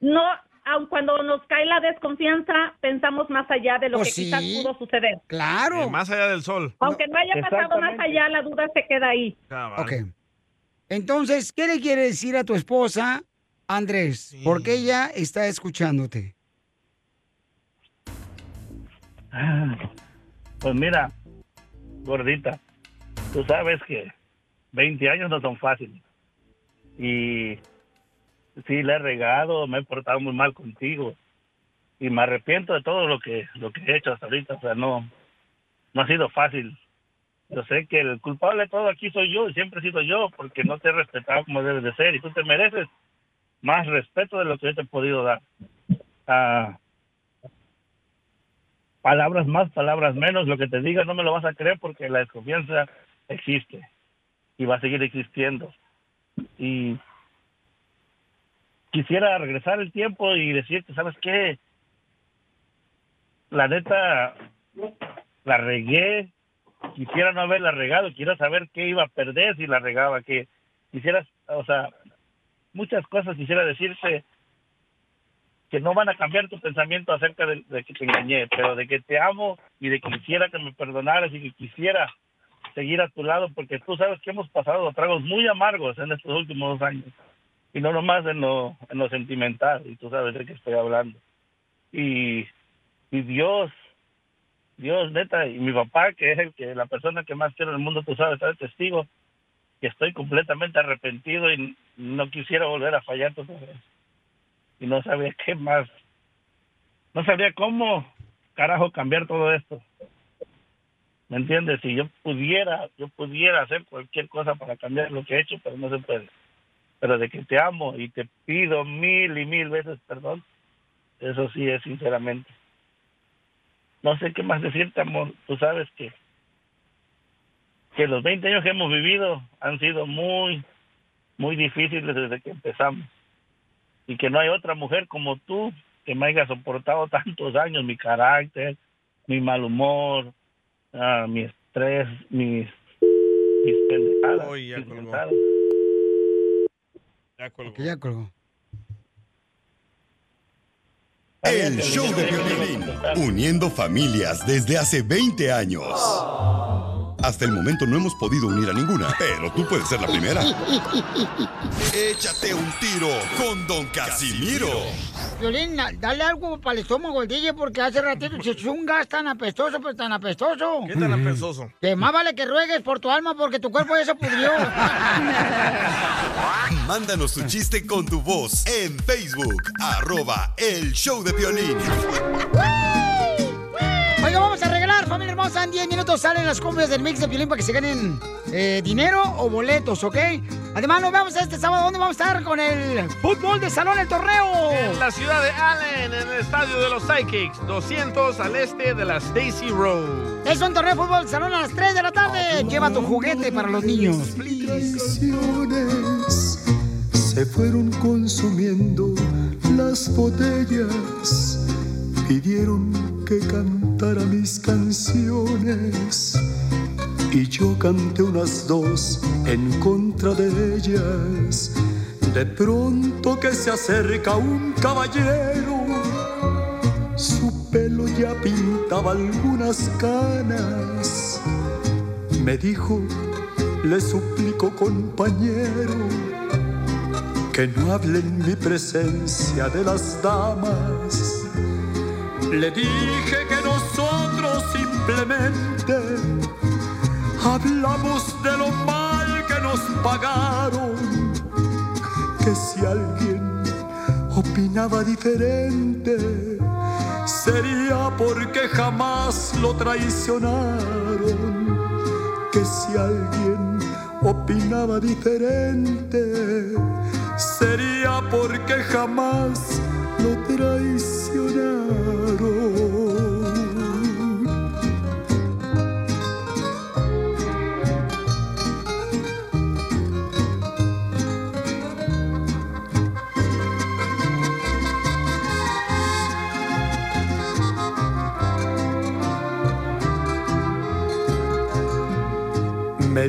Speaker 10: no, aun cuando nos cae la desconfianza, pensamos más allá de lo
Speaker 4: Pues
Speaker 10: que quizás
Speaker 4: sí.
Speaker 10: pudo suceder.
Speaker 4: Eh, más allá del sol.
Speaker 10: Aunque no haya pasado más allá, la duda se queda ahí.
Speaker 4: Cabal.
Speaker 3: Ok. Entonces, ¿qué le quiere decir a tu esposa, Andrés? Porque ella está escuchándote.
Speaker 7: Ah, Pues mira, gordita, tú sabes que 20 años no son fáciles. Y sí, le he regado, me he portado muy mal contigo. Y me arrepiento de todo lo que, lo que he hecho hasta ahorita. O sea, no, no ha sido fácil. Yo sé que el culpable de todo aquí soy yo y siempre he sido yo porque no te he respetado como debes de ser y tú te mereces más respeto de lo que yo te he podido dar. Ah, palabras más, palabras menos, lo que te diga no me lo vas a creer porque la desconfianza existe y va a seguir existiendo. Y quisiera regresar el tiempo y decirte, ¿sabes qué? La neta, la regué, quisiera no haberla regado, quisiera saber qué iba a perder si la regaba, que quisiera, o sea, muchas cosas quisiera decirte que no van a cambiar tu pensamiento acerca de, de que te engañé, pero de que te amo y de que quisiera que me perdonaras y que quisiera seguir a tu lado, porque tú sabes que hemos pasado tragos muy amargos en estos últimos dos años, y no nomás en lo, en lo sentimental, y tú sabes de qué estoy hablando. Y, y Dios, Dios neta, y mi papá, que es el que la persona que más quiero en el mundo, tú sabes, está de testigo, que estoy completamente arrepentido y no quisiera volver a fallar tú sabes y no sabía qué más, no sabía cómo carajo cambiar todo esto. ¿Me entiendes? Si yo pudiera, yo pudiera hacer cualquier cosa para cambiar lo que he hecho, pero no se puede. Pero de que te amo y te pido mil y mil veces perdón, eso sí es sinceramente. No sé qué más decirte, amor. Tú sabes que, que los 20 años que hemos vivido han sido muy, muy difíciles desde que empezamos y que no hay otra mujer como tú que me haya soportado (laughs) tantos años mi carácter, mi mal humor, ah, mi estrés, mis, mis pendejadas.
Speaker 4: Uy, ya
Speaker 7: mis
Speaker 4: colgó.
Speaker 7: mentadas.
Speaker 4: Ya colgó.
Speaker 3: Que ya colgó.
Speaker 5: El show de violín, uniendo familias desde hace 20 años. Hasta el momento no hemos podido unir a ninguna, pero tú puedes ser la (laughs) primera. Échate un tiro con Don Casimiro.
Speaker 3: Violín, na- dale algo para el estómago al DJ porque hace ratito se echó un gas tan apestoso, pero tan apestoso.
Speaker 4: ¿Qué tan apestoso?
Speaker 3: Que más vale que ruegues por tu alma porque tu cuerpo ya se
Speaker 4: (laughs)
Speaker 3: pudrió.
Speaker 5: Mándanos tu chiste con tu voz en Facebook, arroba el show de violín.
Speaker 3: Oiga, vamos a regalar, familia hermosa. En 10 minutos salen las cumbias del mix de violín para que se ganen eh, dinero o boletos, ¿ok? Además, nos vemos este sábado. ¿Dónde vamos a estar con el fútbol de salón, el torneo?
Speaker 4: En la ciudad de Allen, en el estadio de los Psychics, 200 al este de la Stacy Road.
Speaker 3: Es un torneo de fútbol de salón a las 3 de la tarde. Lleva tu juguete para los niños.
Speaker 8: traiciones se fueron consumiendo las botellas. Pidieron que cantara mis canciones y yo canté unas dos en contra de ellas. De pronto que se acerca un caballero, su pelo ya pintaba algunas canas. Me dijo, le suplico compañero, que no hable en mi presencia de las damas. Le dije que nosotros simplemente hablamos de lo mal que nos pagaron, que si alguien opinaba diferente sería porque jamás lo traicionaron, que si alguien opinaba diferente sería porque jamás lo traicionaron. Me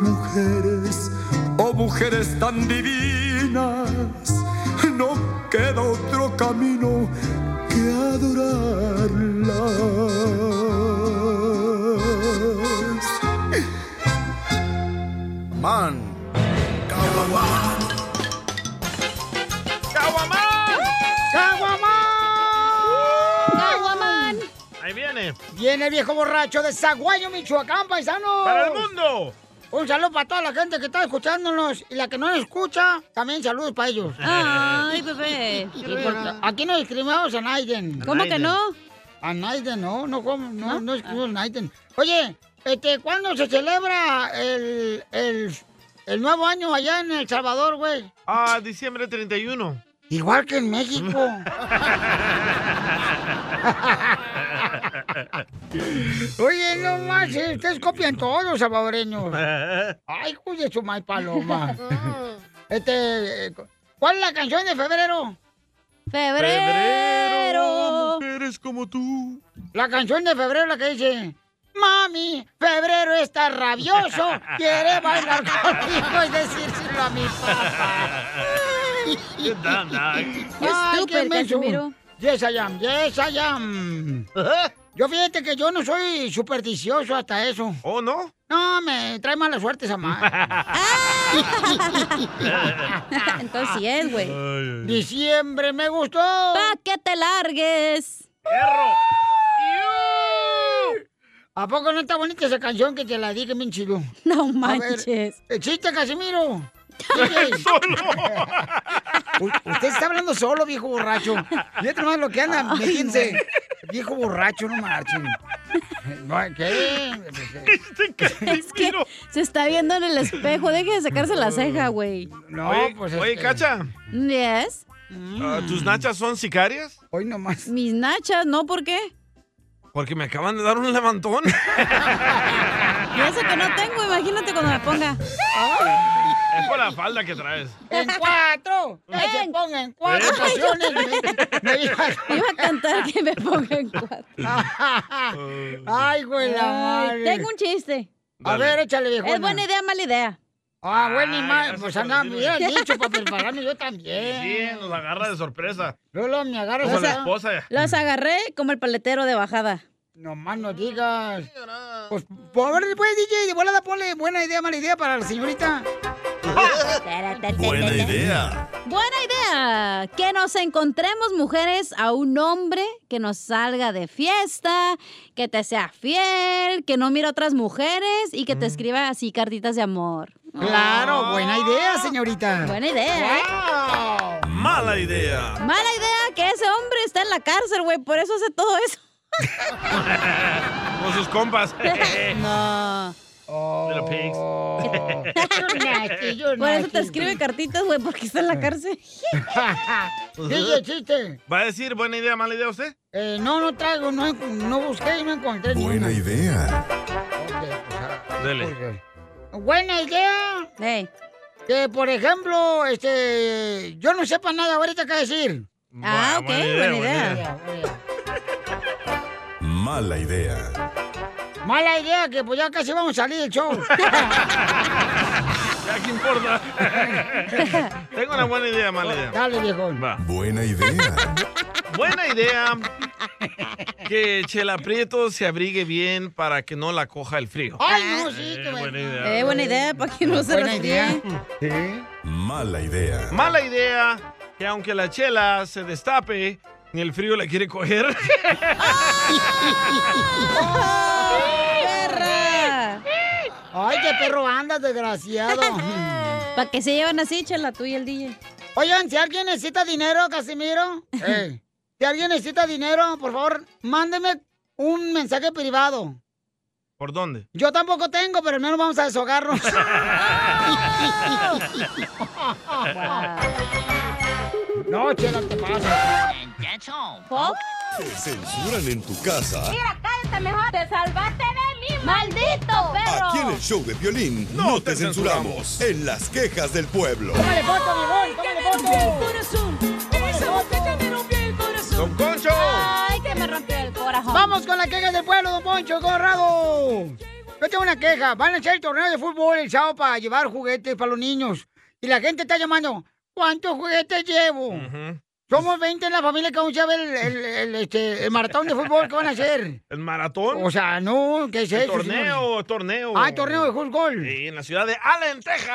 Speaker 8: Mujeres, oh mujeres tan divinas, no queda otro camino que adorarlas.
Speaker 5: Man.
Speaker 3: ¡Caguamán! ¡Caguamán! ¡Caguamán!
Speaker 4: Ahí viene.
Speaker 3: Viene el viejo borracho de Zaguayo, Michoacán, paisano.
Speaker 4: ¡Para el mundo!
Speaker 3: Un saludo para toda la gente que está escuchándonos y la que no nos escucha, también saludos para ellos.
Speaker 2: (laughs) Ay, bebé.
Speaker 3: Sí, porque aquí no discriminamos a Naiden.
Speaker 2: ¿Cómo que no? Ah.
Speaker 3: A Naiden, no, no, como- no, no, discriminamos a Naiden. Oye, este, ¿cuándo se celebra el, el, el nuevo año allá en El Salvador, güey?
Speaker 4: Ah, diciembre 31.
Speaker 3: Igual que en México.
Speaker 4: (laughs)
Speaker 3: (laughs) Oye, no más, eh, ustedes copian todos los salvadoreños. Ay, cuide su mal
Speaker 18: (laughs)
Speaker 3: paloma. Este, eh, ¿cuál es la canción de febrero?
Speaker 2: Febrero,
Speaker 3: mujeres como tú. La canción de febrero la que dice, mami, febrero está rabioso, quiere bailar conmigo y decírselo a mi papá. Ay, qué
Speaker 2: Estúpido,
Speaker 3: menso.
Speaker 2: Casimiro.
Speaker 3: Yes, I am, yes, I am.
Speaker 4: ¿Eh?
Speaker 3: Yo fíjate que yo no soy supersticioso hasta eso.
Speaker 4: ¿Oh, no?
Speaker 3: No, me trae mala suerte esa madre.
Speaker 2: (laughs) Entonces sí es, güey.
Speaker 3: Diciembre me gustó.
Speaker 2: Pa' que te largues.
Speaker 3: ¿A poco no está bonita esa canción que te la dije, bien chido?
Speaker 2: No
Speaker 3: manches. chiste, Casimiro.
Speaker 2: (laughs)
Speaker 4: (laughs)
Speaker 3: U- Usted está hablando solo, viejo borracho. Fíjate nomás lo que anda,
Speaker 2: Ay,
Speaker 3: metiéndose. Viejo borracho, no marchen. No, ¿eh? ¿qué?
Speaker 2: Es que se está viendo en el espejo. Deje de sacarse la ceja, güey.
Speaker 3: No,
Speaker 4: oye,
Speaker 3: pues,
Speaker 4: Oye,
Speaker 3: este- mm.
Speaker 4: Cacha,
Speaker 2: Yes.
Speaker 4: ah, ¿tus nachas son sicarias?
Speaker 3: Hoy nomás.
Speaker 2: Mis nachas, ¿no? ¿Por qué?
Speaker 4: Porque me acaban de dar
Speaker 3: (laughs)
Speaker 4: un levantón.
Speaker 2: Y eso que no tengo, imagínate cuando me ponga.
Speaker 4: Es por la falda que traes.
Speaker 3: En cuatro. Que se ponga en cuatro
Speaker 2: Ay, yo
Speaker 4: (laughs)
Speaker 3: ocasiones. Me iba
Speaker 2: Iba a cantar que me ponga en cuatro.
Speaker 3: Ay, güey, la
Speaker 2: Ay,
Speaker 3: madre.
Speaker 2: Tengo un chiste.
Speaker 3: A ver, échale, viejo.
Speaker 2: Es buena idea, mala idea.
Speaker 3: Ah, buena
Speaker 4: Ay,
Speaker 3: imagen. Pues
Speaker 4: gracias por
Speaker 3: anda, me
Speaker 4: decirme.
Speaker 3: hubieran
Speaker 2: (laughs)
Speaker 3: dicho para prepararme yo
Speaker 4: (laughs) Sí,
Speaker 3: también.
Speaker 4: nos agarra de sorpresa.
Speaker 3: Lolo, me agarras
Speaker 4: Como la
Speaker 3: acá.
Speaker 4: esposa.
Speaker 2: Los agarré como el paletero de bajada.
Speaker 3: No más no digas. Pues, por ver, pues, DJ, de volada ponle buena idea, mala idea para la señorita.
Speaker 5: Buena idea.
Speaker 2: Buena idea. Que nos encontremos mujeres a un hombre que nos salga de fiesta, que te sea fiel, que no mire a otras mujeres y que te escriba así cartitas de amor.
Speaker 3: Mm.
Speaker 4: Ah.
Speaker 3: Claro, buena idea, señorita.
Speaker 2: Buena idea, ¿eh?
Speaker 4: Mala idea.
Speaker 2: Mala idea que ese hombre está en la cárcel, güey. Por eso hace todo eso.
Speaker 4: (laughs) Con sus compas.
Speaker 2: (laughs) no.
Speaker 4: Little
Speaker 2: (laughs)
Speaker 4: pigs.
Speaker 2: Por eso te escribe cartitas, güey, porque está en la cárcel.
Speaker 3: Ah, Sigue, chiste.
Speaker 4: ¿Va a decir buena idea, mala idea usted?
Speaker 3: Eh, no, no traigo, no, no busqué y no encontré.
Speaker 4: Buena
Speaker 3: ninguna.
Speaker 4: idea. Dele.
Speaker 3: Buena idea. Que, por ejemplo, este, yo no sepa nada ahorita qué decir.
Speaker 2: Ah, ok, buena idea, buena idea.
Speaker 5: Mala idea.
Speaker 3: Mala idea, que pues ya casi vamos a salir del show.
Speaker 2: (laughs)
Speaker 4: Ya, ¿qué importa? (laughs) Tengo una buena idea, mala idea.
Speaker 3: Dale, viejón.
Speaker 5: Buena idea.
Speaker 4: Buena
Speaker 18: (laughs)
Speaker 4: idea que Chela Prieto se abrigue bien para que no la coja el frío.
Speaker 2: Ay, no, sí,
Speaker 4: qué buena idea.
Speaker 2: Eh, buena idea para que no se
Speaker 4: Buena
Speaker 2: resfríe.
Speaker 5: Mala idea.
Speaker 4: Mala idea que aunque la Chela se destape, ni el frío la
Speaker 2: (laughs)
Speaker 4: quiere coger.
Speaker 18: ¡Oh,
Speaker 2: ¡Perra!
Speaker 3: Ay, qué perro andas,
Speaker 2: (laughs)
Speaker 3: desgraciado.
Speaker 2: ¿Para qué se llevan así, chela, tú y el DJ?
Speaker 3: Oigan, si alguien necesita dinero,
Speaker 2: (laughs)
Speaker 3: Casimiro, eh, si alguien necesita dinero, por favor, mándeme un mensaje privado.
Speaker 4: ¿Por dónde?
Speaker 3: Yo tampoco tengo, pero al menos vamos a deshogarnos. no, chela, te pasa.
Speaker 5: Te censuran en tu casa.
Speaker 2: cállate mejor. Te salvaste de mí, maldito
Speaker 5: Aquí en el show de violín no, te, censuramos. En las quejas del pueblo.
Speaker 3: ¡Tómale foto, viejón! ¡Tómale
Speaker 2: foto!
Speaker 4: ¡Don Concho!
Speaker 2: ¡Ay, que me rompió el corazón!
Speaker 3: Vamos con la queja del pueblo, don Poncho Corrado. Yo tengo una queja. Van a hacer el torneo de fútbol el sábado para llevar juguetes para los niños. Y la gente está llamando, ¿cuántos juguetes llevo? Somos 20 en la familia que aún sabe el, el- el, este, el maratón de fútbol que van a hacer.
Speaker 4: ¿El maratón?
Speaker 3: O sea, no, ¿qué es
Speaker 4: El
Speaker 3: eso?
Speaker 4: torneo,
Speaker 3: señor?
Speaker 4: torneo.
Speaker 3: Ah, torneo de fútbol.
Speaker 4: Sí, en la ciudad de Allen, Texas.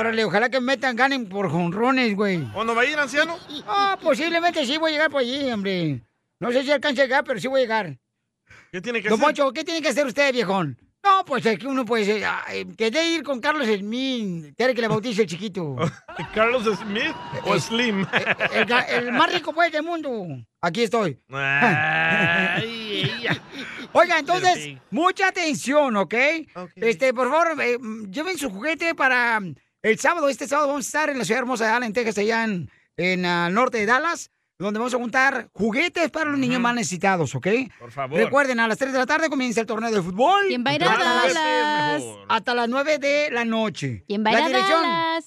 Speaker 3: Órale, ojalá que metan, ganen por jonrones, güey.
Speaker 4: Ah. ¿O no va a ir, anciano?
Speaker 3: Ah, posiblemente sí voy a llegar por allí, hombre. No sé si alcance a llegar, pero sí voy a llegar.
Speaker 4: ¿Qué tiene que
Speaker 3: Don
Speaker 4: hacer?
Speaker 3: Poncho, ¿qué tiene que hacer usted, viejón? No, pues es que uno puede ser... ay, Que de ir con Carlos Smith, quiere que le bautice el chiquito.
Speaker 4: (laughs) ¿Carlos Smith
Speaker 2: Eh,
Speaker 4: o Slim? (laughs)
Speaker 3: El, ga- el más rico pues del mundo. Aquí estoy. Oiga, entonces, mucha atención, ¿ok? Este, por favor, eh, mm, lleven su juguete para mm, el sábado. Este sábado vamos a estar en la ciudad hermosa de Allen, Texas, allá en, en, ah, el norte de Dallas, donde vamos a juntar juguetes para los niños más necesitados, ¿ok?
Speaker 4: Por favor.
Speaker 3: Recuerden, a las 3 de la tarde comienza el torneo de fútbol. ¿Quién
Speaker 2: va a ir a Dallas?
Speaker 3: Hasta las 9 de la noche.
Speaker 2: ¿Quién va a ir
Speaker 3: La
Speaker 2: a
Speaker 3: dirección.
Speaker 2: Dallas?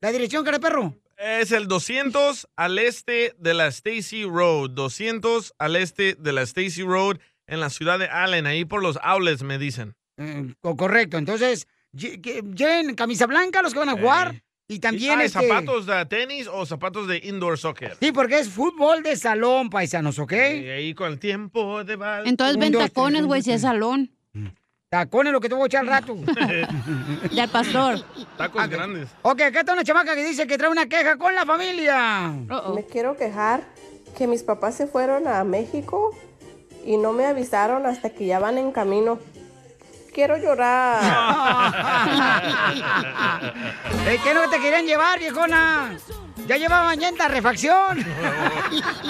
Speaker 3: La dirección, cara de perro.
Speaker 4: Es el 200 al este de la Stacy Road. 200 al este de la Stacy Road en la ciudad de Allen, ahí por los outlets, me dicen.
Speaker 3: Eh, co- correcto, entonces lle- que- lleven camisa blanca los que van a jugar y también
Speaker 4: Ah, ¿y
Speaker 3: este,
Speaker 4: zapatos de tenis o zapatos de indoor soccer?
Speaker 3: Sí, porque es fútbol de salón, paisanos, ¿ok?
Speaker 4: Y ahí con el tiempo de bal-
Speaker 2: Entonces ven
Speaker 3: Un, dos,
Speaker 2: tacones,
Speaker 3: tres,
Speaker 2: güey,
Speaker 3: un,
Speaker 2: si es salón.
Speaker 3: Tacones lo que te voy a echar
Speaker 2: (laughs)
Speaker 3: al rato.
Speaker 2: Y al pastor.
Speaker 4: Tacos grandes.
Speaker 3: ok, acá está una chamaca que dice que trae una queja con la familia.
Speaker 23: Me quiero quejar que mis papás Pues se fueron a México y no me avisaron hasta que ya van en camino. Quiero llorar.
Speaker 3: Es Eh, que no te querían llevar, viejona. Ya llevaban llanta refacción.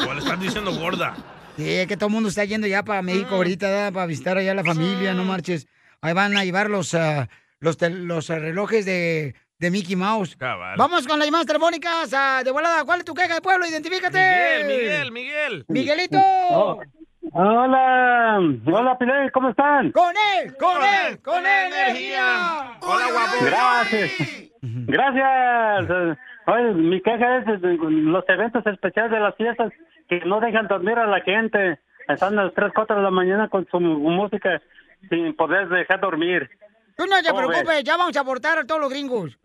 Speaker 4: ¿O le están diciendo gorda?
Speaker 3: Sí, es que todo el mundo está yendo ya para
Speaker 4: Mm.
Speaker 3: México ahorita, ¿verdad? para visitar allá a la familia, no marches. Ahí van a llevar los, ah, los, tel- los ah, relojes de, de Mickey Mouse. Vamos con las llamadas telefónicas ah, de volada. ¿Cuál es tu queja de pueblo? Identifícate.
Speaker 4: Miguel, Miguel.
Speaker 3: Miguelito.
Speaker 17: Oh. Hola, hola Pilar, ¿cómo
Speaker 3: (laughs)
Speaker 17: están?
Speaker 3: Con él, con él, con él, energía.
Speaker 17: Gracias. Gracias. Eh, oye, mi queja es eh, los eventos especiales de las fiestas que no dejan dormir a la gente. Están a las 3, 4 de la mañana con su música sin poder dejar dormir.
Speaker 3: Tú no te
Speaker 17: ¿Cómo ves?
Speaker 3: preocupes, ya vamos a abortar a todos los gringos.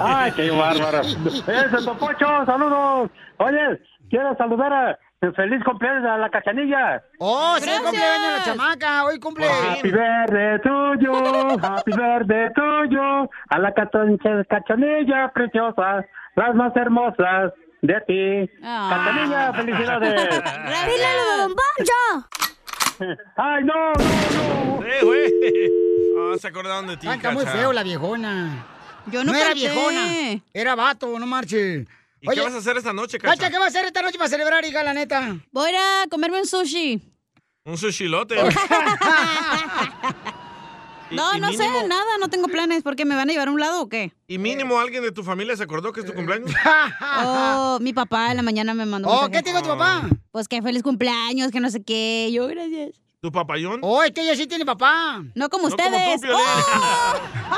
Speaker 17: ¡Ay, qué bárbaro! ¡Eso, Don Pocho! ¡Saludos! Oye, quiero saludar a... ¡Feliz cumpleaños a la cachanilla!
Speaker 3: ¡Oh, sí, cumpleaños la chamaca! Hoy cumple.
Speaker 4: Pues
Speaker 17: Happy verde tuyo, happy verde tuyo, a la catonche- cachanilla preciosa, las más hermosas de ti.
Speaker 3: Ah.
Speaker 17: Cachanilla, felicidades.
Speaker 2: ¡Pílalo, don Poncho!
Speaker 17: ¡Ay, no, no, no!
Speaker 4: ¡Eh, güey! Ah, se acordaron de ti,
Speaker 3: Ah, Está muy
Speaker 4: Cacha.
Speaker 3: feo la viejona.
Speaker 2: Yo no
Speaker 3: era
Speaker 2: canté.
Speaker 3: viejona. Era vato, no marche.
Speaker 4: ¿Y qué vas a hacer esta noche, Cacha?
Speaker 3: Cacha, ¿qué vas a hacer esta noche para celebrar, hija, la neta?
Speaker 2: Voy a ir a comerme un sushi.
Speaker 3: (laughs)
Speaker 4: Un sushilote. Y-
Speaker 2: No,
Speaker 4: y
Speaker 2: no sé,
Speaker 4: mínimo-
Speaker 2: nada, no tengo planes porque me van a llevar a un lado o qué.
Speaker 4: Y mínimo alguien de tu familia se acordó
Speaker 3: Eh,
Speaker 4: que es tu
Speaker 3: (laughs)
Speaker 4: cumpleaños.
Speaker 2: Oh, mi papá en la mañana me mandó.
Speaker 4: Oh,
Speaker 2: mensaje.
Speaker 4: ¿qué te dijo tu papá?
Speaker 2: Pues que feliz cumpleaños, que no sé qué. Yo, gracias.
Speaker 4: ¿Tu papayón?
Speaker 3: Oh, es que ella sí tiene papá.
Speaker 2: No como
Speaker 4: No como tú,
Speaker 2: ustedes. ¡Oh!
Speaker 4: Piolín.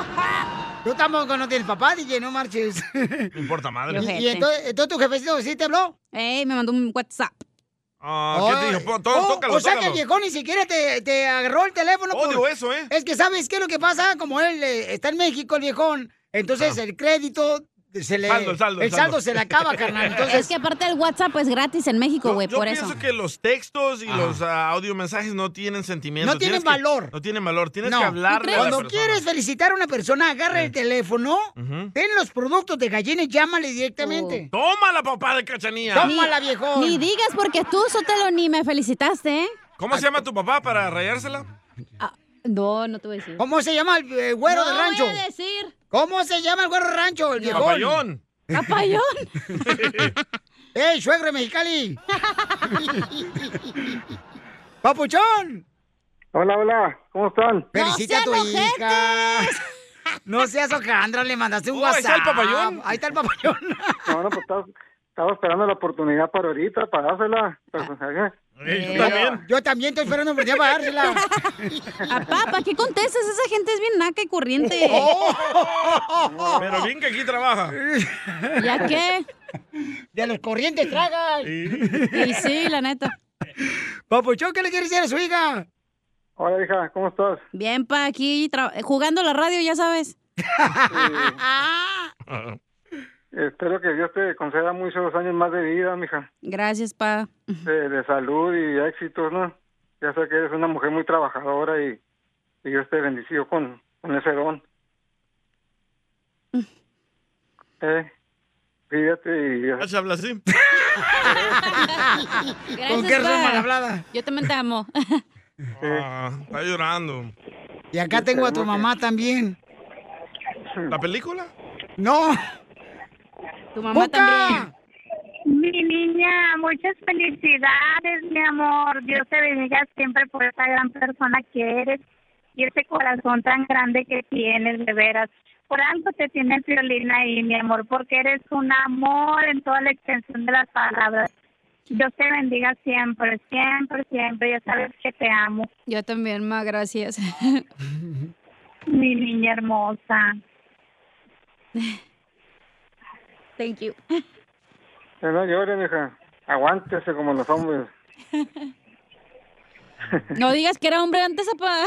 Speaker 3: (laughs) Tú tampoco no tienes papá, DJ, no marches.
Speaker 4: (laughs) No importa madre.
Speaker 3: ¿Y, y entonces, entonces tu jefecito sí te habló?
Speaker 2: Ey, me mandó un WhatsApp.
Speaker 4: Ah, ¿Qué te dijo? Po- tó-
Speaker 3: Oh,
Speaker 4: tócalo,
Speaker 3: o sea que
Speaker 4: tócalo.
Speaker 3: el viejón ni siquiera te, te agarró el teléfono.
Speaker 4: Odio eso, ¿eh?
Speaker 3: Es que, ¿sabes qué es lo que pasa? Como él eh, está en México, el viejón, entonces
Speaker 4: Ah.
Speaker 3: el crédito se le...
Speaker 4: Saldo, el saldo,
Speaker 3: el
Speaker 4: el
Speaker 3: saldo.
Speaker 4: saldo.
Speaker 3: se le acaba,
Speaker 2: (laughs)
Speaker 3: carnal. Entonces,
Speaker 2: Es que aparte el WhatsApp es gratis en México, güey,
Speaker 4: Yo
Speaker 2: por
Speaker 4: pienso
Speaker 2: eso.
Speaker 4: que los textos y los ah, audiomensajes no tienen sentimiento.
Speaker 3: No tienen
Speaker 4: Tienes que-
Speaker 3: valor.
Speaker 4: no tienen valor. Tienes
Speaker 3: no.
Speaker 4: que hablarle a la
Speaker 3: Cuando
Speaker 4: persona.
Speaker 3: quieres felicitar a una persona, agarra el teléfono,
Speaker 4: Ujú.
Speaker 3: ten los productos de gallina y llámale directamente.
Speaker 4: Toma la papá de cachanía.
Speaker 3: Tómala, viejón.
Speaker 2: Ni digas porque tú, Sotelo, ni me felicitaste, ¿eh?
Speaker 4: ¿Cómo se llama tu papá para rayársela?
Speaker 2: No, no te voy a decir.
Speaker 3: ¿Cómo se llama el, eh, güero
Speaker 2: Oh. No
Speaker 3: del rancho?
Speaker 2: voy a decir.
Speaker 3: ¿Cómo se llama el güero del rancho, el viejón?
Speaker 4: Papayón.
Speaker 2: Papayón.
Speaker 3: (laughs) ¡Ey, suegro
Speaker 2: (laughs)
Speaker 3: de Mexicali! ¡Papuchón!
Speaker 19: Hola, hola, ¿cómo están?
Speaker 3: Felicita a tu hija. No seas Ojandra, le mandaste un
Speaker 19: Oh, ahí
Speaker 3: WhatsApp.
Speaker 19: está el papayón.
Speaker 3: Ahí está el papayón.
Speaker 19: No, no, pues estaba, estaba esperando la oportunidad para ahorita, para dársela. Pero, pues, ajá.
Speaker 3: Yo también estoy esperando por para dársela.
Speaker 2: Papá, ¿para qué contestas? Esa gente es bien naca y corriente.
Speaker 3: Oh,
Speaker 4: Pero bien que aquí trabaja.
Speaker 2: ¿Ya qué?
Speaker 3: De los corrientes tragan.
Speaker 2: Y sí, la neta.
Speaker 3: Papuchón, ¿qué le quieres decir a su hija?
Speaker 19: Hola, hija, ¿cómo estás?
Speaker 2: Bien, pa, aquí tra- jugando la radio, ya sabes.
Speaker 19: Espero que Dios te conceda muchos años más de vida, mija.
Speaker 2: Gracias, pa.
Speaker 19: De, de salud y éxitos, ¿no? Ya sé que eres una mujer muy trabajadora y, y Dios te bendició con, con ese don. Eh, fíjate y...
Speaker 4: Se habla así.
Speaker 2: Gracias,
Speaker 19: qué
Speaker 2: pa.
Speaker 19: razón mal hablada?
Speaker 2: Yo también te amo.
Speaker 4: Ah, está llorando.
Speaker 3: Y acá tengo a tu mamá también.
Speaker 4: ¿La película?
Speaker 3: No.
Speaker 2: Tu
Speaker 3: mamá
Speaker 2: también.
Speaker 21: Mi niña, muchas felicidades, mi amor. Dios te bendiga siempre por esta gran persona que eres y ese corazón tan grande que tienes, de veras. Por algo te tienes violín ahí, mi amor, porque eres un amor en toda la extensión de las palabras. Dios te bendiga siempre, siempre, siempre. Ya sabes que te amo.
Speaker 2: Yo también, ma, gracias.
Speaker 21: Mi niña hermosa.
Speaker 2: Thank you.
Speaker 19: Eh, No llores, mija. Aguántese como los hombres.
Speaker 2: No digas que era hombre antes, papá.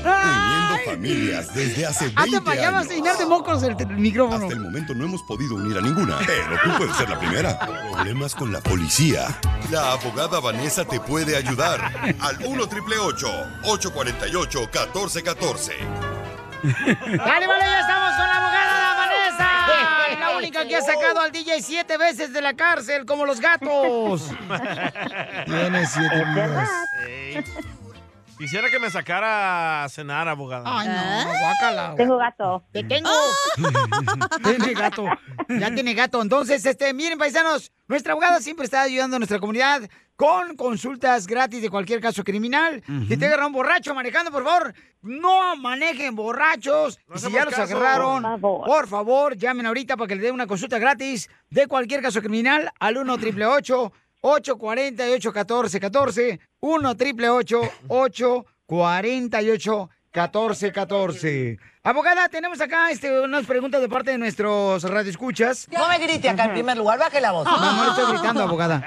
Speaker 5: Uniendo
Speaker 3: (laughs)
Speaker 5: familias desde hace
Speaker 3: Hazte
Speaker 5: 20
Speaker 3: para allá, vas
Speaker 5: años.
Speaker 3: a llenar de mocos el, el micrófono.
Speaker 5: Hasta el momento no hemos podido unir a ninguna, pero tú puedes ser la primera. Problemas con la policía. La abogada Vanessa te puede ayudar. Al 1 triple 848 1414.
Speaker 3: Dale, vale, ya estamos con la abogada Vanessa. La única que ha sacado al DJ siete veces de la cárcel, como los
Speaker 21: (laughs)
Speaker 3: gatos.
Speaker 4: Tiene
Speaker 3: siete vidas.
Speaker 4: Quisiera que me sacara a cenar, abogada.
Speaker 3: Ay,
Speaker 2: ¿Eh?
Speaker 3: no, guácala.
Speaker 21: Tengo gato.
Speaker 3: Te
Speaker 21: (laughs)
Speaker 3: tengo. tiene gato. Ya tiene gato. Entonces, este, miren, paisanos, nuestra abogada siempre está ayudando a nuestra comunidad con consultas gratis de cualquier caso criminal. Si te agarraron borracho manejando, por favor, no manejen borrachos. Y si ya los
Speaker 21: hacemos caso.
Speaker 3: agarraron,
Speaker 21: Por favor.
Speaker 3: por favor, llamen ahorita para que le den una consulta gratis de cualquier caso criminal al 1 888 848 1414 1 888 848 1414 Abogada, tenemos acá este, unas preguntas de parte de nuestros radioescuchas.
Speaker 22: No me grite acá en primer lugar, baje la voz.
Speaker 3: No, no le estoy gritando, abogada.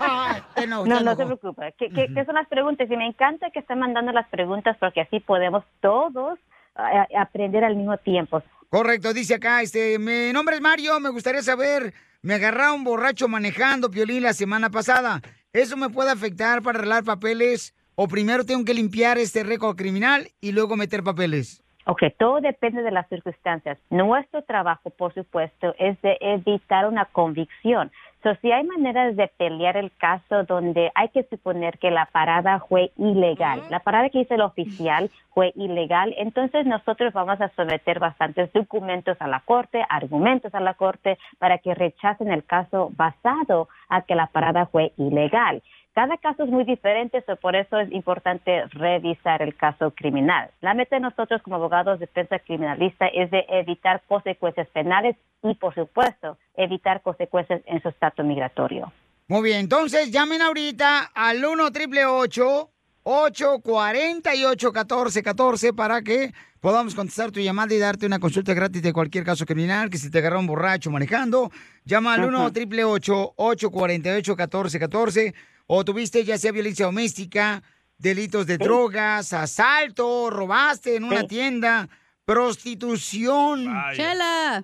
Speaker 21: Ah, No,
Speaker 3: te
Speaker 21: no, se preocupe. ¿Qué, qué, qué son las preguntas? Y me encanta que estén mandando las preguntas porque así podemos todos ah, ah, aprender al mismo tiempo.
Speaker 3: Correcto, dice acá, este, mi nombre es Mario, me gustaría saber, me agarraron borracho manejando piolín la semana pasada. ¿Eso me puede afectar para arreglar papeles? ¿O primero tengo que limpiar este récord criminal y luego meter papeles?
Speaker 26: Ok, todo depende de las circunstancias. Nuestro trabajo, por supuesto, es de evitar una convicción. So, si hay maneras de pelear el caso donde hay que suponer que la parada fue ilegal, la parada que hizo el oficial fue ilegal, entonces nosotros vamos a someter bastantes documentos a la corte, argumentos a la corte, para que rechacen el caso basado a que la parada fue ilegal. Cada caso es muy diferente, so por eso es importante revisar el caso criminal. La meta de nosotros como abogados de defensa criminalista es de evitar consecuencias penales y, por supuesto, evitar consecuencias en su estatus migratorio.
Speaker 3: Muy bien, entonces llamen ahorita al 1 888 848 1414 para que podamos contestar tu llamada y darte una consulta gratis de cualquier caso criminal, que si te agarraron borracho manejando, llama al
Speaker 16: Ajá.
Speaker 3: 1 888 848 1414 o tuviste ya sea violencia doméstica, delitos de drogas, asalto, robaste en una tienda, prostitución.
Speaker 2: Chela.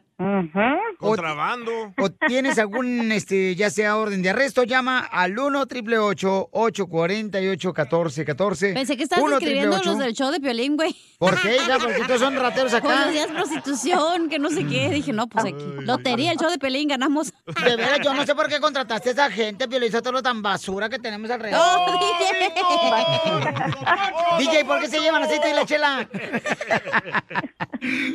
Speaker 3: Contrabando. O, tienes algún, este, ya sea orden de arresto, llama al 1 888 848 1414
Speaker 2: Pensé que estabas escribiendo los del show de Piolín, güey.
Speaker 3: ¿Por qué, hija? Porque todos
Speaker 2: (laughs)
Speaker 3: son rateros acá.
Speaker 2: Cuando decías prostitución, que no sé qué. Dije, no, pues aquí. Lotería, el show de Piolín, ganamos.
Speaker 3: (laughs) De veras, yo no sé por qué contrataste a esa gente, Piolizotelo, tan basura que tenemos alrededor.
Speaker 2: ¡Oh, (laughs)
Speaker 3: (laughs) DJ, ¿por qué se llevan aceite y la chela? (laughs)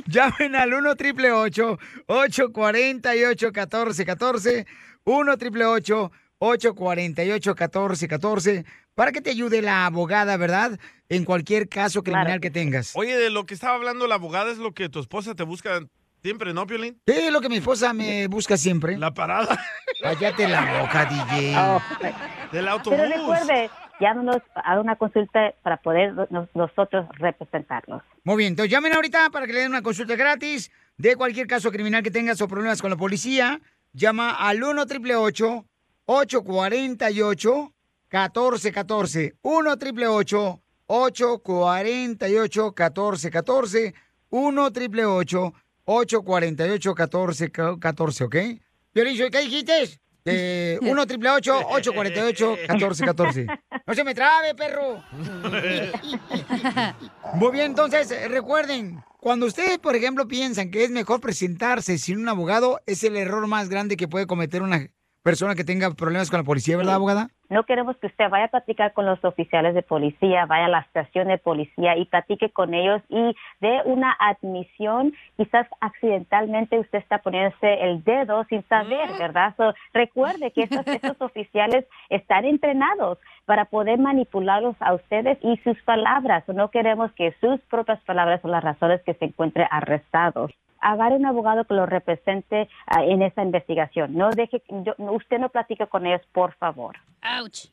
Speaker 3: Llamen al 1 triple 848 1414 1 triple 848 1414 para que te ayude la abogada, ¿verdad? En cualquier caso criminal que tengas.
Speaker 4: Oye, de lo que estaba hablando la abogada es lo que tu esposa te busca siempre, ¿no, Piolín?
Speaker 3: Sí, es lo que mi esposa me busca siempre. La
Speaker 4: parada.
Speaker 3: Cállate la boca, DJ.
Speaker 4: Del
Speaker 26: Pero recuerde, llámanos a una consulta para poder nos- nosotros representarlos.
Speaker 3: Muy bien, entonces llamen ahorita para que le den una consulta gratis de cualquier caso criminal que tengas o problemas con la policía. Llama al 1 triple 848 1414 1 triple 848 1414 1 triple 848 1414 ¿ok? Violincio, ¿qué dijiste? Eh, 1 triple 848 1414 No se me trabe, perro. (laughs) Muy bien, entonces eh, recuerden, cuando ustedes, por ejemplo, piensan que es mejor presentarse sin un abogado, es el error más grande que puede cometer una persona que tenga problemas con la policía, ¿verdad, abogada?
Speaker 26: No queremos que usted vaya a platicar con los oficiales de policía, vaya a la estación de policía y platique con ellos y dé una admisión. Quizás accidentalmente usted está poniéndose el dedo sin saber, ¿verdad? So, recuerde que estos, estos oficiales están entrenados para poder manipularlos a ustedes y sus palabras. No queremos que sus propias palabras son las razones que se encuentre arrestados agarre un abogado que lo represente ah, en esa investigación. No deje, yo- usted no platique con ellos, por favor.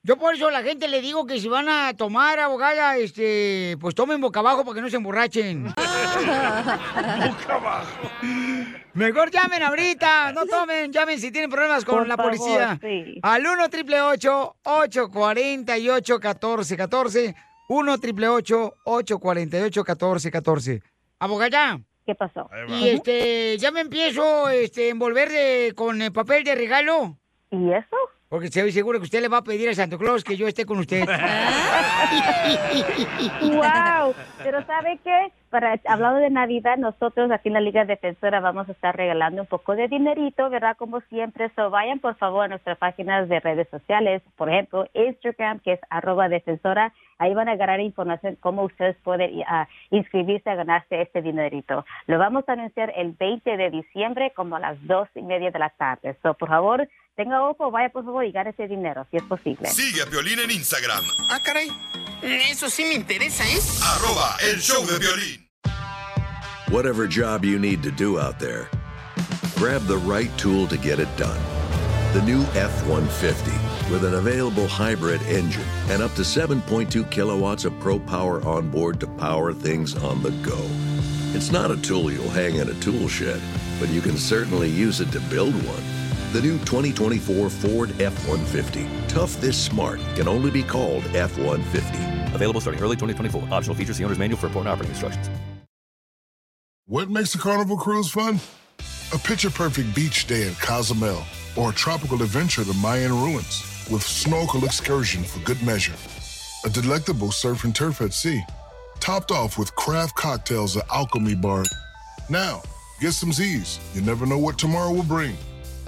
Speaker 3: Yo por eso a la gente le digo que si van a tomar, abogada, este, pues tomen boca abajo para que no se
Speaker 16: (laughs)
Speaker 3: emborrachen. boca abajo. Mejor llamen ahorita, no tomen, llamen si tienen problemas con
Speaker 16: Por
Speaker 3: la
Speaker 16: favor,
Speaker 3: policía.
Speaker 16: sí.
Speaker 3: Al 1 triple 848 1414 1 triple 848 1414 Abogada.
Speaker 26: ¿Qué pasó? va.
Speaker 3: Y este, ya me empiezo este, a envolver de- con el papel de regalo.
Speaker 26: ¿Y eso?
Speaker 3: Porque estoy seguro que usted le va a pedir a Santo Claus que yo esté con usted. (laughs)
Speaker 26: (laughs) wow, pero ¿sabe qué? Para hablando de Navidad, nosotros aquí en la Liga Defensora vamos a estar regalando un poco de dinerito, ¿verdad? Como siempre, so vayan por favor a nuestras páginas de redes sociales, por ejemplo, Instagram, que es arroba defensora, ahí van a agarrar información cómo ustedes pueden ah, inscribirse a ganarse este dinerito. Lo vamos a anunciar el 20 de diciembre como a las dos y media de la tarde. So, por favor, tenga ojo, vaya por favor y gane ese dinero, si es posible.
Speaker 5: Sigue a Piolín en Instagram,
Speaker 22: Ah, caray. Eso sí me interesa, ¿eh?
Speaker 5: arroba el show de violín.
Speaker 29: Whatever job you need to do out there, grab the right tool to get it done. The new F 150 with an available hybrid engine and up to 7.2 kilowatts of pro power onboard to power things on the go. It's not a tool you'll hang in a tool shed, but you can certainly use it to build one. The new 2024 Ford F 150, tough this smart, can only be called F 150.
Speaker 9: Available starting early 2024. Optional features. The owner's manual for important operating instructions.
Speaker 30: What makes a carnival cruise fun? A picture perfect beach day at Cozumel or a tropical adventure to Mayan ruins with snorkel excursion for good measure. A delectable surf and turf at sea. topped off with craft cocktails at Alchemy Bar. Now, get some Z's. You never know what tomorrow will bring.